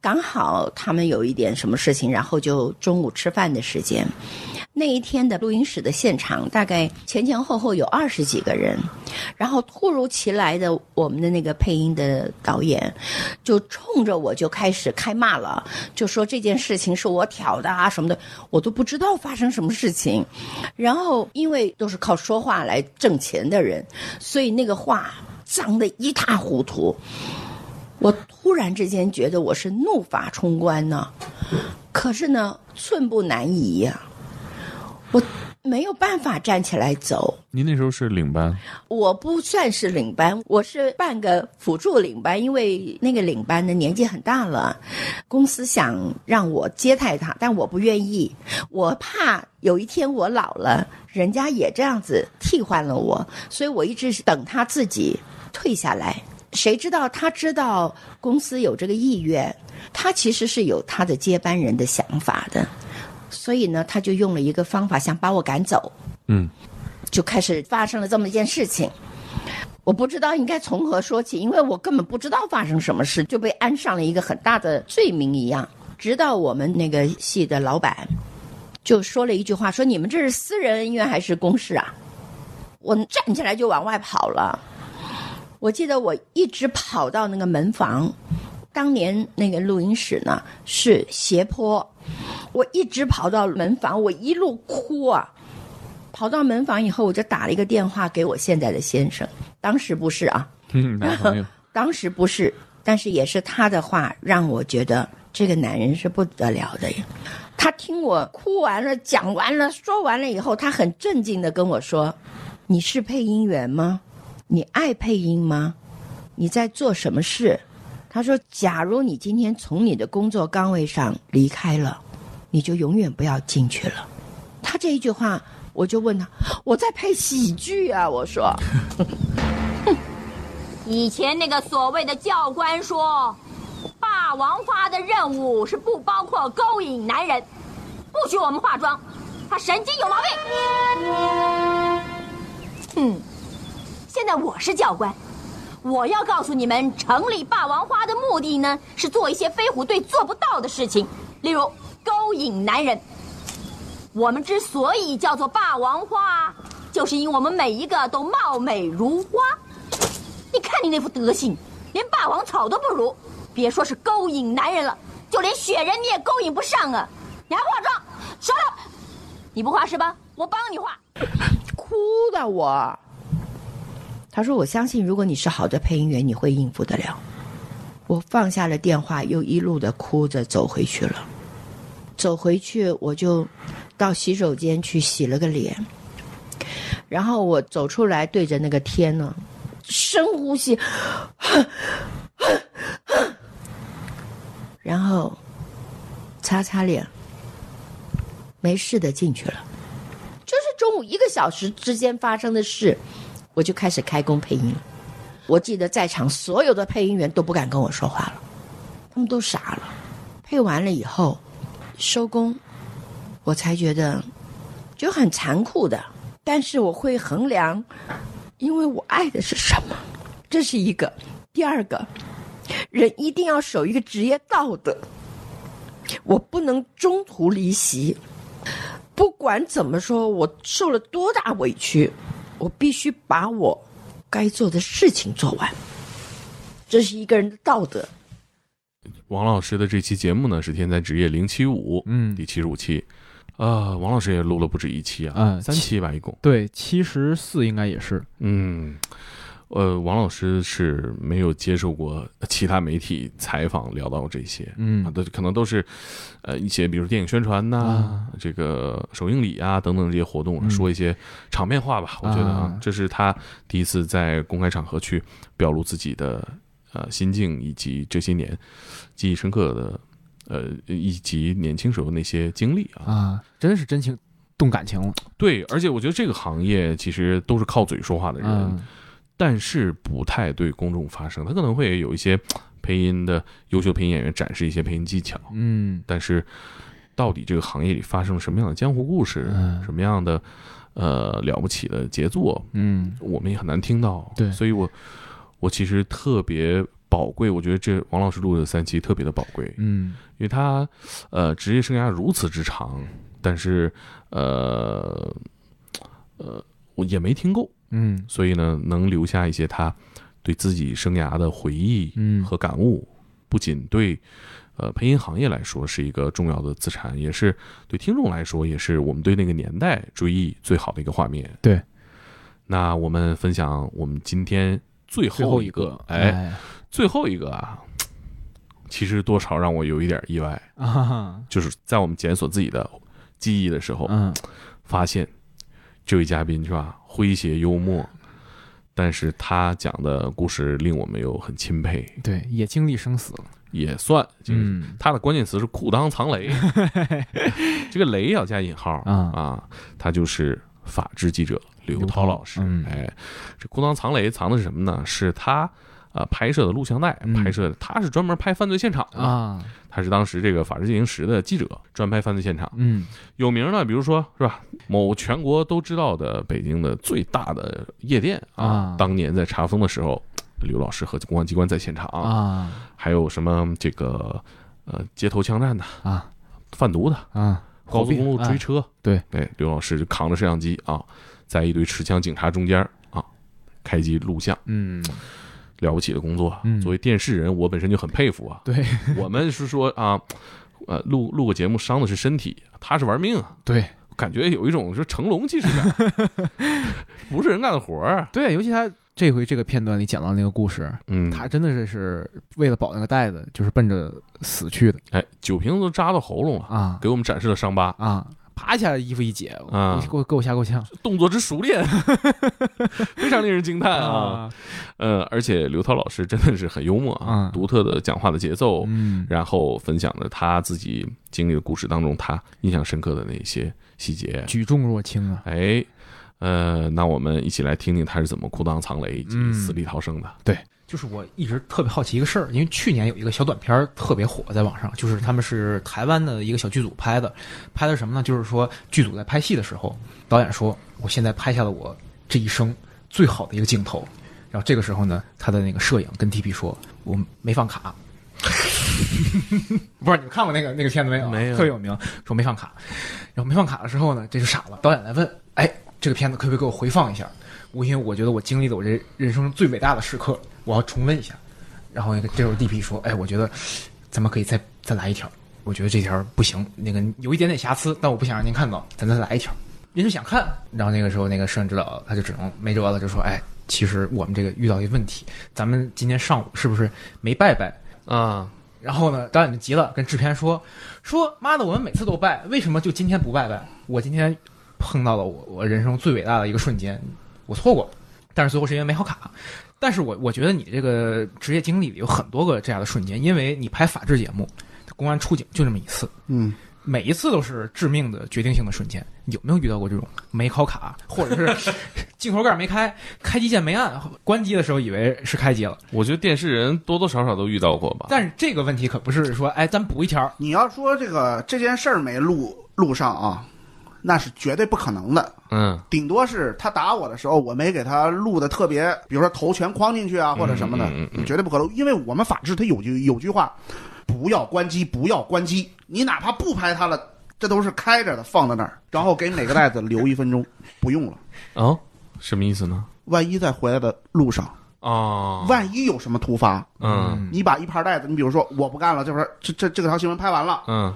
P: 刚好他们有一点什么事情，然后就中午吃饭的时间，那一天的录音室的现场，大概前前后后有二十几个人，然后突如其来的我们的那个配音的导演，就冲着我就开始开骂了，就说这件事情是我挑的啊什么的，我都不知道发生什么事情。然后因为都是靠说话来挣钱的人，所以那个话脏的一塌糊涂。我突然之间觉得我是怒发冲冠呢、可是呢，寸步难移呀、我没有办法站起来走。
A: 您那时候是领班，
P: 我不算是领班，我是半个辅助领班，因为那个领班呢年纪很大了，公司想让我接待他，但我不愿意，我怕有一天我老了，人家也这样子替换了我，所以我一直是等他自己退下来。谁知道他知道公司有这个意愿，他其实是有他的接班人的想法的，所以呢，他就用了一个方法想把我赶走。
A: 嗯，
P: 就开始发生了这么一件事情。我不知道应该从何说起，因为我根本不知道发生什么事，就被安上了一个很大的罪名一样。直到我们那个系的老板就说了一句话，说你们这是私人恩怨还是公事啊？我站起来就往外跑了。我记得我一直跑到那个门房，当年那个录音室呢是斜坡，我一直跑到门房，我一路哭啊。跑到门房以后，我就打了一个电话给我现在的先生，当时不是啊，
A: 嗯，男朋友，
P: 当时不是，但是也是他的话让我觉得这个男人是不得了的呀。他听我哭完了、讲完了、说完了以后，他很镇静的跟我说：“你是配音员吗？你爱配音吗？你在做什么事？”他说：“假如你今天从你的工作岗位上离开了，你就永远不要进去了。”他这一句话，我就问他：“我在配喜剧啊！”我说。
Q: 以前那个所谓的教官说，霸王发的任务是不包括勾引男人，不许我们化妆，他神经有毛病。嗯，现在我是教官，我要告诉你们，成立霸王花的目的呢，是做一些飞虎队做不到的事情，例如勾引男人。我们之所以叫做霸王花，就是因为我们每一个都貌美如花。你看你那副德行，连霸王草都不如，别说是勾引男人了，就连雪人你也勾引不上啊！你还化妆，少了，你不化是吧？我帮你化。
P: 哭的我。他说：“我相信，如果你是好的配音员，你会应付得了。”我放下了电话，又一路的哭着走回去了。走回去，我就到洗手间去洗了个脸，然后我走出来，对着那个天呢，深呼吸，然后擦擦脸，没事的进去了。就是中午一个小时之间发生的事，我就开始开工配音了。我记得在场所有的配音员都不敢跟我说话了，他们都傻了。配完了以后，收工，我才觉得就很残酷的，但是我会衡量，因为我爱的是什么，这是一个。第二个，人一定要守一个职业道德，我不能中途离席。不管怎么说，我受了多大委屈，我必须把我该做的事情做完。这是一个人的道德。
A: 王老师的这期节目呢是《天才职业零七五》，嗯，第七十五期，啊、王老师也录了不止一期啊，
B: 嗯
A: 三期吧，一共。
B: 对，七十四应该也是，
A: 嗯，呃，王老师是没有接受过其他媒体采访聊到这些，
B: 嗯
A: 啊，都可能都是，呃，一些比如电影宣传呐、这个首映礼啊等等这些活动，
B: 啊嗯
A: 说一些场面话吧。我觉得啊
B: 啊，
A: 这是他第一次在公开场合去表露自己的呃心境，以及这些年记忆深刻的呃以及年轻时候那些经历啊。
B: 啊，真是真情动感情了，
A: 对，而且我觉得这个行业其实都是靠嘴说话的人，
B: 嗯
A: 但是不太对公众发声。他可能会有一些配音的优秀配音演员展示一些配音技巧，
B: 嗯
A: 但是到底这个行业里发生了什么样的江湖故事，什么样的呃了不起的杰作，
B: 嗯，
A: 我们也很难听到。
B: 对
A: 所以我我其实特别宝贵，我觉得这王老师录的三期特别的宝贵，
B: 嗯
A: 因为他呃职业生涯如此之长，但是呃呃我也没听够，
B: 嗯
A: 所以呢能留下一些他对自己生涯的回忆
B: 嗯
A: 和感悟，不仅对呃配音行业来说是一个重要的资产，也是对听众来说也是我们对那个年代追忆最好的一个画面。
B: 对，
A: 那我们分享我们今天最
B: 最后
A: 一
B: 一个
A: 哎
B: 哎，
A: 最后一个啊，其实多少让我有一点意外
O: 啊，
A: 就是在我们检索自己的记忆的时候，嗯，发现这位嘉宾是吧，诙谐幽默，但是他讲的故事令我们又很钦佩，
O: 对，也经历生死了。嗯
A: 也算，就是他的关键词是裤裆藏 雷，这个雷要加引号啊，他就是法制记者刘涛老师。
O: 嗯
A: 哎，这裤裆藏雷藏的是什么呢？是他呃拍摄的录像带，拍摄的他是专门拍犯罪现场的
O: 嗯啊，
A: 他是当时这个《法制进行时》的记者，专拍犯罪现场。
O: 嗯，
A: 有名的，比如说是吧，某全国都知道的北京的最大的夜店
O: 啊
A: 当年在查封的时候，刘老师和公安机关在现场
O: 啊，
A: 还有什么这个呃街头枪战的
O: 啊，
A: 贩毒的
O: 啊，
A: 高速公路追车，
O: 对，
A: 哎，刘老师就扛着摄像机啊，在一堆持枪警察中间啊，开机录像，
O: 嗯，
A: 了不起的工作。啊
O: 嗯
A: 作为电视人，我本身就很佩服啊。
O: 对，
A: 我们是说啊，呃，录录个节目伤的是身体，他是玩命啊。
O: 对，
A: 感觉有一种就是成龙既视感， 不是人干的活儿。
O: 对，尤其他这回这个片段里讲到那个故事，
A: 嗯，
O: 他真的是是为了保那个袋子，就是奔着死去的，
A: 哎，酒瓶子都扎到喉咙了
O: 啊，
A: 给我们展示了伤疤
O: 啊，啪一下衣服一解，
A: 啊
O: 给我给我吓够呛，
A: 动作之熟 练，非常令人惊叹啊！呃，而且刘涛老师真的是很幽默
B: 嗯
A: 啊，独特的讲话的节奏，
O: 嗯
A: 然后分享着他自己经历的故事当中，他印象深刻的那些细节，
O: 举重若轻啊，
A: 哎，呃，那我们一起来听听他是怎么裤裆藏雷以及
O: 嗯
A: 死里逃生的。
O: 对，
B: 就是我一直特别好奇一个事儿，因为去年有一个小短片儿特别火，在网上，就是他们是台湾的一个小剧组拍的，拍的什么呢？就是说剧组在拍戏的时候，导演说我现在拍下了我这一生最好的一个镜头，然后这个时候呢，他的那个摄影跟 TP 说我没放卡，不是你们看过那个那个片子没有？啊没
O: 有
B: 特别有名，说没放卡，然后没放卡的时候呢，这就傻了。导演来问，哎，这个片子可不可以给我回放一下？我因为我觉得我经历了我这人生最伟大的时刻，我要重温一下。然后那个这时候 DP 说，哎，我觉得咱们可以再再来一条，我觉得这条不行，那个有一点点瑕疵，但我不想让您看到，咱再来一条。人就想看，然后那个时候那个摄影指导他就只能没辙了，就说，哎，其实我们这个遇到一个问题，咱们今天上午是不是没拜拜
A: 啊？
B: 然后呢，导演就急了，跟制片说：“说妈的，我们每次都拜，为什么就今天不拜拜？我今天碰到了我我人生最伟大的一个瞬间，我错过了，但是最后是因为没好卡。但是我我觉得你这个职业经历里有很多个这样的瞬间，因为你拍法制节目，公安出警就这么一次，
R: 嗯，
B: 每一次都是致命的、决定性的瞬间。有没有遇到过这种没考卡，或者 是镜头盖没开，开机键没按，关机的时候以为是开机了？
A: 我觉得电视人多多少少都遇到过吧。
B: 但是这个问题可不是说，哎，咱补一条，
S: 你要说这个这件事儿没录录上啊，那是绝对不可能的。
A: 嗯，
S: 顶多是他打我的时候，我没给他录的特别，比如说头全框进去啊，或者什么的，
A: 嗯嗯嗯
S: 绝对不可能。因为我们法制它有句有句话，不要关机，不要关机。你哪怕不拍它了，这都是开着的，放在那儿，然后给哪个袋子留一分钟，不用了。
A: 哦，什么意思呢？
S: 万一在回来的路上，
A: 哦，
S: 万一有什么突发，
A: 嗯
S: 你把一盘袋子，你比如说我不干了，这盘这这这个条新闻拍完了，
A: 嗯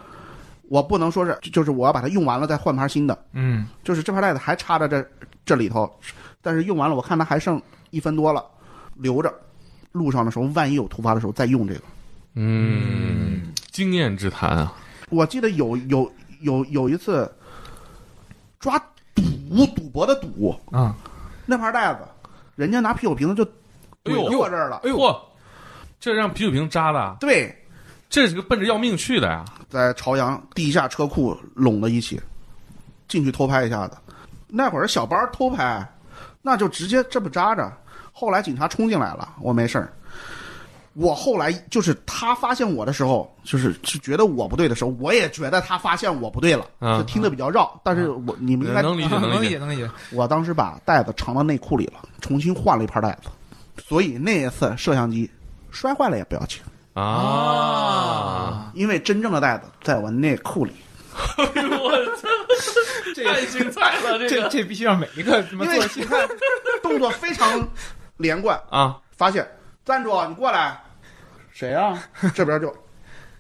S: 我不能说是就就是我要把它用完了再换盘新的，
B: 嗯，
S: 就是这盘袋子还插在这这里头，但是用完了，我看它还剩一分多了，留着，路上的时候万一有突发的时候再用这个。
A: 嗯，经验之谈啊。
S: 我记得有有有有一次抓赌赌博的赌，
A: 嗯
B: 啊，
S: 那盘袋子，人家拿啤酒瓶子就
A: 哎呦，
S: 怼过这儿了，
A: 哎呦，这让啤酒瓶扎的，
S: 对，
A: 这是个奔着要命去的呀。
S: 在朝阳地下车库拢了一起，进去偷拍一下子。那会儿小班偷拍，那就直接这么扎着。后来警察冲进来了，我没事儿。我后来就是他发现我的时候，就是是觉得我不对的时候，我也觉得他发现我不对了，
A: 嗯
S: 就听得比较绕。但是我你们应该
A: 呃 能理解能理解
B: 能理解。
S: 我当时把袋子藏到内裤里了，重新换了一盘袋子，所以那一次摄像机摔坏了也不要紧
A: 啊，
S: 因为真正的袋子在我内裤里。
B: 这
A: 太精彩 了，
B: 这这必须让每一个什么啊
S: 因
B: 做
S: 为
B: 戏
S: 你看 动作非常连贯
A: 啊。
S: 发现站住，啊你过来，谁呀、 这边就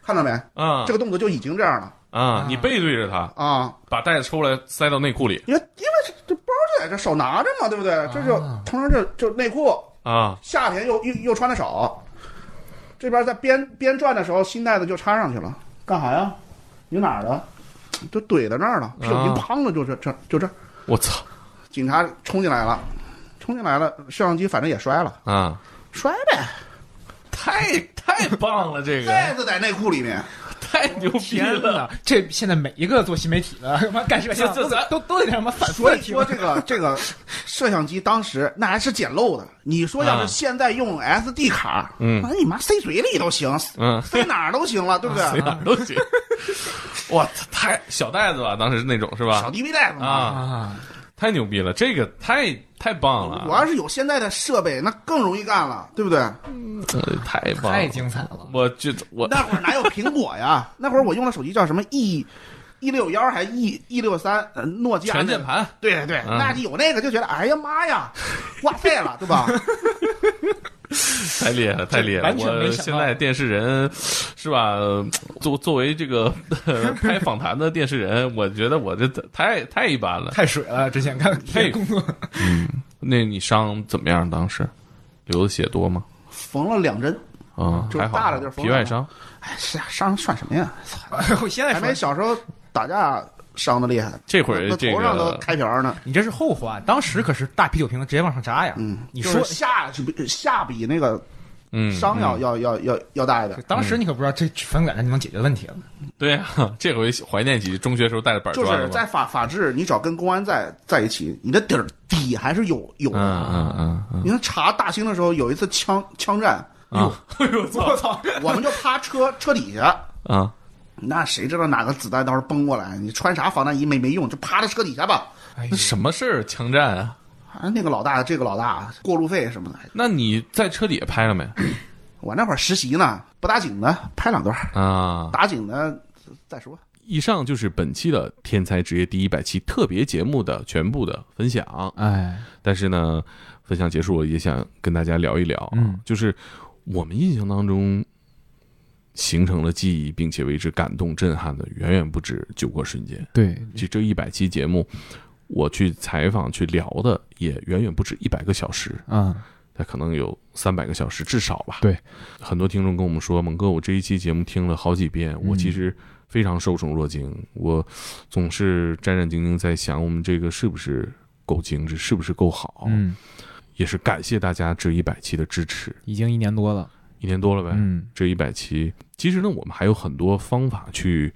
S: 看到没？
A: 啊
S: 这个动作就已经这样了，
A: 啊，你背对着他
S: 哎啊，
A: 把袋子抽来塞到内裤 里
S: 因为因为这这包就在这手拿着嘛，对不
B: 啊
S: 对？这就同时就就内裤，
A: 啊
S: 夏天又又又穿的少，这边在边边转的时候，新袋子就插上去了，干啥呀？你哪儿的？就怼在那儿了，屁股
A: 啊
S: 一胖了，就这这就这。
A: 我操
S: 警察冲进来了，冲进来了，摄像机反正也摔了，
A: 啊！
S: 摔呗，
A: 太太棒了，这个
S: 袋子在内裤里面，
A: 太牛逼
T: 天哪！这现在每一个做新媒体的，他妈干摄像
S: 这
T: 都
S: 这
T: 得都都得他妈反复
S: 所
T: 地
S: 以
T: 听
S: 说这个这个摄像机当时那还是简陋的。你说要
T: 啊
S: 是现在用 SD 卡，
A: 嗯
S: 那你妈塞嘴里都行，
A: 嗯，
S: 塞哪儿都行了，对不对？
A: 塞哪儿都行。啊哇，太小袋子吧，啊当时是那种是吧？小
S: DV 袋子嘛
A: 啊，太牛逼了，这个太太棒
S: 我
A: 了，
S: 要是有现在的设备，那更容易干了，对不对？
A: 呃太棒了，
S: 太精
T: 嗯彩了。
A: 我这我
S: 那会儿哪有苹果呀？那会儿我用的手机叫什么 E 一六幺还 E 一六三，呃诺基亚
A: 全键盘，
S: 对对，
A: 嗯
S: 那就有那个就觉得，哎呀妈呀，哇塞了，对吧？
A: 太厉害了，太厉害了！
S: 完全没
A: 我
S: 想
A: 现
S: 到
A: 在电视人是吧？呃作作为这个 呃拍访谈的电视人，我觉得我这太太一般了，
T: 太水了。之前看
A: 嘿
T: 工作，
A: 那你伤怎么样？当时流的血多吗？
S: 缝了两针，
A: 啊、
S: 就是
A: 还好。
S: 大了地儿缝
A: 皮
S: 了
A: 外
S: 两
A: 伤，
S: 哎，是啊，伤算什么呀？操
T: 哎我现在
S: 还没小时候打架伤的厉害，
A: 这会儿
S: 我
A: 这
S: 头上都
A: 个
S: 开瓢呢。
T: 你这是后话，当时可是大啤酒瓶子直接往上扎呀。嗯，你
S: 就
T: 说
S: 是下去比下比那个
A: 嗯
S: 伤要、要要要要大一点。嗯
T: 当时你可不知道这反感是你能解决的问题了。
A: 对啊， 这回怀念起中学时候带的板
S: 就
A: 砖了啊
S: 是
A: 吗
S: 在法法治，你只要跟公安在在一起，你的底儿底还是有有的。
A: 嗯嗯嗯，
S: 你看查大兴的时候，有一次枪 枪战，
A: 啊
S: 我操！我们就趴车车底下，
A: 啊，
S: 那谁知道哪个子弹到时候崩过来？你穿啥防弹衣没没用，就趴在车底下吧。
A: 哎那什么事儿枪战啊？
S: 啊，那个老大，这个老大，过路费什么的。
A: 那你在车底下拍了没？
S: 我那会儿实习呢，不打紧的，拍两段；
A: 啊，
S: 打紧的再说。
A: 以上就是本期的《天才职业》第一百期特别节目的全部的分享。
T: 哎，
A: 但是呢，分享结束，我也想跟大家聊一聊啊，
T: 嗯
A: 就是我们印象当中形成了记忆，并且为之感动震撼的，远远不止酒过瞬间。
T: 对，
A: 就这一百期节目，我去采访去聊的，也远远不止一百个小时。
T: 嗯，
A: 它可能有三百个小时，至少吧。
T: 对，
A: 很多听众跟我们说，猛哥，我这一期节目听了好几遍，我
T: 嗯
A: 其实非常受宠若惊，我总是战战兢兢在想，我们这个是不是够精致，是不是够好？
T: 嗯，
A: 也是感谢大家这一百期的支持，
T: 已经一年多了，
A: 一年多了呗。
T: 嗯，
A: 这一百期，其实呢，我们还有很多方法去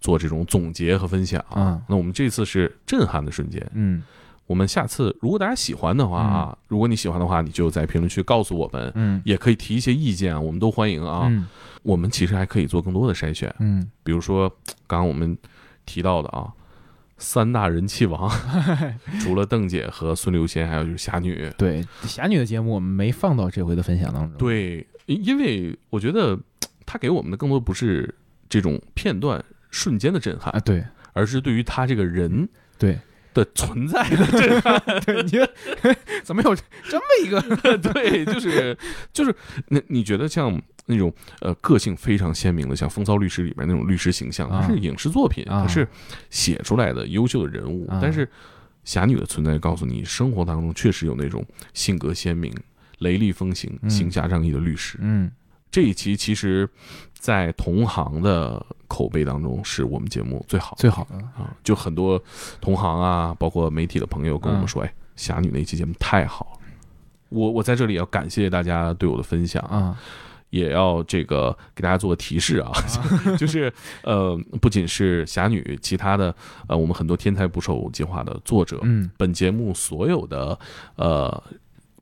A: 做这种总结和分享。
T: 嗯，
A: 那我们这次是震撼的瞬间。
T: 嗯，
A: 我们下次如果大家喜欢的话啊，如果你喜欢的话，你就在评论区告诉我们，
T: 嗯
A: 也可以提一些意见，我们都欢迎啊。
T: 嗯
A: 我们其实还可以做更多的筛选，
T: 嗯，
A: 比如说刚刚我们提到的啊，三大人 气王，除了邓姐和孙刘仙，还有就是侠女，
T: 对，侠女的节目我们没放到这回的分享当中。
A: 对，因因为我觉得他给我们的更多不是这种片段瞬间的震撼
T: 啊，对，
A: 而是对于他这个人
T: 对
A: 的存在的震撼。
T: 对，你看怎么有这么一个？
A: 对，就是就是，那你觉得像那种呃个性非常鲜明的，像《风骚律师》里面那种律师形象，
T: 啊
A: 它是影视作品，
T: 啊
A: 它是写出来的优秀的人物，
T: 啊
A: 但是侠女的存在告诉你，生活当中确实有那种性格鲜明、雷厉风行、
T: 嗯
A: 行侠仗义的律师。
T: 嗯，
A: 这一期其实，在同行的口碑当中，是我们节目最好
T: 最好的
A: 啊！就很多同行啊，包括媒体的朋友跟
T: 嗯
A: 我们说：“哎，侠女那期节目太好了！”我我在这里要感谢大家对我的分享
T: 啊，
A: 也要这个给大家做个提示啊， 就是呃，不仅是侠女，其他的呃，我们很多天才捕手计划的作者，
T: 嗯，
A: 本节目所有的呃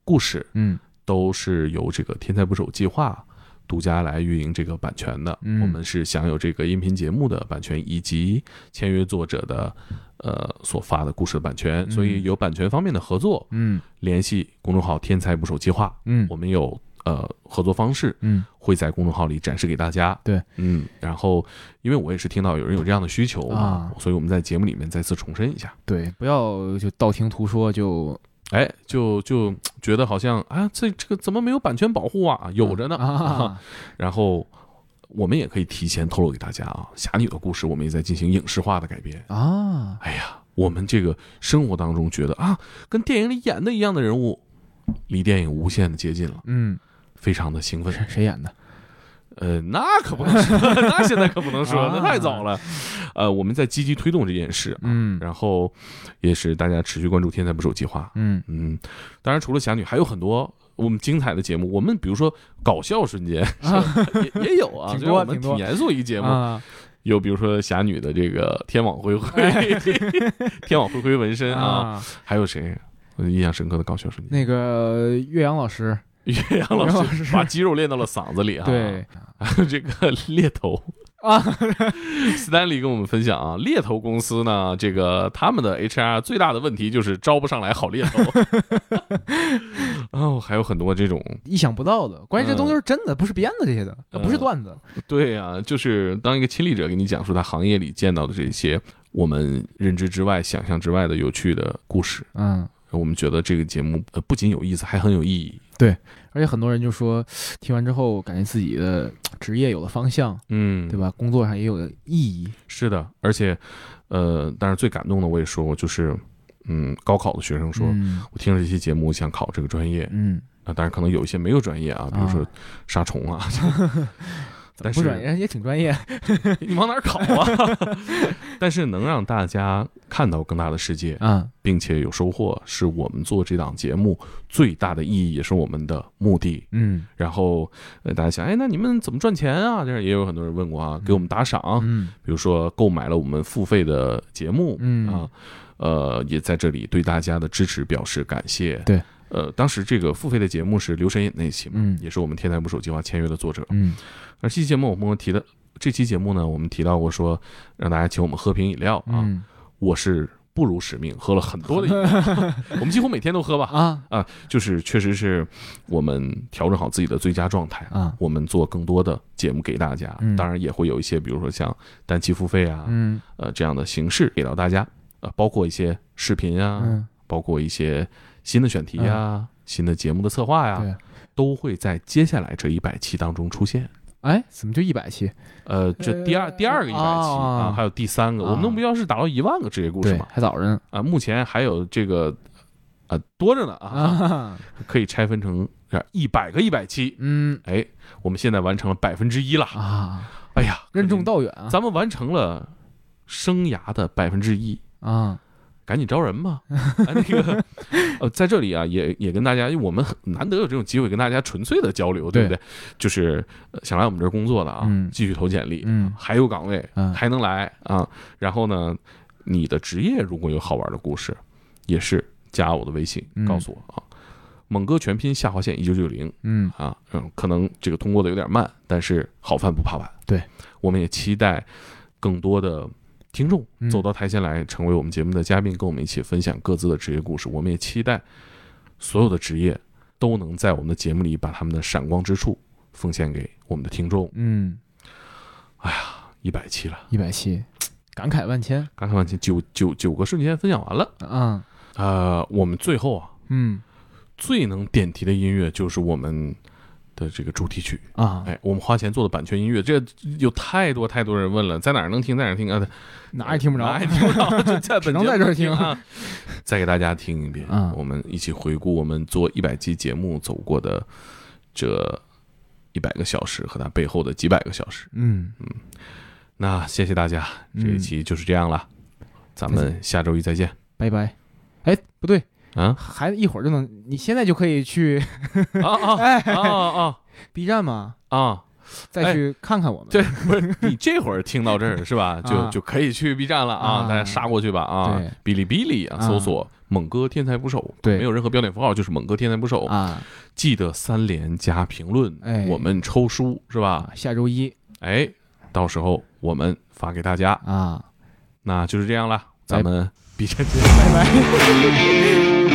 A: 故事，
T: 嗯，
A: 都是由这个天才捕手计划独家来运营这个版权的。
T: 嗯
A: 我们是享有这个音频节目的版权以及签约作者的呃所发的故事的版权，
T: 嗯
A: 所以有版权方面的合作，
T: 嗯，
A: 联系公众号“天才捕手计划”，
T: 嗯
A: 我们有呃合作方式，
T: 嗯，
A: 会在公众号里展示给大家。
T: 对，
A: 嗯，然后因为我也是听到有人有这样的需求嘛，所以我们在节目里面再次重申一下。
T: 啊对，不要就道听途说就。
A: 哎，就就觉得好像啊，这这个怎么没有版权保护啊？有着呢。
T: 啊
A: 然后我们也可以提前透露给大家啊，侠女的故事我们也在进行影视化的改编。
T: 啊，
A: 哎呀，我们这个生活当中觉得啊，跟电影里演的一样的人物，离电影无限的接近了，
T: 嗯，
A: 非常的兴奋。
T: 谁演的？
A: 呃，那可不能说， 那现在可不能说，那太早了。呃，我们在积极推动这件事，
B: 嗯，
A: 然后也是大家持续关注“天才捕手”计划，
B: 嗯
A: 嗯，当然除了侠女，还有很多我们精彩的节目，我们比如说搞笑瞬 间、也也有啊，
B: 挺
A: 就是我
B: 多
A: 们
B: 挺多
A: 挺严肃一节目。
B: 啊
A: 有比如说侠女的这个天网恢恢，
T: 啊
A: 天网恢恢纹身啊
B: 啊，
A: 还有谁？我印象深刻的搞笑瞬间，
B: 那个岳阳老师，
A: 岳阳
B: 岳
A: 老
B: 阳
A: 师把肌肉练到了嗓子里啊，
B: 对，
A: 这个猎头
B: 啊，
A: 斯丹利跟我们分享啊，猎头公司呢，这个他们的 HR 最大的问题就是招不上来好猎头， 哦，还有很多这种，
B: 意想不到的，关键
A: 嗯
B: 这东西是真的，不是编的这些的，呃不是段子。
A: 对呀、就是当一个亲历者给你讲述他行业里见到的这些我们认知之外、想象之外的有趣的故事，
B: 嗯，
A: 我们觉得这个节目呃不仅有意思，还很有意义，
B: 对，而且很多人就说听完之后，感觉自己的职业有了方向，
A: 嗯，
B: 对吧？工作上也有了意义。
A: 是的，而且，呃，但是最感动的我也说过，就是，嗯，高考的学生说，
B: 嗯
A: 我听了这期节目，我想考这个专业，
B: 嗯，
A: 啊，当然可能有一些没有专业啊，比如说杀虫 啊，但
B: 不转
A: 是
B: 人也挺专业，
A: 你往哪儿考 啊？但是能让大家看到更大的世界，
B: 嗯，
A: 并且有收获，是我们做这档节目最大的意义，也是我们的目的，
B: 嗯，
A: 然后呃，大家想，哎，那你们怎么赚钱啊？这样也有很多人问过啊，给我们打赏，
B: 嗯，
A: 比如说购买了我们付费的节目，
B: 嗯
A: 啊，呃，也在这里对大家的支持表示感谢。
B: 对，
A: 呃，当时这个付费的节目是《留神影》那一期嘛，
B: 嗯
A: 也是我们天才捕手计划签约的作者，
B: 嗯，
A: 而这期节目我们提的这期节目呢，我们提到过说让大家请我们喝瓶饮料啊，
B: 嗯
A: 我是不辱使命，喝了很多的饮 料，我们几乎每天都喝吧
B: 啊
A: 啊，就是确实是我们调整好自己的最佳状态
B: 啊
A: 我们做更多的节目给大家，
B: 嗯
A: 当然也会有一些比如说像单期付费啊，
B: 嗯
A: 呃这样的形式给到大家，呃，包括一些视频啊，
B: 嗯
A: 包括一些新的选题呀、新的节目的策划呀、
B: 对
A: 都会在接下来这一百期当中出现。
B: 哎，怎么就一百期？
A: 呃，这第二第二个一百期
B: 啊
A: 啊，还有第三个，
B: 啊
A: 我们的目标是达到一万个职业故事
B: 对
A: 嘛，
B: 还早着呢
A: 啊。目前还有这个啊多着呢啊
B: 啊，
A: 可以拆分成呃一百个一百期，
B: 嗯，
A: 哎，我们现在完成了百分之一了
B: 啊，
A: 哎呀，
B: 任重道远啊，
A: 咱们完成了生涯的百分之一
B: 啊，
A: 赶紧招人吧。啊，那个， 呃，在这里啊，也也跟大家，因为我们很难得有这种机会跟大家纯粹的交流，对不对？
B: 对
A: 就是呃想来我们这儿工作的啊，
B: 嗯
A: 继续投简历，
B: 嗯
A: 还有岗位，
B: 嗯
A: 还能来啊。然后呢，你的职业如果有好玩的故事，也是加我的微信
B: 嗯
A: 告诉我啊。猛哥全拼下划线一九九零，
B: 嗯
A: 啊，嗯，可能这个通过的有点慢，但是好饭不怕晚，
B: 对，
A: 我们也期待更多的听众
B: 嗯
A: 走到台前来，成为我们节目的嘉宾，跟我们一起分享各自的职业故事。我们也期待所有的职业都能在我们的节目里把他们的闪光之处奉献给我们的听众。哎
B: 嗯，
A: 一百期了，
B: 一百期，感慨万千
A: 感慨万千，九九九个瞬间分享完了。
B: 啊，
A: 呃，我们最后啊，
B: 嗯
A: 最能点题的音乐就是我们的这个主题曲
B: 啊
A: 哎，我们花钱做的版权音乐，这有太多太多人问了，在哪儿能听，在哪儿听啊？
B: 哪儿也听不着
A: 哪儿也听不着，哦就在
B: 只
A: 本
B: 能在这儿听
A: 节目啊。再给大家听一遍，
B: 啊
A: 我们一起回顾我们做一百期节目走过的这一百个小时和它背后的几百个小时。
B: 嗯
A: 那谢谢大家，这一期就是这样了，咱们下周一再见
B: 拜拜。哎，不对，
A: 啊！
B: 还一会儿就能，你现在就可以去
A: 啊啊
B: 哎
A: 啊啊
B: B 站嘛，
A: 啊！
B: 再去看看我们。
A: 对，不是你这会儿听到这儿是吧？就
B: 啊
A: 就可以去 B 站了啊，
B: 啊
A: 大家杀过去吧啊！哔哩哔哩啊，
B: 啊
A: 搜索“猛哥天才捕手”，
B: 对
A: 没有任何标点符号，就是“猛哥天才捕手”
B: 啊。
A: 记得三连加评论，
B: 哎啊
A: 我们抽书是吧？
B: 下周一，
A: 哎，到时候我们发给大家
B: 啊。哎
A: 那就是这样了，咱们 B 站见，
B: 拜拜。